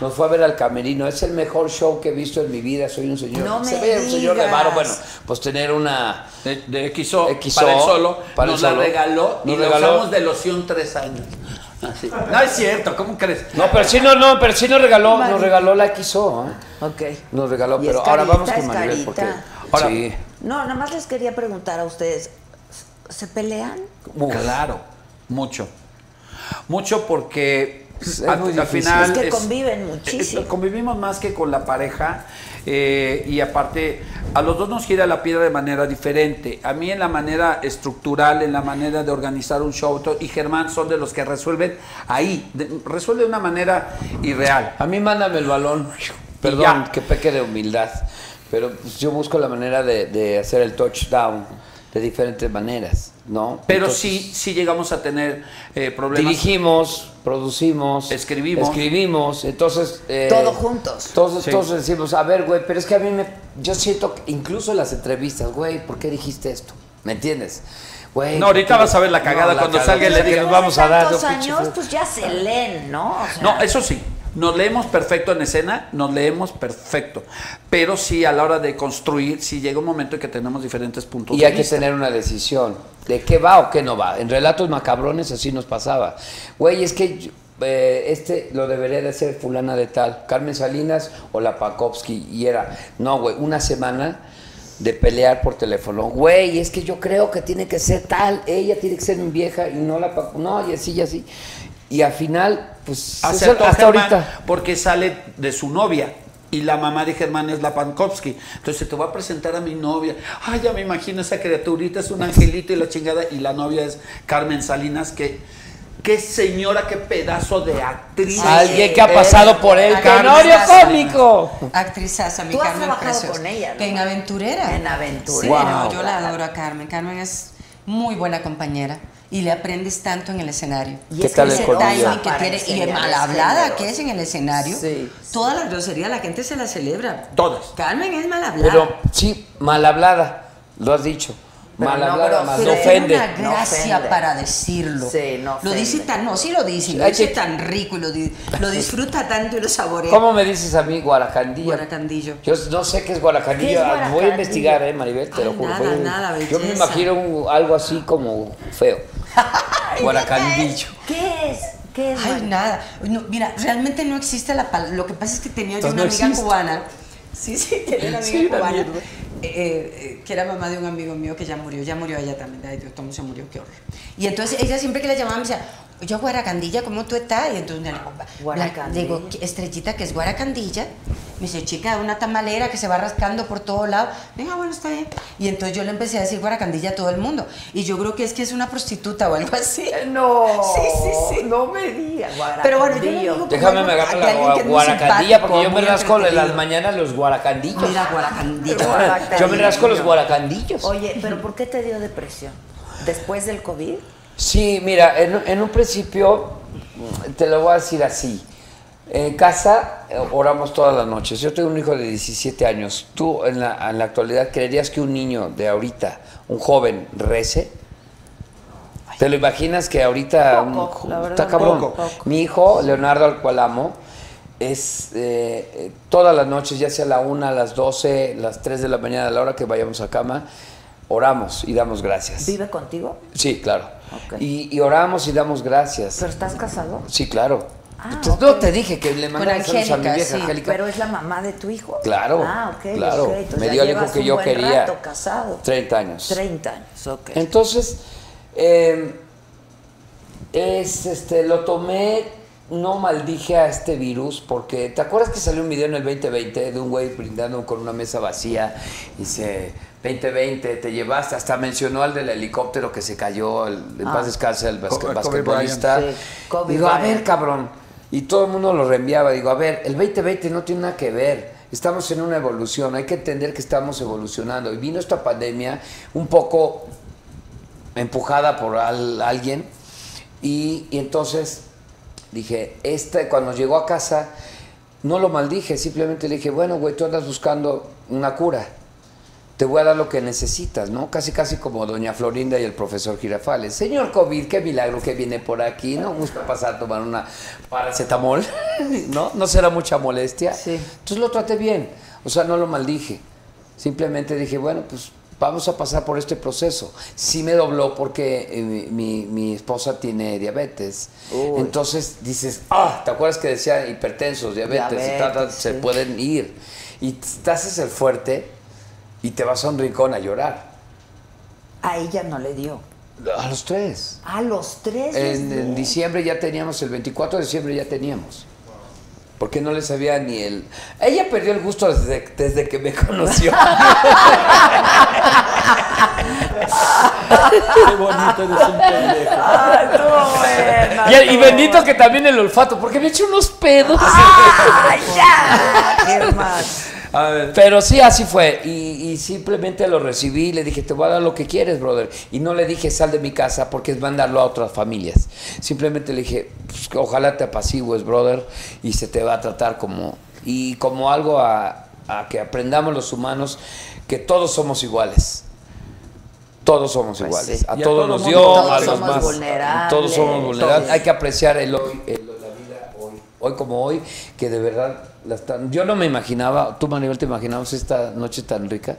Nos fue a ver al camerino. Es el mejor show que he visto en mi vida. Soy un señor. No se me ve un señor de digas. varo. Bueno, pues tener una. De, de XO, XO, para el solo, para nos el solo. la regaló y Nos la regaló. usamos de loción tres años. Así. No es cierto, ¿cómo crees? No, pero sí, no, no, pero sí nos regaló, nos regaló la XO. ¿eh? Ok. Nos regaló, Y pero es ahora carita, vamos con es Maribel. carita. Porque, Ahora- sí. No, nada más les quería preguntar a ustedes, ¿se pelean? Uf. Claro, mucho. Mucho porque Pues, Es al, muy al difícil. final. Es que conviven muchísimo. convivimos más que con la pareja. eh, y aparte, a los dos nos gira la piedra de manera diferente. A mí en la manera estructural, en la manera de organizar un show, to- y Germán son de los que resuelven ahí, de- resuelve de una manera irreal. A mí mándame el balón. Y Perdón, ya. que peque de humildad. Pero pues, yo busco la manera de, de hacer el touchdown de diferentes maneras, ¿no? Pero Entonces, sí, sí llegamos a tener eh, problemas. Dirigimos, producimos, Escribimos. escribimos, entonces... eh, Todo juntos. Todos, Sí. todos decimos, a ver, güey, pero es que a mí me... Yo siento, que incluso en las entrevistas, güey, ¿por qué dijiste esto? ¿Me entiendes? Güey, No, ahorita ¿por qué? vas a ver la cagada cuando salga y le que digas, nos vamos a dar. Tantos no, pinche años, fruta. pues ya se leen, ¿no? O sea, No, eso sí. Nos leemos perfecto en escena, nos leemos perfecto. Pero sí, a la hora de construir, sí llega un momento en que tenemos diferentes puntos Y de hay que vista. tener una decisión de qué va o qué no va. En relatos macabrones así nos pasaba. Güey, es que yo- eh, este lo debería de hacer fulana de tal, Carmen Salinas o la Pakowski. Y era, no, güey, una semana de pelear por teléfono. Güey, es que yo creo que tiene que ser tal, ella tiene que ser mi vieja y no la Pakowski. No, y así, y así. Y al final, pues, eso- Acertó hasta Germán ahorita. Porque sale de su novia. Y la mamá de Germán es la Pankowski. Entonces te voy a presentar a mi novia. Ay, ya me imagino esa criaturita, es un angelito y la chingada. Y la novia es Carmen Salinas, que. Qué señora, qué pedazo de actriz. Alguien que ha Eh, pasado por él, Canorio cómico. Actrizaza, mi Tú has Carmen trabajado preciosa. con ella, ¿no? Benaventurera. Benaventurera. Sí, Wow. no, yo la adoro a Carmen. Carmen es muy buena compañera y le aprendes tanto en el escenario. Y ¿Qué es tal el ese colombiano? timing que Para tiene y enseñar el mal es hablada generoso. que es en el escenario. Toda la grosería la gente se la celebra. Todas. Carmen es mal hablada. Pero sí, mal hablada, lo has dicho. Pero mal no, hablada, pero- más pero no tiene ofende. una gracia ofende. para decirlo. Sí, no Lo ofende. dice tan, no, sí lo dice, lo Hay dice que- tan rico, y lo, di- lo disfruta tanto y lo saborea. ¿Cómo me dices a mí Guaracandillo? Guaracandillo. Yo no sé qué es ¿Qué es Guaracandillo. Ah, Voy Guaracandillo? a investigar, eh, Maribel, te lo juro. nada, voy a- nada, Yo me belleza. imagino un- algo así como feo. Guaracandillo. ¿Qué es? ¿Qué es? Ay, nada. No, mira, realmente no existe la palabra. Lo que pasa es que tenía yo Entonces una no amiga existe. cubana. Sí, sí, tenía una amiga Sí, una cubana. mierda. eh, eh, que era mamá de un amigo mío que ya murió. Ya murió ella también. Ay, Dios, ¿cómo se murió? Qué horror. Y entonces ella siempre que la llamaba me decía, yo Guaracandilla, ¿cómo tú estás? Y entonces le digo, "Bla- Guaracandilla. digo, "¿Qué- estrellita, que es Guaracandilla? Me dice, chica, una tamalera que se va rascando por todo lado. Venga, bueno, está bien. Y entonces yo le empecé a decir Guaracandilla a todo el mundo. Y yo creo que es que es una prostituta o algo así. No. Sí, sí, sí. No me digas. Pero bueno, yo le digo como Déjame algo me agarrar de la alguien que gua- es muy guaracandilla simpático, porque yo me muy rasco en las entretenido. mañanas los guaracandillos. Mira, guaracandillo. Yo me rasco los guaracandillos. Oye, pero ¿por qué te dio depresión? ¿Después del COVID? Sí, mira, en, en un principio, te lo voy a decir así. En casa eh, oramos todas las noches. Yo tengo un hijo de 17 años. ¿Tú en la, en la actualidad creerías que un niño de ahorita, un joven, rece? ¿Te lo imaginas que ahorita un jo- la verdad, está cabrón? poco. Poco. Mi hijo, Leonardo, al cual amo, es eh, eh, todas las noches, ya sea la 1, las 12, las 3 de la mañana, a la hora que vayamos a cama, oramos y damos gracias. ¿Vive contigo? Sí, claro. Y, y oramos y damos gracias. ¿Pero estás casado? Sí, claro. Ah, Entonces, No te dije que le mandara saludos a mi vieja Angélica. Pero es la mamá de tu hijo. Claro, Ah, ok. claro. ok. Entonces Me ya dio el hijo llevas que un yo buen quería. rato casado. 30 años. 30 años, ok. Entonces, eh, es, este, lo tomé, no maldije a este virus, porque ¿te acuerdas que salió un video en el 2020 de un güey brindando con una mesa vacía? Y dice, 2020, te llevaste, hasta mencionó al del helicóptero que se cayó, el, en Ah. paz descansa, el basque- Kobe basquetbolista. Bryant. Sí, Kobe Digo, a ver, Bryant. cabrón. Y todo el mundo lo reenviaba. Digo, a ver, el 2020 no tiene nada que ver. Estamos en una evolución, hay que entender que estamos evolucionando. Y vino esta pandemia un poco empujada por al- alguien. Y, y entonces dije, este, cuando llegó a casa, no lo maldije, simplemente le dije, bueno, güey, tú andas buscando una cura. Te voy a dar lo que necesitas, ¿no? Casi, casi como Doña Florinda y el profesor Girafales. Señor COVID, qué milagro que viene por aquí, ¿no? Gusta pasar a tomar una paracetamol, ¿no? No será mucha molestia. Entonces lo traté bien, o sea, no lo maldije. Simplemente dije, bueno, pues vamos a pasar por este proceso. Sí me dobló porque eh, mi, mi- mi esposa tiene diabetes. Uy. Entonces dices, ah, ¿te acuerdas que decía hipertensos, diabetes, y tal, tal, Diabetes, se sí. pueden ir? Y te haces el fuerte y te vas a un rincón a llorar. A ella no le dio. A los tres. A los tres. En, les en dio. diciembre ya teníamos, el 24 de diciembre ya teníamos. Porque no le sabía ni el... Ella perdió el gusto desde, desde que me conoció. Qué bonito eres un pendejo. Ah, Y, el- y bendito que también el olfato, porque me he hecho unos pedos. Ah, Pero sí, así fue. Y, y simplemente lo recibí y le dije, te voy a dar lo que quieres, brother. Y no le dije, sal de mi casa porque es mandarlo a otras familias. Simplemente le dije, "Pues, ojalá te apacigues, brother, y se te va a tratar como... Y como algo a, a que aprendamos los humanos que todos somos iguales. Todos somos iguales. sí. A Y a todos todo nos mundo. dio, Todos a los somos más. vulnerables. Todos somos vulnerables. Todos. Hay que apreciar el hoy, el hoy como hoy, que de verdad la están- Yo no me imaginaba, tú Manuel, ¿te imaginabas esta noche tan rica?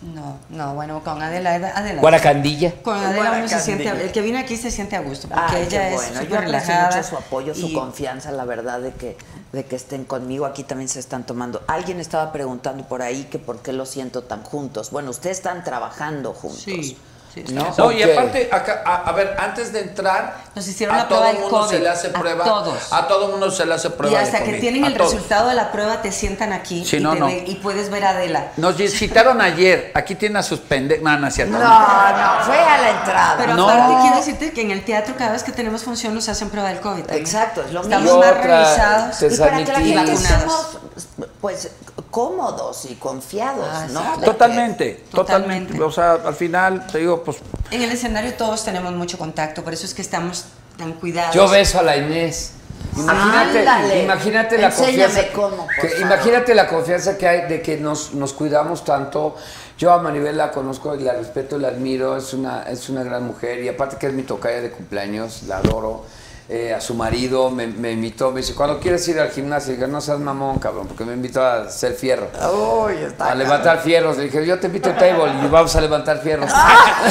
No, no, bueno, con Adela, Adela. Guaracandilla. Con Adela uno se Guaracandilla. siente, el que viene aquí se siente a gusto, porque Ay, ella qué es bueno. súper Yo aprecio relajada. mucho su apoyo, su y- confianza, la verdad, de que, de que estén conmigo. Aquí también se están tomando. Alguien estaba preguntando por ahí que por qué los siento tan juntos. Bueno, ustedes están trabajando juntos. Sí, sí, No, No, y Ok. aparte, acá- a, a ver, antes de entrar, Nos hicieron a la prueba todo del mundo se COVID, le hace a prueba. todos. a todo mundo se le hace Y prueba. de hasta que COVID, tienen a el todos. resultado de la prueba, te sientan aquí Sí, y, no, te no. ve- y puedes ver a Adela. Nos visitaron ayer. Aquí tienen a sus pendejos. No, no es cierto. no, fue a la entrada. Pero No. aparte quiero decirte que en el teatro cada vez que tenemos función nos hacen prueba del COVID. Exacto, es lo Estamos mismo. más Otra, revisados. se Y para que la gente Y vacunados. Ah, Pues cómodos y confiados, ¿no? Totalmente, totalmente, O sea, al final, te digo, pues. En el escenario todos tenemos mucho contacto, por eso es que estamos tan cuidados. Yo beso a la Inés. Imagínate, Ándale. imagínate la Enséñame confianza. cómo, por que- favor. imagínate la confianza que hay de que nos, nos cuidamos tanto. Yo a Maribel la conozco y la respeto, la admiro, es una, es una gran mujer y aparte que es mi tocaya de cumpleaños, la adoro. Eh, a su marido me, me invitó, me dice, cuando quieres ir al gimnasio, le dije, no seas mamón, cabrón, porque me invitó a hacer fierro. a levantar fierros. Le dije, yo te invito a table y vamos a levantar fierros. Ah,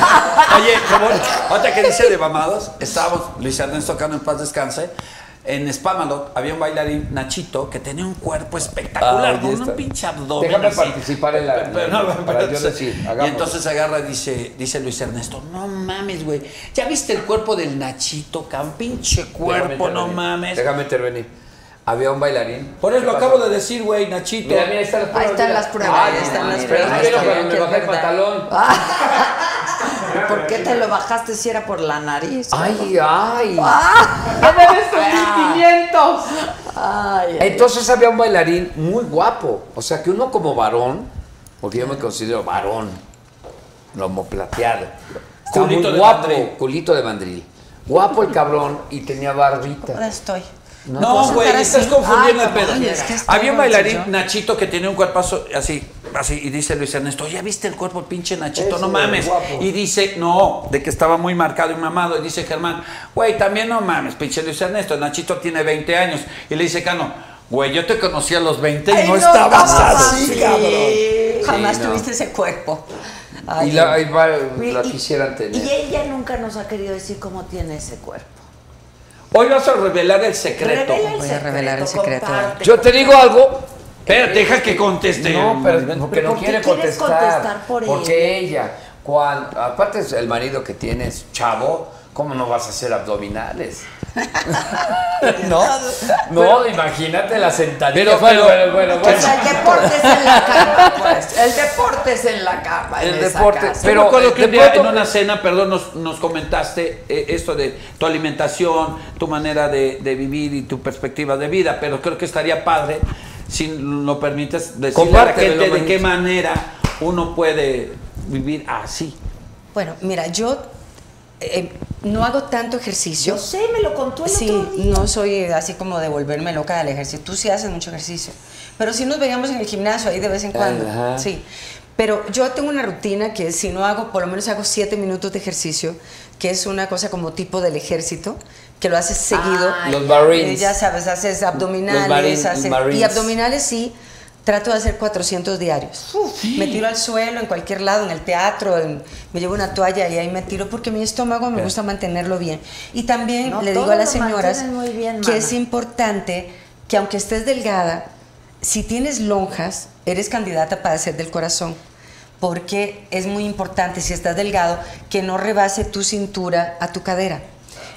Oye, como ahorita que dice de mamados, estábamos Luis Ernesto Cano en paz descanse. En Spamalot había un bailarín, Nachito, que tenía un cuerpo Ah, espectacular, ahí con está. un pinche abdomen. Déjame así. participar en la- Pero no, para pero yo sí. decir, y hagamos. entonces agarra y dice, dice Luis Ernesto, no mames, güey. ¿Ya viste el cuerpo del Nachito, cabrón? Pinche cuerpo, Déjame no intervenir. mames. Déjame intervenir. Había un bailarín. Por eso ¿Qué lo pasó? acabo de decir, güey, Nachito. Mira, mira, ahí están las pruebas, mira. Ay, Ahí no, las mira, pruebas. ahí está, pero me bajé el pantalón. ¿Por qué te lo bajaste si era por la nariz? Ah. Ay, ay. sentimientos! Ay, ay. Entonces había un bailarín muy guapo. O sea, que uno como varón, porque yo me considero varón, lomo plateado. Está muy Culito de guapo, mandril. culito de mandril. Guapo el cabrón y tenía barbita. Ahora estoy. No, güey, estás confundiendo el pedo. Ay, es que estoy Había un borracha bailarín, Nachito, que tenía un cuerpazo así, así, y dice Luis Ernesto, ¿ya viste el cuerpo, pinche Nachito? Ese, no mames. guapo. Y dice, no, de que estaba muy marcado y mamado. Y dice Germán, güey, también no mames, pinche Luis Ernesto, Nachito tiene 20 años. Y le dice Cano, güey, yo te conocí a los 20 y Ay, no, estabas estabas así, así. cabrón. Jamás Sí, no. tuviste ese cuerpo. Y Ay, la, y va- Y- la y- quisieran tener. Y ella nunca nos ha querido decir cómo tiene ese cuerpo. Hoy vas a revelar el secreto. Revela el secreto, comparte. Yo te digo algo. Espérate, deja que conteste. No, pero porque no ¿por qué quiere quieres contestar. contestar por porque ella, cuan- aparte es el marido que tienes, chavo, ¿cómo no vas a hacer abdominales? no, no, imagínate la sentadilla. Pero, bueno, pero- bueno, bueno, O sea, el deporte es en la cama, pues. El deporte es en la cama. en El esa deporte. casa. Pero recuerdo que eh, de un día pronto- en una cena, perdón, nos, nos comentaste eh, esto de tu alimentación, tu manera de, de vivir y tu perspectiva de vida, pero creo que estaría padre si lo permites decirle a la Compártemelo, gente de qué manito. manera uno puede vivir así. Bueno, mira, yo eh, no hago tanto ejercicio. Yo sé, me lo contó el Sí, otro día. no soy así como de volverme loca del ejercicio. Tú sí haces mucho ejercicio. Pero sí nos veíamos en el gimnasio ahí de vez en cuando. Ajá. Sí. Pero yo tengo una rutina que si no hago, por lo menos hago siete minutos de ejercicio, que es una cosa como tipo del ejército, que lo haces seguido. Ay. Los Marines. Eh, Ya sabes, haces abdominales, Marines, los haces- Marines. y abdominales sí. Trato de hacer 400 diarios. Me tiro al suelo, en cualquier lado, en el teatro, en- me llevo una toalla y ahí me tiro porque mi estómago me Pero- gusta mantenerlo bien. Y también No, le todo digo a las lo señoras mantienen muy bien, que mana. es importante que aunque estés delgada, si tienes lonjas, eres candidata para hacer del corazón. Porque es muy importante, si estás delgado, que no rebase tu cintura a tu cadera.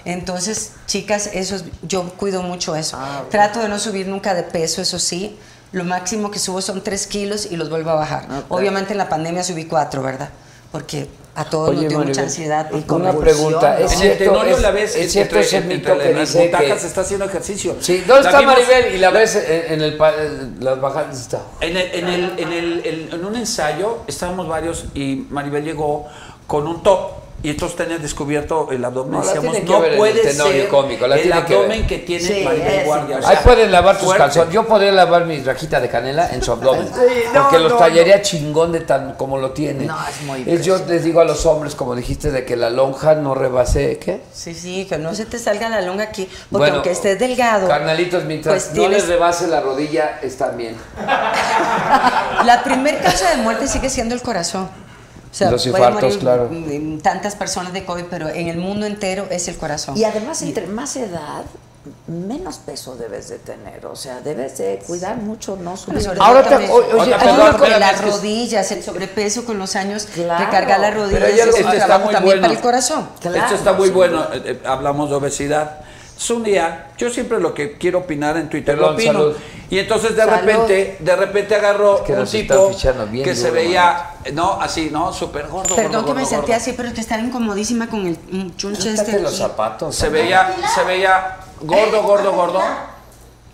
Entonces, chicas, eso es- yo cuido mucho eso. Ah, Trato de no subir nunca de peso, eso sí. Lo máximo que subo son 3 kilos y los vuelvo a bajar. Obviamente en la pandemia subí 4, ¿verdad? Porque a todos nos Oye, dio mucha Maribel, ansiedad. y una convulsión, pregunta. ¿no? En ¿Es el cierto, tenorio es, la ves es cierto entre- ese entre mito que las dice que... butacas está haciendo ejercicio. Sí, ¿dónde La está vimos- Maribel? Y la ves en, en el, pa- en las bajadas. Está. En, el- en el- en el- en- en un ensayo estábamos varios y Maribel llegó con un top y entonces tenía descubierto el abdomen. No, la Decíamos, tienen que no ver en el puede tenorio ser cómico, la el tienen que ver". abdomen que, tiene Sí, Maribel es Guardia. o sea, Ahí pueden lavar tus fuerte. calzones. Yo podría lavar mi rajita de canela en su abdomen. no, porque los no, tallaría chingón de tan como lo tiene. No, es muy yo les digo a los hombres, como dijiste, de que la lonja no rebase. ¿Qué? Sí, sí, que no se te salga la longa aquí, porque Bueno, aunque estés delgado, Carnalitos, mientras Pues no tienes- les rebase la rodilla, están bien. la primer causa de muerte sigue siendo el corazón. O sea, Los puede infartos, morir, claro. mm, tantas personas de COVID, pero en el mundo entero es el corazón. Y además, entre más edad, menos peso debes de tener. O sea, debes de cuidar mucho, no subir. Sobre todo también- ayuda con las rodillas, el sobrepeso con los años, recargar las rodillas Pero hay algo- es un esto está trabajo muy también bueno. para el corazón. Esto está muy bueno. eh, eh, hablamos de obesidad. Es un día, yo siempre lo que quiero opinar en Twitter lo Perdón, opino. salud. Y entonces de Salud. repente, de repente agarró que un nos están tipo fichando bien que se duro, veía, no, así, no, súper gordo. Perdón gordo, que me gordo, sentía gordo. así, pero que estaba incomodísima con el mm, chunche Quítate este. los zapatos. Se veía, se veía gordo, gordo, gordo.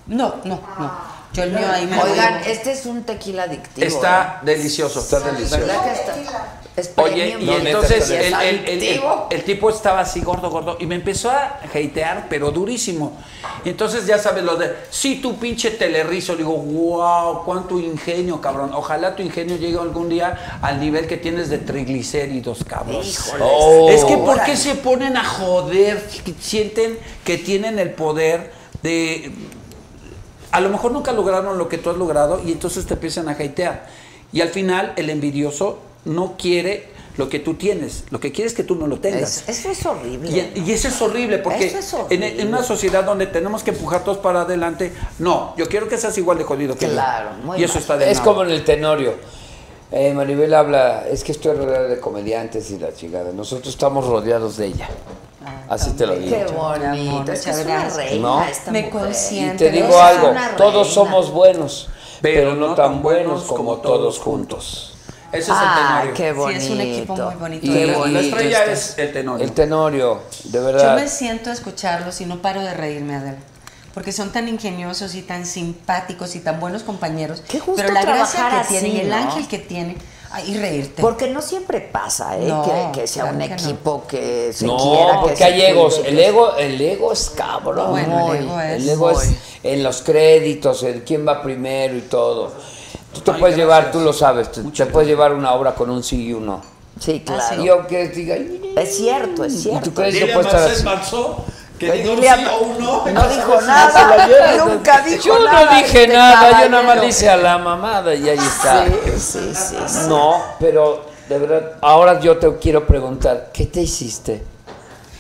No, no, no. Yo el mío ahí me lo Oigan, digo. este es un tequila adictivo. ¿eh? Está delicioso. Está ¿Verdad que está? Es Oye, premium, y ¿no? entonces Y es el, el- el- el- adictivo. el tipo estaba así gordo, gordo, y me empezó a hatear, pero durísimo. Y entonces ya sabes lo de, sí, tu pinche telerrizo, Le digo, wow, cuánto ingenio, cabrón. Ojalá tu ingenio llegue algún día al nivel que tienes de triglicéridos, cabrón. Híjole. Oh. es que ¿por Órale. qué se ponen a joder? Sienten que tienen el poder de a lo mejor nunca lograron lo que tú has logrado y entonces te empiezan a hatear. Y al final el envidioso no quiere lo que tú tienes, lo que quiere es que tú no lo tengas. Es- eso es horrible. Y, y eso es horrible porque Eso es en- horrible. En, una sociedad donde tenemos que empujar todos para adelante, no, yo quiero que seas igual de jodido que yo. Claro, Y eso está de Es nada. como en el tenorio. Eh, Maribel habla, es que estoy rodeada de comediantes y la chingada. Nosotros estamos rodeados de ella. Ah, Así te lo digo. Qué bonito. Es que es una gracias. reina ¿No? esta Me mujer. consiente. Y te digo Esa es algo, una todos reina. somos buenos, pero, no tan buenos como todos juntos. Ese es Ah, el tenorio. qué Sí, es un equipo muy bonito. Y Qué el- La estrella este- es el tenorio. El tenorio, de Ah. Yo verdad. me siento a escucharlos y no paro de reírme, Adela. Porque son tan ingeniosos y tan simpáticos y tan buenos compañeros. Qué gusto pero la gracia trabajar que así, tienen y el ¿no? ángel que tiene. ay, y reírte. Porque no siempre pasa, ¿eh? No, que, que sea claro un que no. equipo que se no, quiera. que porque se hay egos. cuide, El que- ego, el ego es cabrón. Bueno, el ego es- El ego es Muy. en los créditos, en quién va primero y todo. Tú te Ay, gracias. puedes llevar, tú lo sabes, te, te puedes llevar una obra con un sí y un no. Ah, Sí, claro. Y yo que diga, "Ay, Es cierto, es ¿y cierto. tú crees que puedo estar así? que Pues dile a- no dijo Se lo nada, lleva. nunca dijo yo nada. no dije este nada, yo nada caballero. más hice a la mamada y ahí está. Sí, sí, Ah, sí. sí. No, pero de verdad, ahora yo te quiero preguntar, ¿qué te hiciste?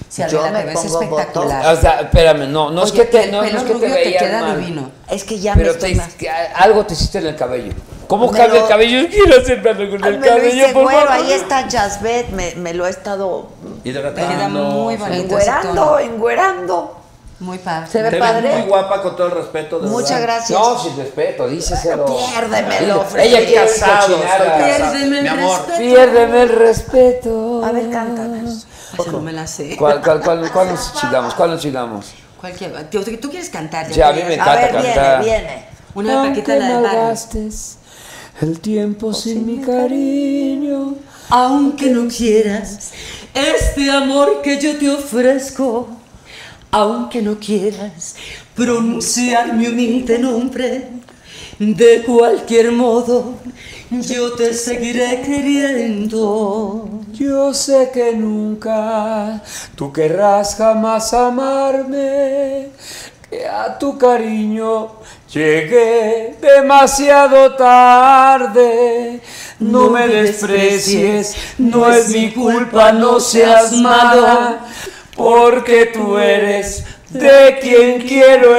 Si Adela, yo me te ves pongo espectacular. O sea, espérame, no, no Oye, es que te, el no, no pelo es que te rubio te veías queda mal, divino. Es que ya me pero estoy te- más... que algo te hiciste en el cabello. ¿Cómo Me cambia lo- el cabello? Yo quiero hacerme algo con Ay, el me lo hice cabello, por güero, favor. ahí está Jasbet, me, me lo he estado Hidratando. Ah, Te queda muy bonito. enguerando, enguerando. Muy padre. Se ve Te ves muy padre. guapa con todo el respeto. de Muchas verdad. gracias. No, sin respeto, díseselo. Piérdemelo, Ella Freddy. quiere casado, Piérdeme el respeto. Piérdeme el respeto. A ver, cántanos. Ay, no me la sé. ¿Cuál, cuál, cuál, cuál nos chingamos? ¿Cuál nos chingamos? Cualquier- Tú, tú quieres cantar. Ya, a mí querías. me A encanta ver, viene, cantar. viene. Una de Paquita, la del barrio. el tiempo sin mi cariño. Aunque no quieras este amor que yo te ofrezco, aunque no quieras pronunciar mi humilde nombre, de cualquier modo yo te seguiré queriendo. Yo sé que nunca tú querrás jamás amarme, que a tu cariño llegué demasiado tarde. No me desprecies, no es mi culpa, no seas mala, porque tú eres de quien quiero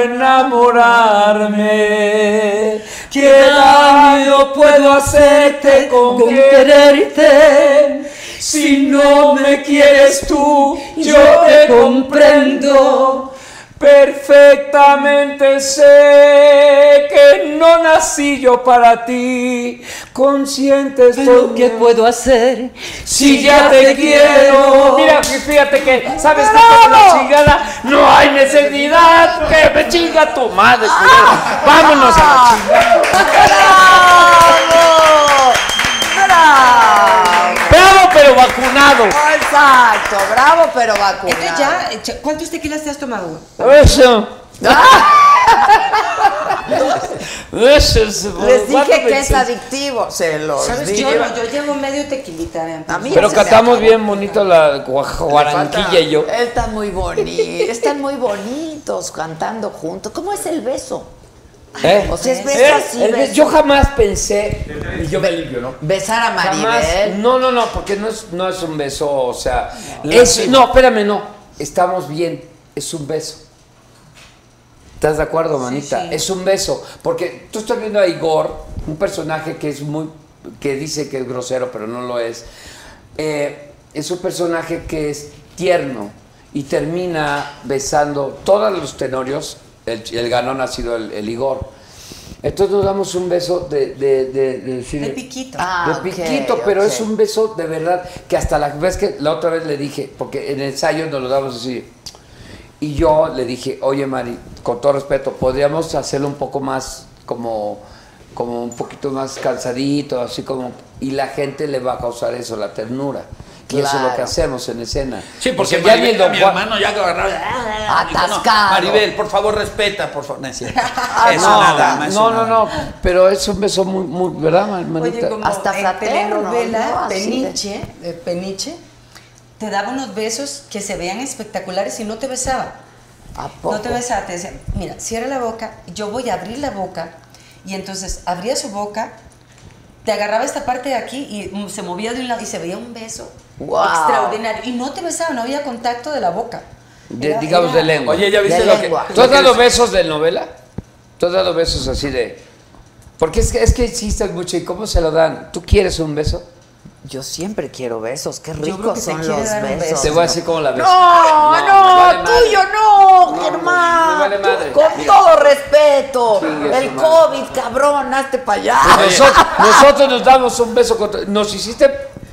enamorarme. ¿Qué daño puedo hacerte con quererte? Si no me quieres tú, yo te comprendo. Perfectamente sé que no nací yo para ti, consciente estoy que puedo hacer si ya te quiero. Mira, fíjate que, ¿sabes qué? Con la chingada no hay necesidad que me chinga tu madre. culero. Vámonos a la chingada. ¡Bravo! ¡Bravo! Bravo, pero vacunado. Exacto, bravo pero vacunado. Esto ya, eh, ¿cuántos tequilas te has tomado? Eso. Eso es- Les dije ¿cuánto que me- es adictivo, se los ¿Sabes? dije. Yo, no, yo llevo medio tequilita. ¿eh? vean. Pues A mí Pero ya se me cantamos acabó. bien bonito la guaj- guaranquilla y yo. Están muy bonitos, están muy bonitos cantando juntos. ¿Cómo es el beso? ¿Eh? O sea, es beso ¿Eh? así, El beso. beso. Yo jamás pensé. Y yo me limpio, ¿no? Besar a Jamás. Maribel. No, no, no, porque no es, no es un beso, o sea. es- no, espérame, no. Estamos bien. Es un beso. ¿Estás de acuerdo, manita? Es un beso. Porque tú estás viendo a Igor, un personaje que es muy. que dice que es grosero, pero no lo es. Eh, es un personaje que es tierno y termina besando todos los tenorios. El, el ganón ha sido el, el Igor. Entonces nos damos un beso de. de, de, de decir- De piquito. de piquito, pero es un beso de verdad que hasta la vez que la otra vez le dije, porque en ensayo nos lo damos así. Y yo le dije, oye Mari, con todo respeto, podríamos hacerlo un poco más como, como un poquito más cansadito, así como. Y la gente le va a causar eso, la ternura. Y eso es lo que Claro. hacemos en escena. Sí, porque ya ni Maribel, el Don mi Juan- hermano ya agarraba. Atascado. Maribel, por favor, respeta, por favor. No, es cierto. Eso Ah, no, nada más. no, no, no, pero es un beso muy, muy ¿verdad, manita? Oye, como en telenovela, Peniche, eh, Peniche, te daba unos besos que se veían espectaculares y no te besaba. No te besaba, te decía, mira, cierra la boca, yo voy a abrir la boca. Y entonces abría su boca, te agarraba esta parte de aquí y mm, se movía de un lado y se veía un beso Wow. extraordinario. Y no te besaba, no había contacto de la boca. De- digamos de lengua. Oye, ¿ya viste De lo que- lengua. lo ¿Tú has que dado les- besos de novela? ¿Tú has dado besos así de.? Porque es que, es que insistes mucho y cómo se lo dan. ¿Tú quieres un beso? Yo siempre quiero besos, qué creo que ricos te son quiere los dar un beso. besos. Te voy a decir cómo la beso. No, No, me no, vale madre. tuyo no, No, Germán. me vale madre. Tú, Con Mira. todo respeto, Chingue el su madre. COVID, cabrón, hazte para allá. Pues nosotros, nosotros nos damos un beso. cont- Nos hiciste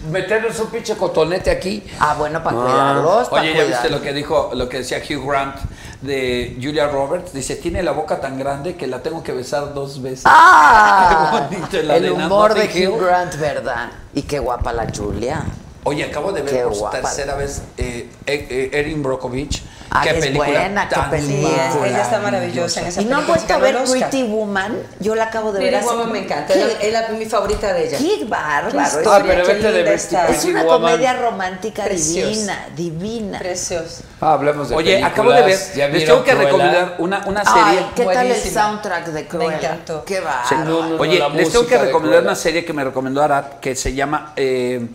meternos un pinche cotonete aquí. Ah, bueno, para Ah, Oye, ¿ya viste lo que dijo, lo que decía Hugh Grant de Julia Roberts? Dice, tiene la boca tan grande que la tengo que besar dos veces. Ah, Qué bonito, la el de humor de Notting Hugh Hill. Grant, ¿verdad? Y qué guapa la Julia. Oye, acabo de ver Qué por guapa. tercera vez eh, eh, eh, Erin Brockovich. Ah, qué es película buena, qué tan película. maravillosa. Ella está maravillosa en esa ¿Y no han película, vuelto a ganó ver el Oscar. Pretty Woman? Yo la acabo de ver Pretty hace- Woman me encanta, ¿Qué? es la- es la- mi favorita de ella. Qué Qué bárbaro. historia, Ah, pero qué vete de linda Pretty- está. es una Pretty Woman. comedia romántica Preciosa. divina, divina. Preciosa. Ah, hablemos de Oye, películas. acabo de ver, ¿Ya les vieron tengo que Cruella? recomendar una, una serie. Ay, ¿qué tal el Buenísima. soundtrack de Cruella? Me encantó. Qué va. Sí. Oye, la les tengo música que de recomendar Cruella. una serie que me recomendó Arad, que se llama eh,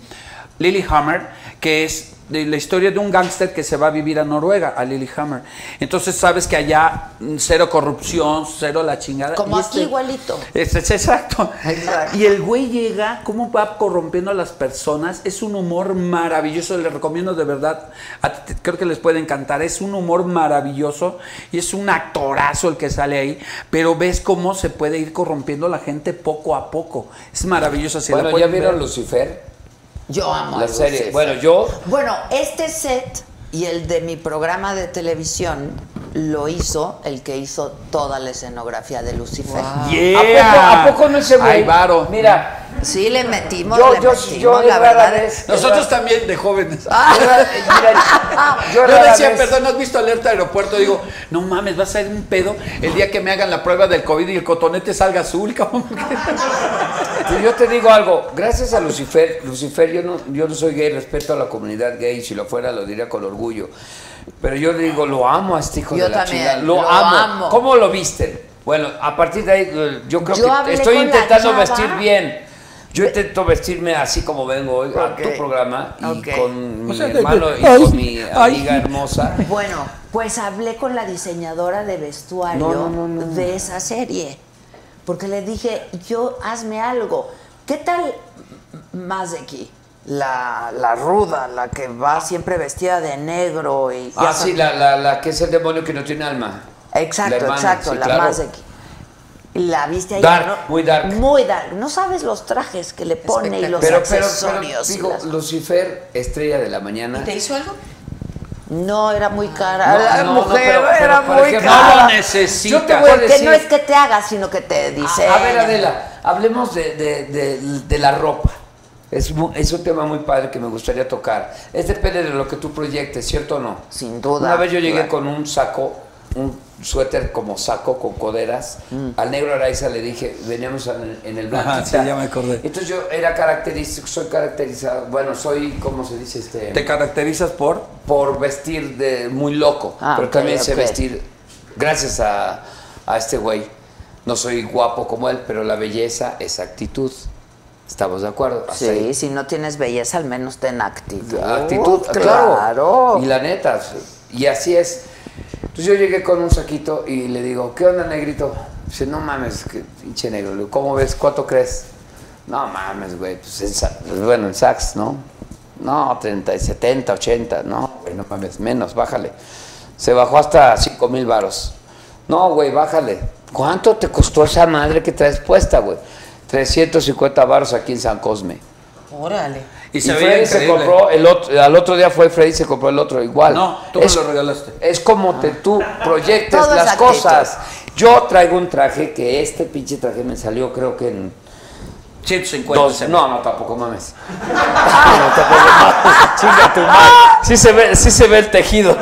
Lilyhammer, que es de la historia de un gángster que se va a vivir a Noruega, a Lilyhammer. Entonces sabes que allá mm, cero corrupción, cero la chingada. Como Y aquí este- igualito. Este, es exacto. Y el güey llega, cómo va corrompiendo a las personas. Es un humor maravilloso, les recomiendo de verdad. a ti te- creo que les puede encantar. Es un humor maravilloso y es un actorazo el que sale ahí. Pero ves cómo se puede ir corrompiendo la gente poco a poco. Es maravilloso. Si la Bueno, ¿ya pueden vieron ver. Lucifer? Yo amo La a serie. Lucifer. Bueno, yo- Bueno, este set y el de mi programa de televisión lo hizo el que hizo toda la escenografía de Lucifer. ¿A, poco, ¿A poco no se Ay, güey? varo. Mira, Sí, le metimos, Yo- le yo- metimos, yo la rara verdad vez- es... Nosotros también de jóvenes. Ah, yo Yo, rara decía, vez- perdón, ¿no has visto alerta aeropuerto? Digo, no mames, va a ser un pedo el día que me hagan la prueba del COVID y el cotonete salga azul, cabrón. Pues yo te digo algo, gracias a Lucifer, Lucifer, yo no, yo no soy gay, respeto a la comunidad gay, si lo fuera lo diría con orgullo. Pero yo le digo, lo amo a este hijo Yo de la también, chingada, lo, lo amo. amo. ¿Cómo lo viste? Bueno, a partir de ahí, eh, yo creo Yo que hablé estoy con la intentando chava. vestir bien. Yo intento vestirme así como vengo hoy a Ok. tu programa y Ok. con mi sea, de- de- hermano y ay, con mi ay. amiga hermosa. Bueno, pues hablé con la diseñadora de vestuario No, no, no, no. de esa serie. Porque le dije, yo hazme algo. ¿Qué tal más de aquí? La, la ruda, la que va siempre vestida de negro y... ya Ah, sabes. sí, la, la, la que es el demonio que no tiene alma. Exacto, La hermana, exacto, sí, la claro. más de aquí. La viste ahí. Dark, muy dark. Muy dark. No sabes los trajes que le pone y los Pero, pero, pero, accesorios. y digo, las- Lucifer, estrella de la mañana. ¿Y te hizo algo? No, era muy cara. No, la no, no, mujer pero- pero, era por muy ejemplo, cara. no lo necesitas. Yo te voy a Porque decir. Ah, no no es es que te hagas, sino que te dice. A, a ver, Adela, hablemos de, de- de- de la ropa. Es, mu- es un tema muy padre que me gustaría tocar. Es depende de lo que tú proyectes, ¿cierto o no? Sin duda. Una vez yo Claro. llegué con un saco, un suéter como saco con coderas. Al negro Araiza le dije, veníamos en, en el blanco. Ajá, Mm. Ah, sí, ya me acordé. Entonces yo era característico, soy caracterizado, bueno, soy, ¿cómo se dice? Este, Te caracterizas por. por vestir de muy loco, Ah, pero ok, también sé ok. vestir gracias a, a este güey. No soy guapo como él, pero la belleza es actitud. ¿Estamos de acuerdo? Hasta Sí, ahí. si no tienes belleza, al menos ten actitud. Actitud, claro. Uh, claro. Y la neta, y así es. Entonces Entonces yo llegué con un saquito y le digo, ¿qué onda, negrito? Dice, no mames, que pinche negro. Le digo, ¿cómo ves? ¿Cuánto crees? No mames, güey, pues en sa- pues, bueno, en sax, ¿no? No, 30, 70, 80, no, güey, no mames, menos, bájale. Se bajó hasta 5 mil varos. No, güey, bájale. ¿Cuánto te costó esa madre que traes puesta, güey? 350 varos aquí en San Cosme. Órale. Y, Freddy se compró el otro, al otro día fue Freddy y se compró el otro igual. No, tú es, me lo regalaste. Es como te, tú proyectas Todo es las actitud. cosas. Yo traigo un traje que este pinche traje me salió creo que en 150. dos- no, no, tampoco mames. no, tampoco Ah. mames. Chinga tu madre. Sí se ve, sí se ve el tejido.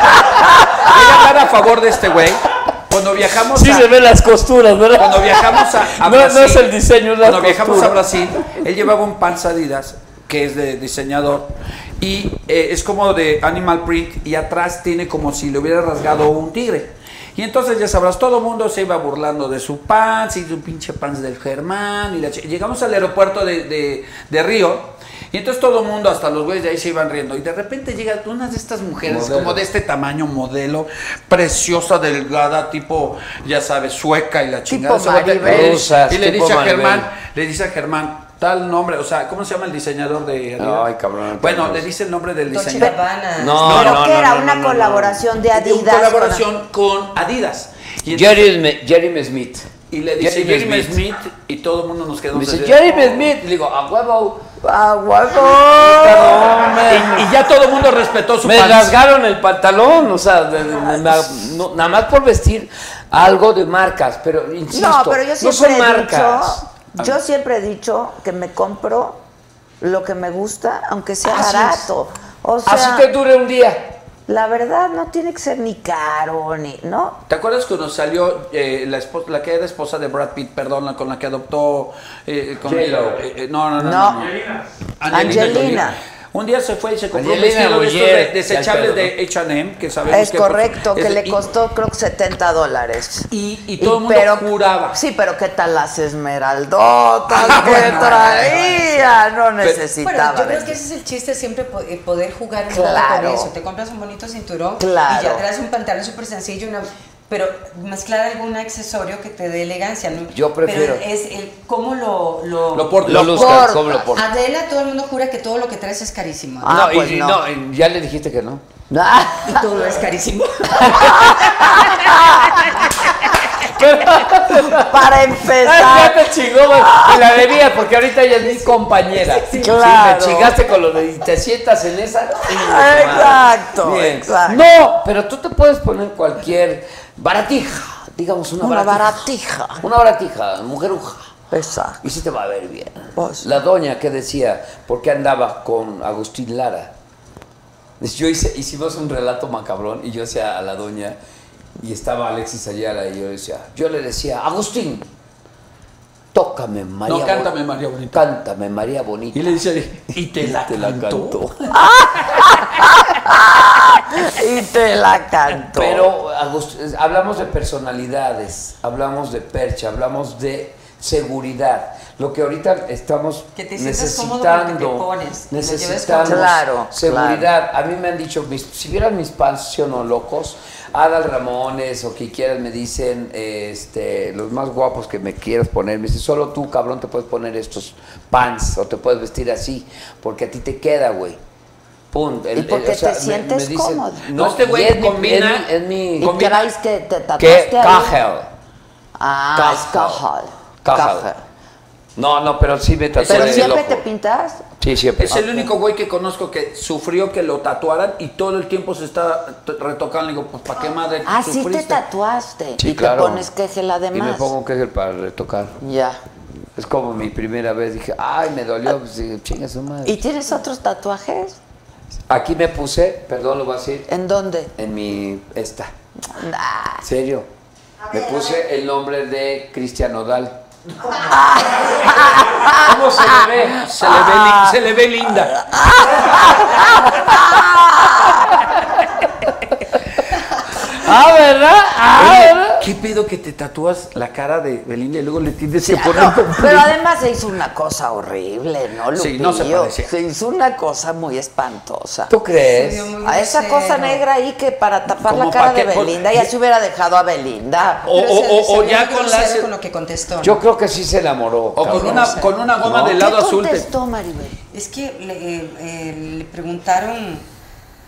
Voy a hablar a favor de este güey. Cuando viajamos Sí a- se ven las costuras, ¿verdad? Cuando viajamos a, a No, Brasil. no es el diseño, es la Cuando viajamos costura. a Brasil, él llevaba un pants Adidas, que es de diseñador, y eh, es como de animal print, y atrás tiene como si le hubiera rasgado un tigre. Y entonces ya sabrás, todo el mundo se iba burlando de su pants y su pinche pants del Germán. Y la ch- Llegamos al aeropuerto de, de- de Río y entonces todo el mundo, hasta los güeyes de ahí se iban riendo. Y de repente llega una de estas mujeres Modelo. como de este tamaño modelo, preciosa, delgada, tipo, ya sabes, sueca y la chingada. se voltea- Maribel. Rusas, y le tipo dice a Maribel. Germán, le dice a Germán, tal nombre, o sea, ¿cómo se llama el diseñador de Adidas? Ay, cabrón. Bueno, le dice el nombre del Dolce diseñador. Gabbana. No, Ah, Pero no, que no, era no, una no, no. colaboración de Digo, Adidas. colaboración con Adidas. Y, Jeremy, Jeremy Smith. y le dice Jeremy Jeremy Smith. Smith. y todo el mundo nos quedó. Me dice, Jeremy Smith. Le digo, a huevo. ¡Ah, Y, y ya todo el mundo respetó su Me pants. rasgaron el pantalón, o sea, de- de- de- na- no- nada más por vestir algo de marcas, pero insisto, No, Ah. pero yo no siempre son he marcas. dicho, yo siempre he dicho que me compro lo que me gusta, aunque sea Así es. barato. O sea, Así te dure un día. La verdad no tiene que ser ni caro ni, ¿no? ¿Te acuerdas cuando salió eh, la, esposa, la que era esposa de Brad Pitt, perdón, la con la que adoptó... eh, con- J-Lo. eh, eh, no, no, no. No. no, no. Angelina. Un día se fue y se compró Angelina un vestido de estos Roger. de- desechables de H&M, que sabemos Es que... correcto, es que de- le y- costó creo que 70 dólares. Y, y todo el mundo pero- juraba. Sí, pero ¿qué tal las esmeraldotas que traía? No necesitaba. Bueno, yo creo vestir. que ese es el chiste siempre po- eh, poder jugar un poco Claro. con eso. Te compras un bonito cinturón Claro. y ya traes un pantalón súper sencillo, una- pero mezclar algún accesorio que te dé elegancia. ¿no? Yo prefiero. Pero es el cómo lo lo, Lo portas. Lo luzcas, cómo lo portas. Adela, todo el mundo jura que todo lo que traes es carísimo. Ah. no, pues y- y, no. y ya le dijiste que no. Y todo es carísimo. Para Ah, empezar. ya te chingó, güey. Y la debías, porque ahorita ella es mi compañera. sí, sí. Sí, Claro. me chingaste con lo de. Y te sientas en esa. Exacto, Bien. exacto. No, pero tú te puedes poner cualquier baratija. Digamos una, Una baratija. baratija. Una baratija, mujeruja. Exacto. Y sí te va a ver bien. Pues sí. la doña que decía, ¿por qué andaba con Agustín Lara? Dice, Yo hice, hicimos un relato macabrón y yo decía a la doña, y estaba Alexis Ayala, y yo decía, yo le decía, Agustín, tócame María No, cántame, Bonita. María Bonita. Cántame María Bonita. Y le dice, y te la Te la cantó. cantó. Y te la canto. Pero Agust- eh, hablamos de personalidades, hablamos de percha, hablamos de seguridad. Lo que ahorita estamos Que te sientas cómodo con lo que te necesitando, pones, que lo lleves necesitamos con- Claro, seguridad. A mí me han dicho, mis- si vieran mis fans, sí o no locos, Adal Ramones o que quieran me dicen, eh, este, los más guapos que me quieras poner, me dicen, solo tú, cabrón, te puedes poner estos pants o te puedes vestir así, porque a ti te queda, güey. Pum, el- Y porque te me- sientes me dicen, cómodo. No, este güey combina. Es mi. ¿Y crees que te Que tatuaste ahí? Cajel. Ah, es cajal. Cajel. No, no, pero sí me tatué Pero el siempre ojo. te pintas. Sí, siempre. Ah, Es el único güey que conozco que sufrió que lo tatuaran y todo el tiempo se está t- retocando. Le digo, pues ¿para qué madre Ah, sí te sufriste? tatuaste. Sí, y claro. te pones quejel Y me además. pongo un Kegel para retocar. Ya. Es como mi primera vez. Dije, ay, me dolió. Pues dije, chinga su madre. ¿Y tienes otros tatuajes? Aquí me puse, perdón, lo voy a decir, ¿En dónde? en mi. Esta. Ah, ¿En serio? Me puse el nombre de Cristian Odal. ¿Cómo se le ve? Se le, ve, li- se le ve linda. Ah, ¿verdad? Ah, ¿verdad? ¿Qué pedo que te tatúas la cara de Belinda y luego le tienes Sí, que poner ah, no, completo? pero además se hizo una cosa horrible, ¿no, Lupillo? Sí, no se parecía. Se hizo una cosa muy espantosa. ¿Tú crees? Se vio muy A esa grosero. cosa negra ahí que para tapar la Como cara pa' de que- por- Belinda, ya se hubiera dejado a Belinda. O- Pero o- se- o- se o vio ya con la- con lo que contestó. ¿no? Yo creo que sí se enamoró. O con cabrón. una- con una goma No. de helado azul. te- Es que le, eh, eh, le preguntaron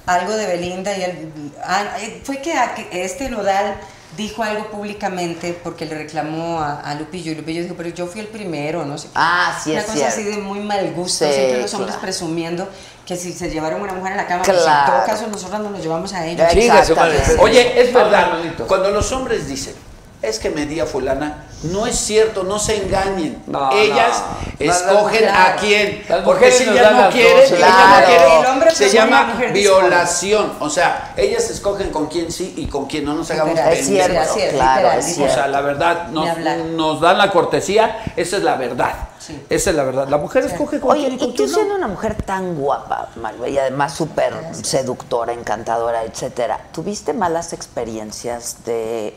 algo de Belinda y él- ah, eh, fue que a- que este nodal dijo algo públicamente porque le reclamó a, a Lupillo y Lupillo dijo, pero yo fui el primero, no sé qué. Ah, sí, Una es cosa cierto. así de muy mal gusto, Sí, siempre los hombres claro. presumiendo que si se llevaron una mujer a la cama, Claro. pues en todo caso nosotros no nos llevamos a ellos. Chinga su madre. Oye, es verdad, cuando los hombres dicen, es que me di a fulana, no es cierto, no se engañen. No, Ellas no. No, escogen las- a quién. las Porque mujeres si nos ella dan no las quiere, dos, si claro. ella no quiere, El hombre se propone, la llama mujer dispone. violación. O sea, ellas escogen con quién sí y con quién no nos hagamos Literal, es cierto, pendejos. sí, es claro, literal, es O sea, cierto. la verdad, Ni nos, hablar. nos dan la cortesía, esa es la verdad. Esa es la verdad. La mujer escoge con Oye, y tú siendo una mujer tan guapa, Malve, y además súper seductora, encantadora, etcétera, ¿tuviste malas experiencias de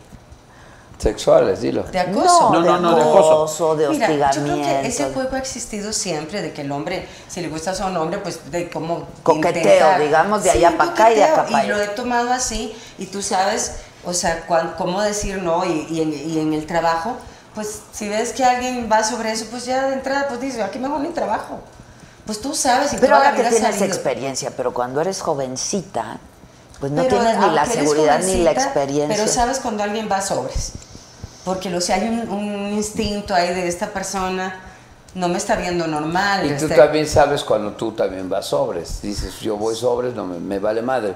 Sexuales, dilo. De acoso. No, No, no, no, de acoso. acoso, de Mira, yo creo que hostigamiento. ese juego ha existido siempre, de que el hombre, si le gustas a un hombre, pues de cómo Coqueteo, digamos, de Sí, allá un pa' acá y de coqueteo, acá pa' Y lo allá. he tomado así, y tú sabes, o sea, cuán- cómo decir no, y, y en, y en el trabajo, pues si ves que alguien va sobre eso, pues ya de entrada, pues dices, aquí mejor ni trabajo. Pues tú sabes, y Pero toda la ahora que vida has tienes salido. experiencia, pero cuando eres jovencita, pues no Pero tienes ni la aunque eres seguridad ni la jovencita, experiencia. Pero sabes cuando alguien va a sobres. Porque lo sé, hay un, un instinto ahí de esta persona, no me está viendo normal. Y tú este- también sabes cuando tú también vas sobres. Dices, yo voy sobres, no me, me vale madre.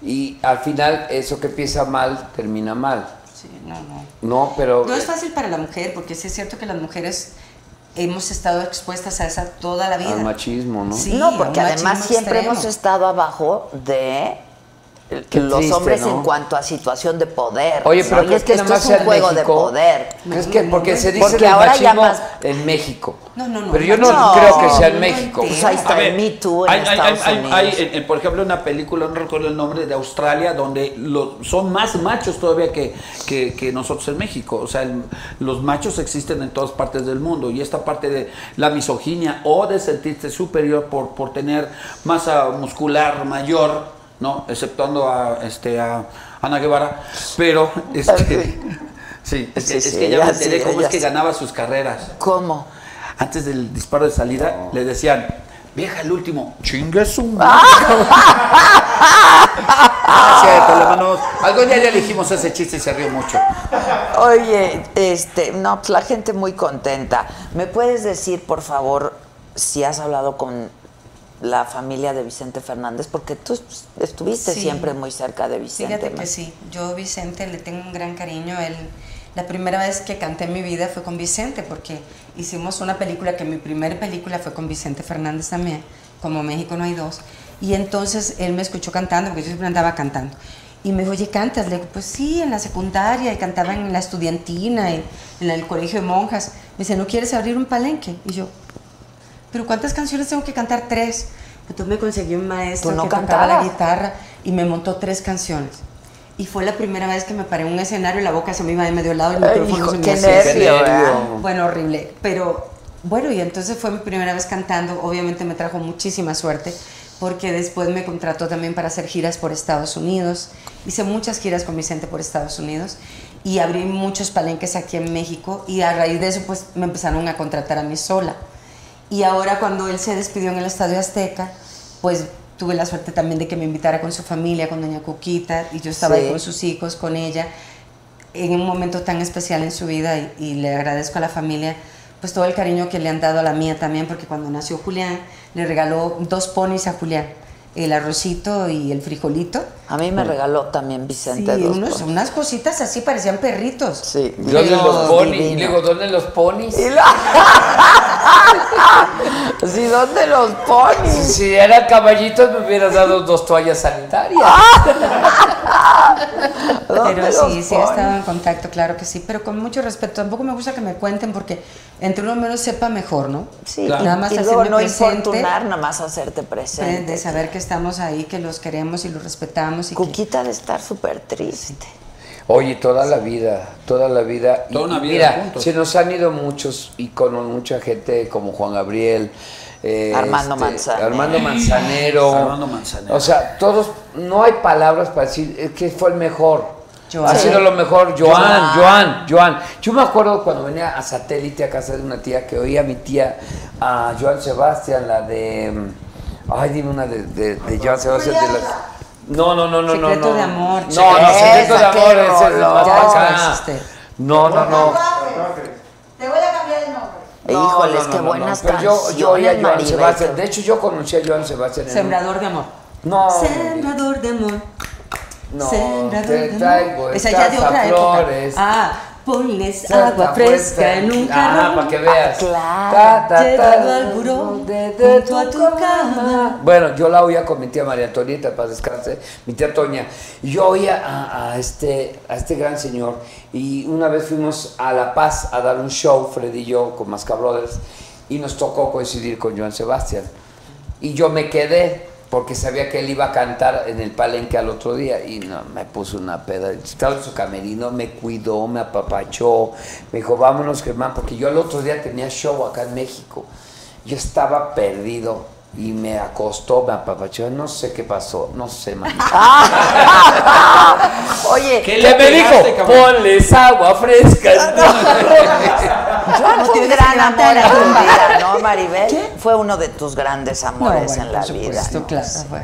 Y al final, eso que empieza mal, termina mal. Sí, no, no. No, pero. eh, No es fácil para la mujer, porque sí es cierto que las mujeres hemos estado expuestas a esa toda la vida. Al machismo, ¿no? Sí, no, porque un además machismo siempre extremo. hemos estado abajo de Qué los triste, hombres ¿no? en cuanto a situación de poder. Oye, ¿no? pero Y ¿crees es que esto nada es más un sea en juego México? de poder. Mm, ¿Crees que porque se dice Porque del ahora ya machismo más- en México? No, no, no, Pero yo no, no, creo que sea en no México. entiendo. Pues ahí está A ver, el Me Too en hay- hay- Estados hay- hay- Unidos. hay, en- en, por ejemplo, una película, no recuerdo el nombre, de Australia, donde lo- son más machos todavía que, que- que nosotros en México. O sea, el- los machos existen en todas partes del mundo. Y esta parte de la misoginia o de sentirte superior por, por tener masa muscular mayor, ¿no? Exceptuando a, este, a Ana Guevara. Pero, este, sí, es, que- Sí, es sí, que ya ella me sí, enteré cómo es ella que sí. ganaba sus carreras ¿Cómo? antes del disparo de salida, le decían, vieja, el último, chingue su madre". Ah, cierto, le mandamos- Algún día ya le dijimos ese chiste y se rió mucho. Oye, este, no, pues la gente muy contenta. ¿Me puedes decir, por favor, si has hablado con la familia de Vicente Fernández? Porque tú estuviste Sí. siempre muy cerca de Vicente. Fíjate ¿no? que sí, yo Vicente le tengo un gran cariño. Él, la primera vez que canté en mi vida fue con Vicente, porque hicimos una película que mi primera película fue con Vicente Fernández también, como México no hay dos. Y entonces él me escuchó cantando, porque yo siempre andaba cantando. Y me dijo, oye, ¿cantas? Le digo, pues sí, en la secundaria, y cantaba en la estudiantina, y en el colegio de monjas. Me dice, ¿no quieres abrir un palenque? Y yo, ¿pero cuántas canciones tengo que cantar? Tres. Entonces me conseguí un maestro ¿Tú no que tocaba la cantabas? guitarra y me montó tres canciones. Y fue la primera vez que me paré en un escenario y la boca se me iba de medio lado y el Ay, micrófono hijo, se me qué hacía así. nervio, ¿verdad? Bueno, horrible. Pero bueno, y entonces fue mi primera vez cantando. Obviamente me trajo muchísima suerte porque después me contrató también para hacer giras por Estados Unidos. Hice muchas giras con Vicente por Estados Unidos y abrí muchos palenques aquí en México y a raíz de eso pues me empezaron a contratar a mí sola. Y ahora cuando él se despidió en el Estadio Azteca, pues tuve la suerte también de que me invitara con su familia, con doña Cuquita, y yo estaba ahí Sí. con sus hijos, con ella, en un momento tan especial en su vida y, y le agradezco a la familia pues todo el cariño que le han dado a la mía también, porque cuando nació Julián le regaló dos ponis a Julián, el arrocito y el frijolito. A mí me regaló también Vicente Sí, dos unos- ponis. unas cositas así parecían perritos. Sí. Yo de los Dios ponis. divino. Digo, ¿dónde los ponis? Sí, ¿dónde los ponis? Si eran caballitos, me hubieras dado dos toallas sanitarias. Pero ¿Dónde los sí, sí he pones? estado en contacto, claro que sí, pero con mucho respeto. Tampoco me gusta que me cuenten porque entre uno menos sepa mejor, ¿no? Sí, nada más y luego hacerme no presente, infortunar, nada más hacerte de- presente. de saber que estamos ahí, que los queremos y los respetamos. Y que- Cuquita de estar súper triste. Oye, toda la vida, toda la vida. Toda una vida mira, juntos. se nos han ido muchos íconos, mucha gente como Juan Gabriel. eh, Armando Manzanero. Armando Manzanero. Armando Manzanero. O sea, todos, no hay palabras para decir es que fue el mejor. Joan. Ha sido lo mejor, Joan, Joan. Joan, Joan. Yo me acuerdo cuando venía a satélite a casa de una tía que oía a mi tía, a Joan Sebastián, la de. mm, Ay, dime una de, de, de Joan Sebastián. De las, no, no, no, no, no. Secreto no. de amor, No, chica. no, secreto de Esa, qué amor, ese es horror, no, ya pa' no acá. existe. No, no, no. Te voy a cambiar el nombre. No, eh, Híjoles, no, qué no, no, buenas pero yo, canciones, yo oía a Joan Maribel. Sebastián. De hecho, yo conocí a Joan Sebastián. en un- Sembrador de amor. No. Sembrador de amor. No, Sembrador te de amor. traigo Esa ya de estas otra flores. época. Ah, ponles Salta agua puesta. fresca en un carro. Ah, para que veas. Claro. Ta, ta, ta. Llegando al buró junto a tu cama. Bueno, yo la oía con mi tía María Antonieta, para descanse, mi tía Toña. Y Yo oía a, a este, a este gran señor y una vez fuimos a La Paz a dar un show, Freddy y yo, con Masca Brothers, y nos tocó coincidir con Joan Sebastián. Y yo me quedé porque sabía que él iba a cantar en el palenque al otro día y no, me puso una peda. Estaba en su camerino, me cuidó, me apapachó, me dijo, vámonos Germán, porque yo al otro día tenía show acá en México. Yo estaba perdido y me acostó, me apapachó, no sé qué pasó, no sé, mamá. Oye, ¿Qué me dijo? Ponles agua fresca. Joan fue un tienes que gran amor levantar en la tu tumba. vida, ¿no, Maribel? Fue uno de tus grandes No, amores bueno, en la por vida. supuesto, ¿no? claro, Sí. fue.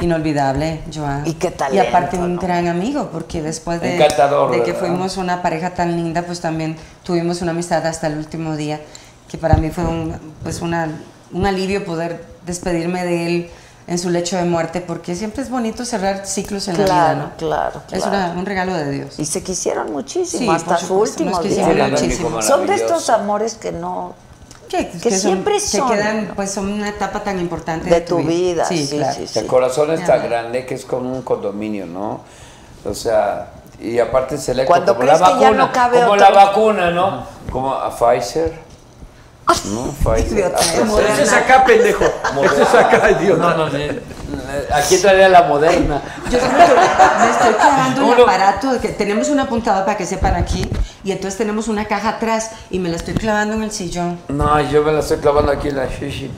Inolvidable, Joan. Y qué Y talento, aparte un ¿no? gran amigo, porque después de, Encantador, de que ¿verdad? fuimos una pareja tan linda, pues también tuvimos una amistad hasta el último día, que para mí fue un, pues una, un alivio poder despedirme de él en su lecho de muerte, porque siempre es bonito cerrar ciclos en la vida, Claro, ¿no? claro, Es claro. una- un regalo de Dios. Y se quisieron muchísimo, Sí, hasta por su supuesto, último nos día. quisimos Eran muchísimo. maravillosos. Son de estos amores que no... Que, que siempre son, Que quedan, ¿no? pues, son una etapa tan importante De tu vida, sí, claro. sí, sí. El corazón es tan Ajá. grande que es como un condominio, ¿no? O sea, y aparte es electo Cuando como crees la que ya vacuna, no cabe como otro- la vacuna, ¿no? Como a Pfizer. No, Pfizer. Idiota, ¿eh? A Pfizer. Ese es acá, pendejo. Ese es acá, idiota. No, no, ni- aquí traería la moderna. Yo creo que me estoy clavando el Uno- aparato de que tenemos un apuntador para que sepan aquí y entonces tenemos una caja atrás y me la estoy clavando en el sillón. No, yo me la estoy clavando aquí en la shishi.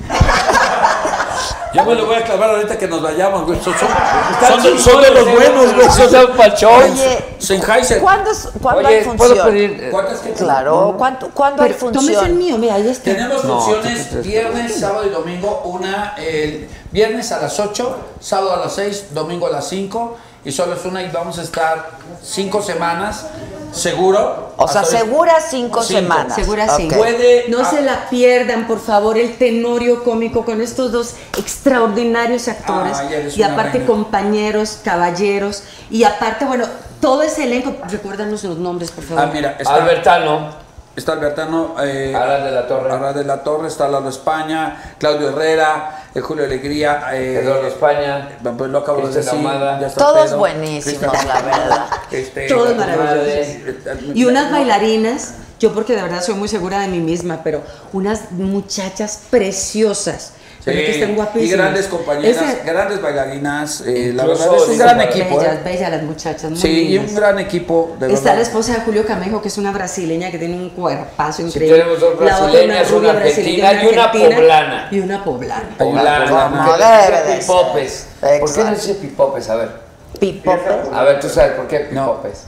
Yo me lo voy a clavar ahorita que nos vayamos, güey. Son, son- Están son de- son de los chingones, buenos, güey. Son Son pachones. Oye, Sennheiser. ¿cuándo, es- ¿cuándo hay Oye, ¿puedo función? pedir, eh, ¿Cuántas que Claro, ¿cuánto- ¿cuándo hay Pero tómese el función? mío, mira, ahí está. Tenemos No, tú funciones crees. viernes, sábado y domingo. Una el viernes a las 8, sábado a las 6, domingo a las 5. Y solo es una y vamos a estar cinco semanas, seguro. O sea, Hasta- segura cinco, Cinco. semanas. Segura sí. Ok. Puede- ah. No se la pierdan, por favor, el tenorio cómico con estos dos extraordinarios actores Ay, Ah, eres y una aparte reina. compañeros, caballeros y aparte, bueno, todo ese elenco, recuérdanos los nombres, por favor. Ah, mira, está, Albertano, está Albertano. Eh, Ara de la Torre, Ara de la Torre, está Lalo España, Claudio Herrera, eh, Julio Alegría, eh, Eduardo España, pues lo acabo de Cristian decir. Ahumada. ya está Todos Pedro, buenísimos, Cristian la verdad. Este, eh, Todos la- maravillosos. la- Y unas la- bailarinas, yo porque de verdad soy muy segura de mí misma, pero unas muchachas preciosas, pero que están y guapísimas. grandes compañeras, Ese- grandes bailarinas. eh, la Incluso verdad es un gran dicen- equipo. Bellas, ¿eh? bellas las muchachas, muy Sí, y lindas. un gran equipo, de Está la verdad. esposa de Julio Camejo, que es una brasileña que tiene un cuerpazo Si increíble. tenemos dos La otra brasileñas, una rubia argentina brasileña, y una argentina, poblana. Y una poblana. Poblana, Como que debe dice de Pipopes. ser. ¿Por qué no Exacto. dice Pipopes? A ver. Pipope, A ver, tú sabes por qué Pipopes.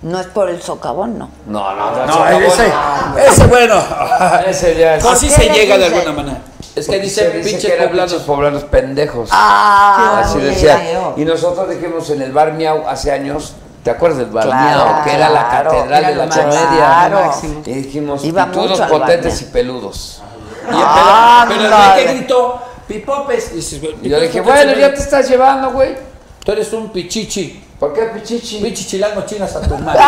no es por el socavón, no. No, no, no. No, se ese, acabó, ese bueno. no. Ese ya es. Así qué se le llega de dicen? alguna manera. Es que Porque se dicen dice pinches que eran poblanos. pinches poblanos pendejos. Ah, Así qué decía. feo. Y nosotros dijimos en el bar Miau hace años. ¿Te acuerdas del bar Claro, Miau? Que era la claro, catedral era de la lo máximo, comedia. claro. lo máximo. Y dijimos, Iba pitudos mucho al bar potentes y Miau. peludos. Y el Ah, Pedro- pero el ándale. güey que gritó, Pipopes. Y dices, güey, Y yo Pipopes, dije, ¿por qué bueno, se ya ve? te estás llevando, güey. Tú eres un pichichi. ¿Por qué, pichichi? Pinche chilango chinas a tu madre.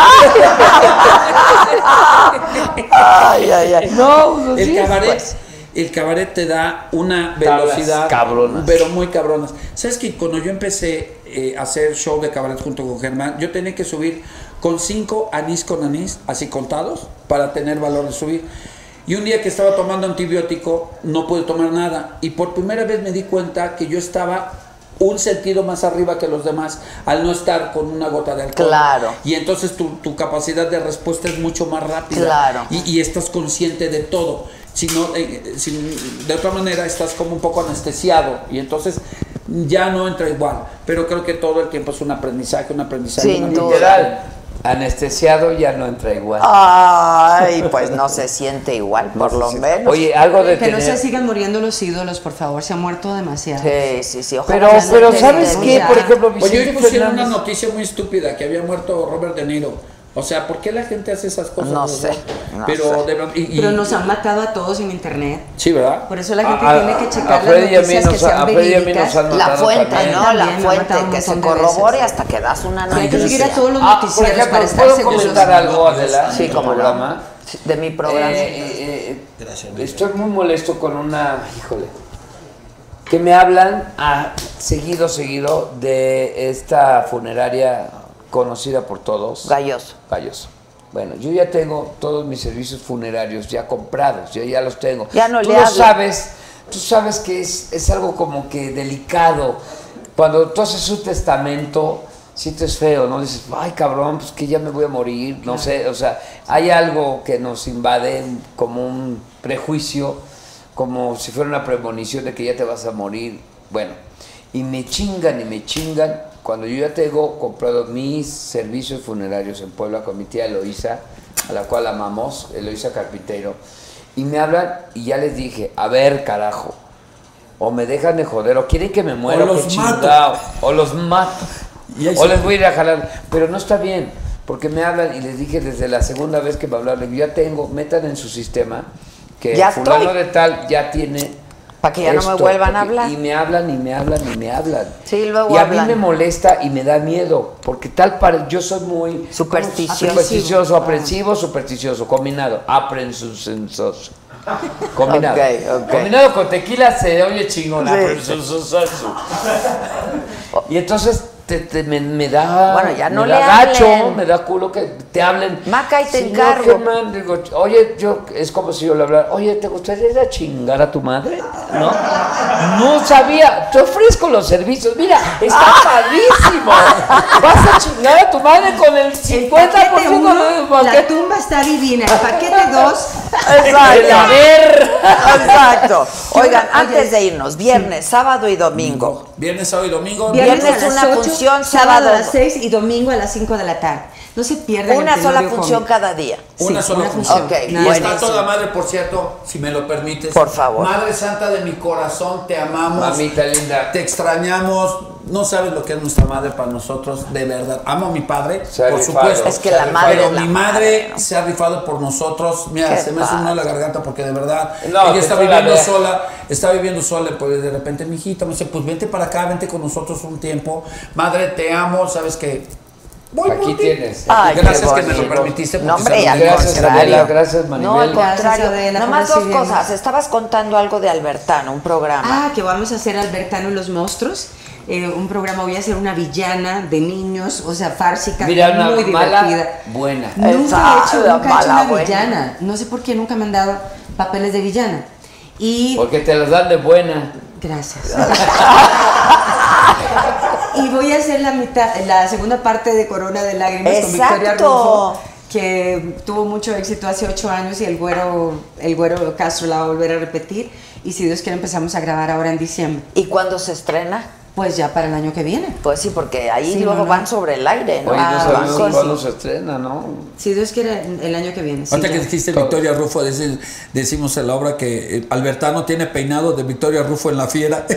Ay, ay, ay. No, no, El sí, cabaret, pues. el cabaret te da una Tablas velocidad. cabronas. Pero muy cabronas. ¿Sabes que cuando yo empecé eh, a hacer show de cabaret junto con Germán, yo tenía que subir con cinco anís con anís, así contados, para tener valor de subir. Y un día que estaba tomando antibiótico, no pude tomar nada. Y por primera vez me di cuenta que yo estaba un sentido más arriba que los demás al no estar con una gota de alcohol. Claro. Y entonces tu, tu capacidad de respuesta es mucho más rápida. Claro. Y, y estás consciente de todo. Si no, eh, si de otra manera estás como un poco anestesiado y entonces ya no entra igual. Pero creo que todo el tiempo es un aprendizaje, un aprendizaje. Sin un duda. aprendizaje. Literal. Anestesiado ya no entra igual. Ah, Ay, pues no se siente igual, por lo menos. Oye, algo de Que no tener- se sigan muriendo los ídolos, por favor. Se ha muerto demasiado. Sí, sí, sí. Pero- pero ¿sabes qué? Por ejemplo, Oye, hoy Vicente pusieron Fernández. una noticia muy estúpida que había muerto Robert De Niro. O sea, ¿por qué la gente hace esas cosas? No sé, no pero sé. de verdad- y- y- Pero nos han matado a todos en internet. Sí, ¿verdad? Por eso la gente A- a- tiene que a checar las Freddy y a mí noticias que nos ha- sean a Freddy y a mí verídicas. nos han La fuente, también. ¿no? Ah, La También, me han fuente matado un que se montón de corrobore veces. hasta que das una Hay que seguir noticia. a todos los Ah, por noticieros ejemplo, para estar ¿puedo seguros. comentar algo, Adela? Sí, de tu cómo no. programa? Eh, De mi programa. Estoy muy molesto con una, híjole, que me hablan a seguido, seguido de esta funeraria conocida por todos. Galloso. Galloso. Bueno, yo ya tengo todos mis servicios funerarios ya comprados, yo ya los tengo. Ya no tú le lo hablo. sabes, tú sabes que es, es algo como que delicado. Cuando tú haces un testamento, sientes feo, ¿no? Dices, ay cabrón, pues que ya me voy a morir, no sé, o sea, hay algo que nos invade como un prejuicio, como si fuera una premonición de que ya te vas a morir. Bueno, y me chingan y me chingan. Cuando yo ya tengo comprado mis servicios funerarios en Puebla con mi tía Eloísa, a la cual amamos, Eloísa Carpintero, y me hablan y ya les dije, a ver, carajo, o me dejan de joder, o quieren que me muera, O los qué mato. chingado, o los mato, Y ahí o sí. les voy a ir a jalar, pero no está bien, porque me hablan y les dije desde la segunda vez que me hablaron, yo ya tengo, metan en su sistema que Ya fulano estoy. de tal ya tiene Para que ya no me vuelvan a hablar. Y me hablan y me hablan y me hablan. Sí, luego y a hablan. mí me molesta y me da miedo, porque tal para yo soy muy Supersticioso. Ah. supersticioso, aprensivo, supersticioso, combinado, aprensusensoso. Combinado. Ok, ok. Combinado con tequila se oye chingón. Sí. aprensusensoso. Y entonces te- te- me, me da. Bueno, ya no me le da gacho, hablen. me da culo que te hablen. Maca, y te Si no, encargo. Germán, digo, oye, yo, es como si yo le hablara, oye, ¿te gustaría ir a chingar a tu madre? ¿No? No sabía, te ofrezco los servicios, mira, está padrísimo. Vas a chingar a tu madre con el 50% Paquete uno, de la tumba está divina. El paquete 2. Exacto. A ver. Exacto. Oigan, antes de irnos, viernes, sábado y domingo. Viernes, sábado y domingo. Viernes a una función, sábado. a las 6 y domingo a las 5 de la tarde. No se pierdan Una el sola Tenorio función Comedy. cada día. Una Sí, sola una función. Ok, y buenísimo. está toda madre, por cierto, si me lo permites. Por favor. Madre Santa de mi corazón, te amamos. Mamita linda. Te extrañamos. No sabes lo que es nuestra madre para nosotros, de verdad. Amo a mi padre, Se ha por rifado, supuesto. Es que se ha la rifado. madre Pero es la mi madre, madre ¿no? se ha rifado por nosotros. Mira, Qué se me hace un nudo en la padre. garganta porque de verdad. No, ella que está tú la viviendo veas. sola, está viviendo sola. y Pues de repente mi hijita me dice: Pues vente para acá, vente con nosotros un tiempo. Madre, te amo, sabes que. Voy por Aquí ti. tienes. Ay, Gracias qué que me lo bonito. permitiste. porque No, hombre, se al lo merece. Gracias, Adela, contrario. gracias, Maribel. No, al contrario. Gracias, Adela, Nada más por dos recibirnos. cosas. Estabas contando algo de Albertano, un programa. Ah, que vamos a hacer Albertano y los monstruos. Eh, un programa, voy a hacer una villana de niños, o sea, fársica, Mira, una muy mala, divertida. buena. Nunca he Esa, hecho, la nunca he hecho mala, una buena. villana. No sé por qué nunca me han dado papeles de villana. Y Porque te las dan de buena. Gracias. y voy a hacer la mitad, la segunda parte de Corona de Lágrimas con Victoria Exacto. Rufo, que tuvo mucho éxito hace ocho años y el güero, el güero Castro la va a volver a repetir. Y si Dios quiere empezamos a grabar ahora en diciembre. ¿Y cuándo se estrena? Pues ya para el año que viene. Pues sí, porque ahí Sí, luego no, no. van sobre el aire, ¿no? Oye, no Ah, sabemos sí, sí. cuándo se estrena, ¿no? Si Dios quiere, el año que viene. sí, Ahorita que ya. dijiste Todo. Victoria Rufo, decir- decimos en la obra que eh, Albertano tiene peinado de Victoria Rufo en la fiera.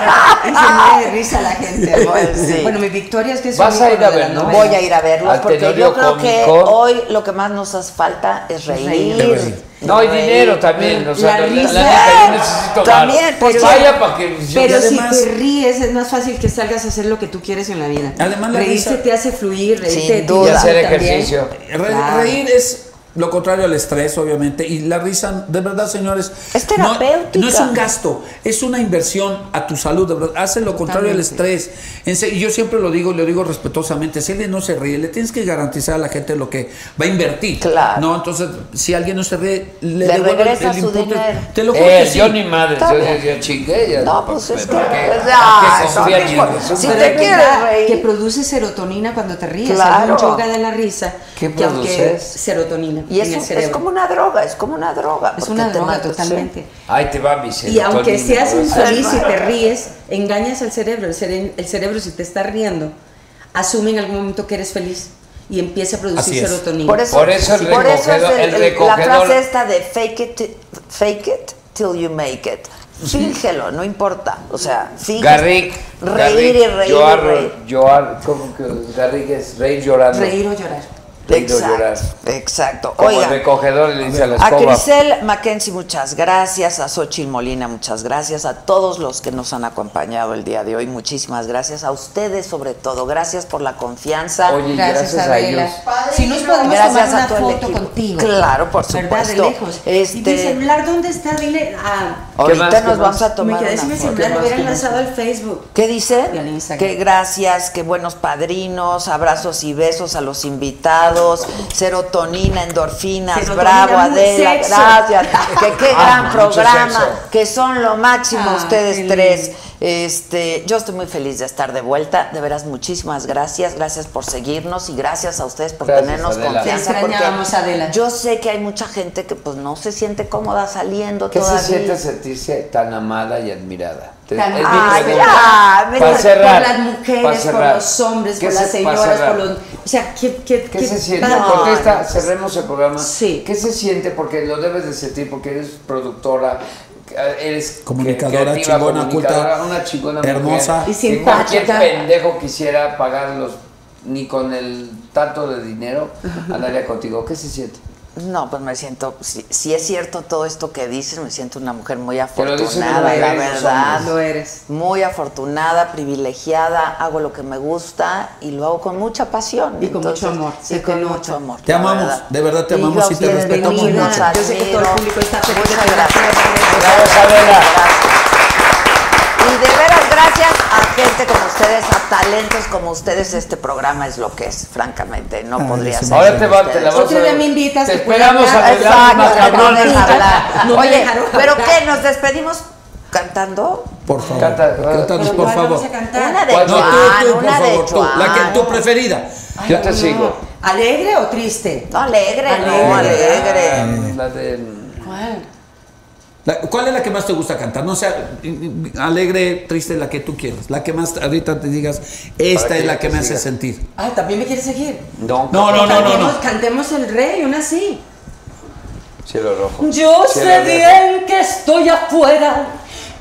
Y se muere de risa la gente. Pues sí. Bueno, mi Victoria es que es un Vas a ir ícono a de la ver, ¿no? novela. Voy a ir a verlos Al porque Tenorio yo creo que Cómico. hoy lo que más nos hace falta es reír. Reír. No, y Reír. dinero también. O sea, La la, la risa. neta, yo necesito También, varo. pues, vaya para que yo- Pero Y si además- te ríes, es más fácil que salgas a hacer lo que tú quieres en la vida. Además, la Reírse risa- te hace fluir, reírte Sin de ti duda. y hacer mismo también. ejercicio. Re- Reír es Lo contrario al estrés, obviamente. Y la risa, de verdad, señores. Es no- terapéutica. No, es un gasto, es una inversión a tu salud, de verdad. Hacen lo contrario al estrés. En se- y yo siempre lo digo, y lo digo respetuosamente. Si alguien no se ríe, le tienes que garantizar a la gente lo que va a invertir. Claro. No, entonces, si alguien no se ríe, Le le, devuelve regresa su importe. dinero. Te lo juro Eh, que sí. yo ni madre, Está yo- bien. yo- yo chingué, ya. No, pues es que. ¿Para qué? pues, ¿Para ay, qué confía en no, mí? pues, Si Pero te es quieres verdad reír. Que produce serotonina cuando te ríes. Hay Claro. un yoga de la risa. ¿Qué que aunque- produces? Serotonina. Y en el es, es cerebro. como una droga, es como una droga. Es porque una te droga mata, sí. totalmente. Ahí te va mi Y serotonina, aunque seas ¿verdad? infeliz y te Hermano. ríes, engañas al cerebro. El, cere- el cerebro, si te está riendo, asume en algún momento que eres feliz y empieza a producir Así es. serotonina. Por eso- Por eso el Por eso es recogedor- el el- el- la recogedor- frase esta de fake it, ti- fake it till you make it. Fíngelo, no importa. O sea, finge. Garrick. Reír y Garrick, reír yo y arro- reír. yo arro- ¿cómo que Garrick es reír llorando. Reír o llorar. Reír o llorar. Exacto. Como Oigan. el recogedor le dice a la A escoba. Crisel Mackenzie, muchas gracias. A Xochitl Molina, muchas gracias. A todos los que nos han acompañado el día de hoy, muchísimas gracias. A ustedes, sobre todo. Gracias por la confianza. Oye, y gracias Gracias, a Adela. ellos. Si nos podemos Gracias tomar a una todo el foto equipo. contigo. Claro, por ¿Verdad? supuesto. De lejos. Y mi Este, celular, ¿dónde está? Dile. Ah, Ahorita ¿Qué más? nos ¿Qué vamos más? a tomar Me quedé una sin mi foto. celular, ¿Qué me más? hubiera ¿Qué más? enlazado al Facebook. ¿Qué dice? Y al Instagram. Que gracias, que buenos padrinos, abrazos y besos a los invitados, serotonina, endorfinas, Serotonina, bravo muy Adela, sexo. gracias, que qué Ah, gran mucho programa, sexo. que son lo máximo Ah, ustedes qué tres. Este, yo estoy muy feliz de estar de vuelta, de veras muchísimas gracias, gracias por seguirnos y gracias a ustedes por Gracias, tenernos Adela. confianza. Te porque extrañábamos, Adela. Yo sé que hay mucha gente que pues no se siente cómoda saliendo ¿Qué todavía. se siente sentirse tan amada y admirada? Te- Tan- es mi Ay, pregunta. ya, Para por, cerrar, por las para mujeres, por cerrar. los hombres, ¿Qué por se- las para señoras, cerrar? por los. O sea, ¿qué, qué, ¿Qué se siente? No, Contesta, no, pues, cerremos el programa. ¿Qué se siente? Porque lo debes de sentir, porque eres productora, eres Comunicadora, creativa, chingona, comunicadora, culta, una chingona hermosa. mujer, Y que cualquier simpática. pendejo quisiera pagarlos ni con el tanto de dinero, andaría contigo. ¿Qué se siente? No, pues me siento, si, si es cierto todo esto que dices, me siento una mujer muy Pero dices, afortunada, lo la eres, verdad. somos. Lo eres. Muy afortunada, privilegiada, hago lo que me gusta y lo hago con mucha pasión. Y con mucho amor. Y con mucho amor. Te la amamos, verdad. de verdad te Y amamos yo y a te ustedes, respetamos bienvenidas, mucho. Yo sé que todo el admiro. público está feliz de Muchas tenerte. gracias. Gracias, Adela. Y de veras, gracias a gente como ustedes, a talentos como ustedes, este programa es lo que es, francamente. No podría ser. Ahora te va- te la vas Otro día me invitas. pues Te que pueda esperamos hablar. a que hablamos más, Exacto, cabrón. no me dejan hablar. No me Oye, dejaron ¿pero hablar. qué? ¿Nos despedimos cantando? Por favor, Canta- cántanos, por favor. Una de No, tú, Juan, tú, por una de favor, tú, la Juan. que tu preferida. Yo te sigo. ¿Alegre o triste? No, alegre, no, alegre. La de... ¿Cuál? La- ¿Cuál es la que más te gusta cantar? No sea mm, mm, alegre, triste, la que tú quieras. La que más ahorita te digas, esta Para es que la que te me hace siga. sentir. Ah, ¿también me quieres seguir? No, No, no, no, no, Cantemos, no. cantemos el rey, una así. Cielo rojo. Yo Cielo sé rojo. bien que estoy afuera,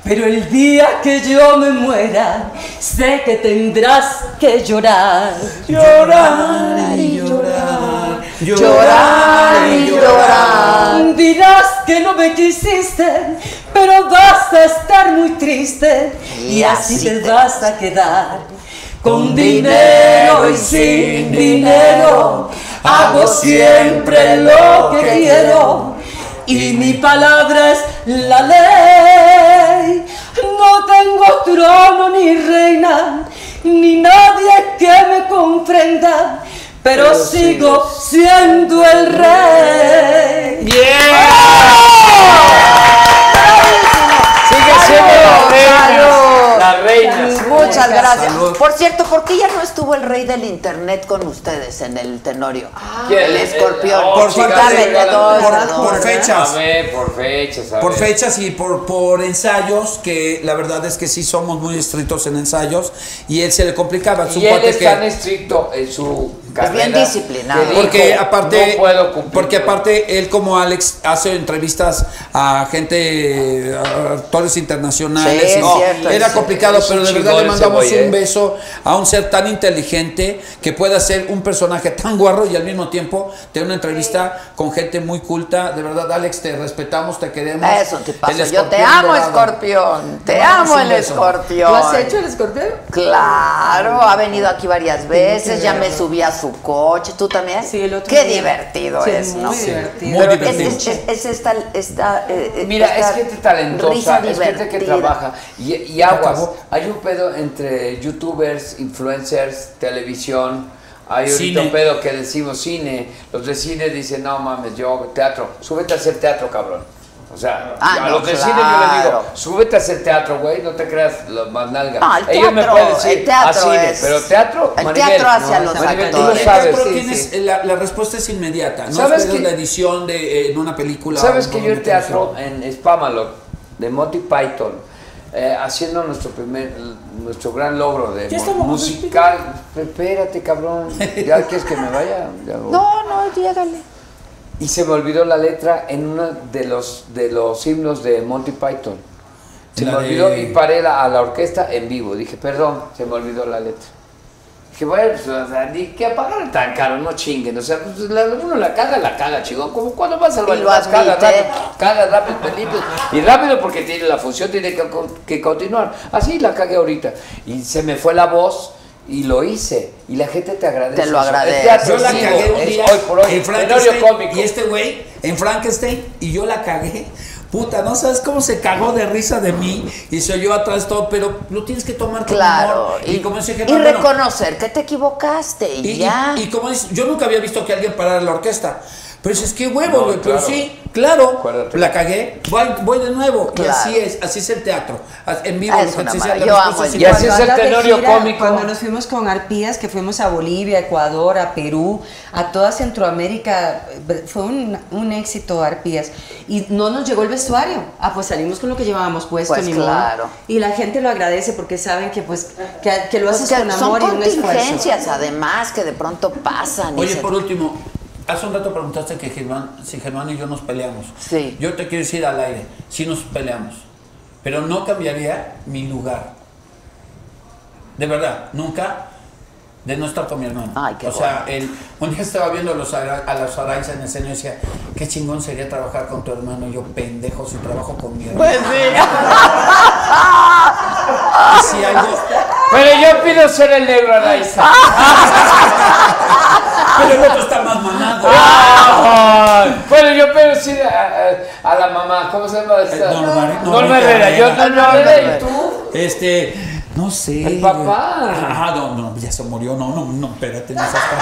pero el día que yo me muera, sé que tendrás que llorar. Llorar y llorar. Llorar y llorar. Dirás que no me quisiste, pero vas a estar muy triste y, Y así, así te vas a quedar. Con dinero dinero y y sin sin dinero, hago siempre lo que quiero. Y mi palabra es la ley. No tengo trono ni reina, ni nadie que me comprenda, pero, sigo siendo el rey. Sigue siendo la reina. La reina. Muchas gracias. Salud. Por cierto, ¿por qué ya no estuvo el rey del internet con ustedes en el Tenorio? ¿Quién? el escorpión. Oh, Por chicas, falta de regalan- dos, por- ¿verdad? por fechas. A ver, por fechas. a Por ver. fechas y por, por ensayos, que la verdad es que sí somos muy estrictos en ensayos y él se le complicaba. Es un Y él cuate es que- tan estricto en su carrera. disciplinado. que dijo, Porque aparte, No puedo cumplir. porque aparte él como Alex hace entrevistas a gente, a actores internacionales. Sí, y es cierto, es era cierto. complicado, Es un pero de verdad chingón le mandamos ese ¿eh? un beso a un ser tan inteligente que pueda ser un personaje tan guarro y al mismo tiempo tener una entrevista con gente muy culta. De verdad, Alex, te respetamos, te queremos. Eso te pasa. El Yo te escorpión amo, dorado. escorpión. Te Te mandamos amo, un el beso. escorpión. ¿Lo has hecho, el escorpión? Claro, ha venido aquí varias veces. Ya me subí a su coche. ¿Tú también? Sí, el otro Qué día. divertido Sí, es, muy ¿no? divertido. Pero Muy divertido. Es, es- es esta. esta eh, eh, Mira, esta es gente risa talentosa, es gente que divertida. trabaja. Y, y aguas, hay un pedo entre youtubers, influencers, televisión. Hay ahorita un Cine. pedo que decimos cine. Los de cine dicen, no mames, yo teatro. Súbete a hacer teatro, cabrón. O sea, Ah, a no, los de cine yo les digo, claro. súbete a hacer teatro, güey, no te creas lo más nalga. Ah, el Ellos me teatro, pueden decir, el teatro a cine, es- pero teatro, el Maribel, teatro hace a los Maribel, tú lo actores. sabes. El teatro tienes- La, la respuesta es inmediata. No ¿Sabes esperas que- la edición de, eh, en una película. ¿Sabes o que en yo el una teatro televisión? en Spamalot, de Monty Python, eh, haciendo nuestro primer, nuestro gran logro de Ya mu- estamos- musical? Espérate, cabrón. ¿Ya quieres que me vaya? Ya voy. No, no, llégale. Y se me olvidó la letra en uno de los, de los himnos de Monty Python. Se La me olvidó de- y paré la- a la orquesta en vivo. Dije, perdón, se me olvidó la letra. Dije, bueno, pues, o sea, ni que pagaron tan caro, no chinguen. O sea, pues, la- uno la caga, la caga, chingón. Como cuando vas al Y baño, lo vas, caga admite. rápido, caga rápido, pelito. Y rápido porque tiene la función, tiene que, co- que continuar. Así la cagué ahorita. Y se me fue la voz. Y lo hice, y la gente te agradece. Te lo eso. El agradezco. teatro Yo la es cagué vivo, un es día hoy por hoy. en escenario Frankenstein cómico. y este güey en Frankenstein y yo la cagué. Puta, no sabes cómo se cagó de risa de mí y se oyó atrás todo, pero lo tienes que tomar con Claro, humor. Y, como dice Y Germán, bueno, reconocer que te equivocaste y, y, y- ya. y como dice, yo nunca había visto que alguien parara la orquesta. Pero dices, qué huevo, No, güey. Pero claro. sí, claro, la cagué, voy, voy de nuevo. Y Claro. así es, así es el teatro. a- En vivo, Ah, lo es que una se maravilla. hacen las Yo amo cosas el y teatro. cuando andas de Cuando andas de gira, gira, Cuando nos fuimos con Arpías, que fuimos a Bolivia, Ecuador, a Perú, a toda Centroamérica, eh, fue un, un éxito Arpías. Y no nos llegó el vestuario. Ah, pues salimos con lo que llevábamos puesto, Pues ni modo. claro. Y la gente lo agradece porque saben que pues que, que lo Pues haces que con son amor y un esfuerzo. contingencias, además, que de pronto pasan. y Oye, se- por último, hace un rato preguntaste que Germán, si Germán y yo nos peleamos. Sí. Yo te quiero decir al aire, si nos peleamos, pero no cambiaría mi lugar. De verdad, nunca de no estar con mi hermano. o sea, el, un día estaba viendo a los, ara- a los Araiza en el escenario y decía, qué chingón sería trabajar con tu hermano. Y yo, pendejo, si trabajo con mi hermano. Pues sí. Si algo, Pero yo pido ser el negro Araiza. Pero el otro está más mamado. Ah. Bueno, yo pero sí a, a- a la mamá, ¿cómo se llama? Eh, esta? Norma- Eh, Norma Herrera, yo Norma Norma Herrera, ¿y tú? Este, no sé. El papá. Ajá, no, no, ya se murió. No, no, no, espérate, no seas cabrón.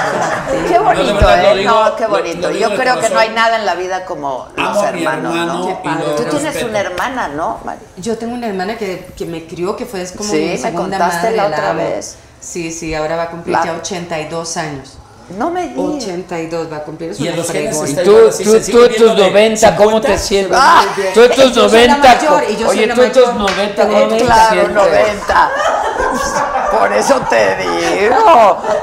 Qué No, de bonito, verdad, ¿eh? lo digo- no, qué lo- lo bonito. digo Yo de creo que no hay corazón. nada en la vida como Amo los a mi hermanos, hermano ¿no? y Qué padre. lo Tú tienes respeto. una hermana, ¿no, Mari? Yo tengo una hermana que, que me crió, que fue es como Sí, mi me segunda contaste madre, la otra amo. vez. Sí, sí, ahora va a cumplir La- ya 82 años. No me digas. 82 va a cumplir. es Y en una los genes fregona. está Tú- igual, así tú- se sigue tú viendo tus de 90, ¿cómo te 50? sientes? Tú tus Yo soy la 90, mayor, y yo soy oye, la tú tus mayor. 90, Eh, ¿cómo te Claro, sientes? 90. Por eso te digo.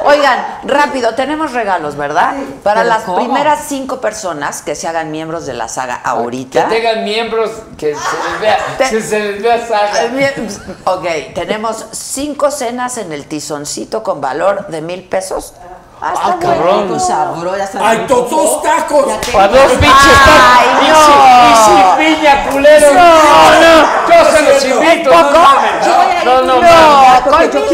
Oigan, rápido, tenemos regalos, ¿verdad? Para ¿Pero las cómo? primeras cinco personas que se hagan miembros de la saga Que ahorita. tengan miembros que se les vea, Te- que se les vea saga. Ok, tenemos cinco cenas en el tizoncito con valor de mil pesos. Hasta cabrón. Sabro, ya está Ay, to- dos tacos. Pa' dos bichos, Ay, tacos. no. Y sin- y sin piña, culero. No, no. Yo se los invito. ¿Poco? no mames. Yo voy a ir No, con no, un- mames. no, con mil pesos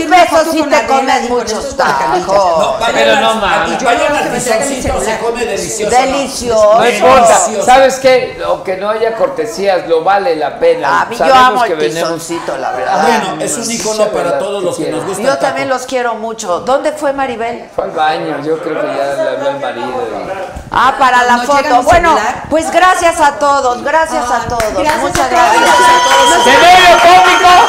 sí te comes muchos tacos. Pero no mames. Vayan que al me traigan mi tizoncito, se celular. come delicioso. Delicioso. No importa, ¿sabes qué? Aunque no haya cortesías, lo vale la pena. A mí Ah, yo Sabemos amo que el venimos- tizoncito, la Ah, verdad. bueno, es un ícono para todos los que nos gusta el Yo taco. también los quiero mucho. ¿Dónde fue Maribel? Ah, Fue al baño, yo creo que ya le habló el marido. y- Ah, para la No llega foto. mi Bueno, celular. pues gracias a todos, gracias a todos. Muchas Ah, gracias. ¡Escenario cómico!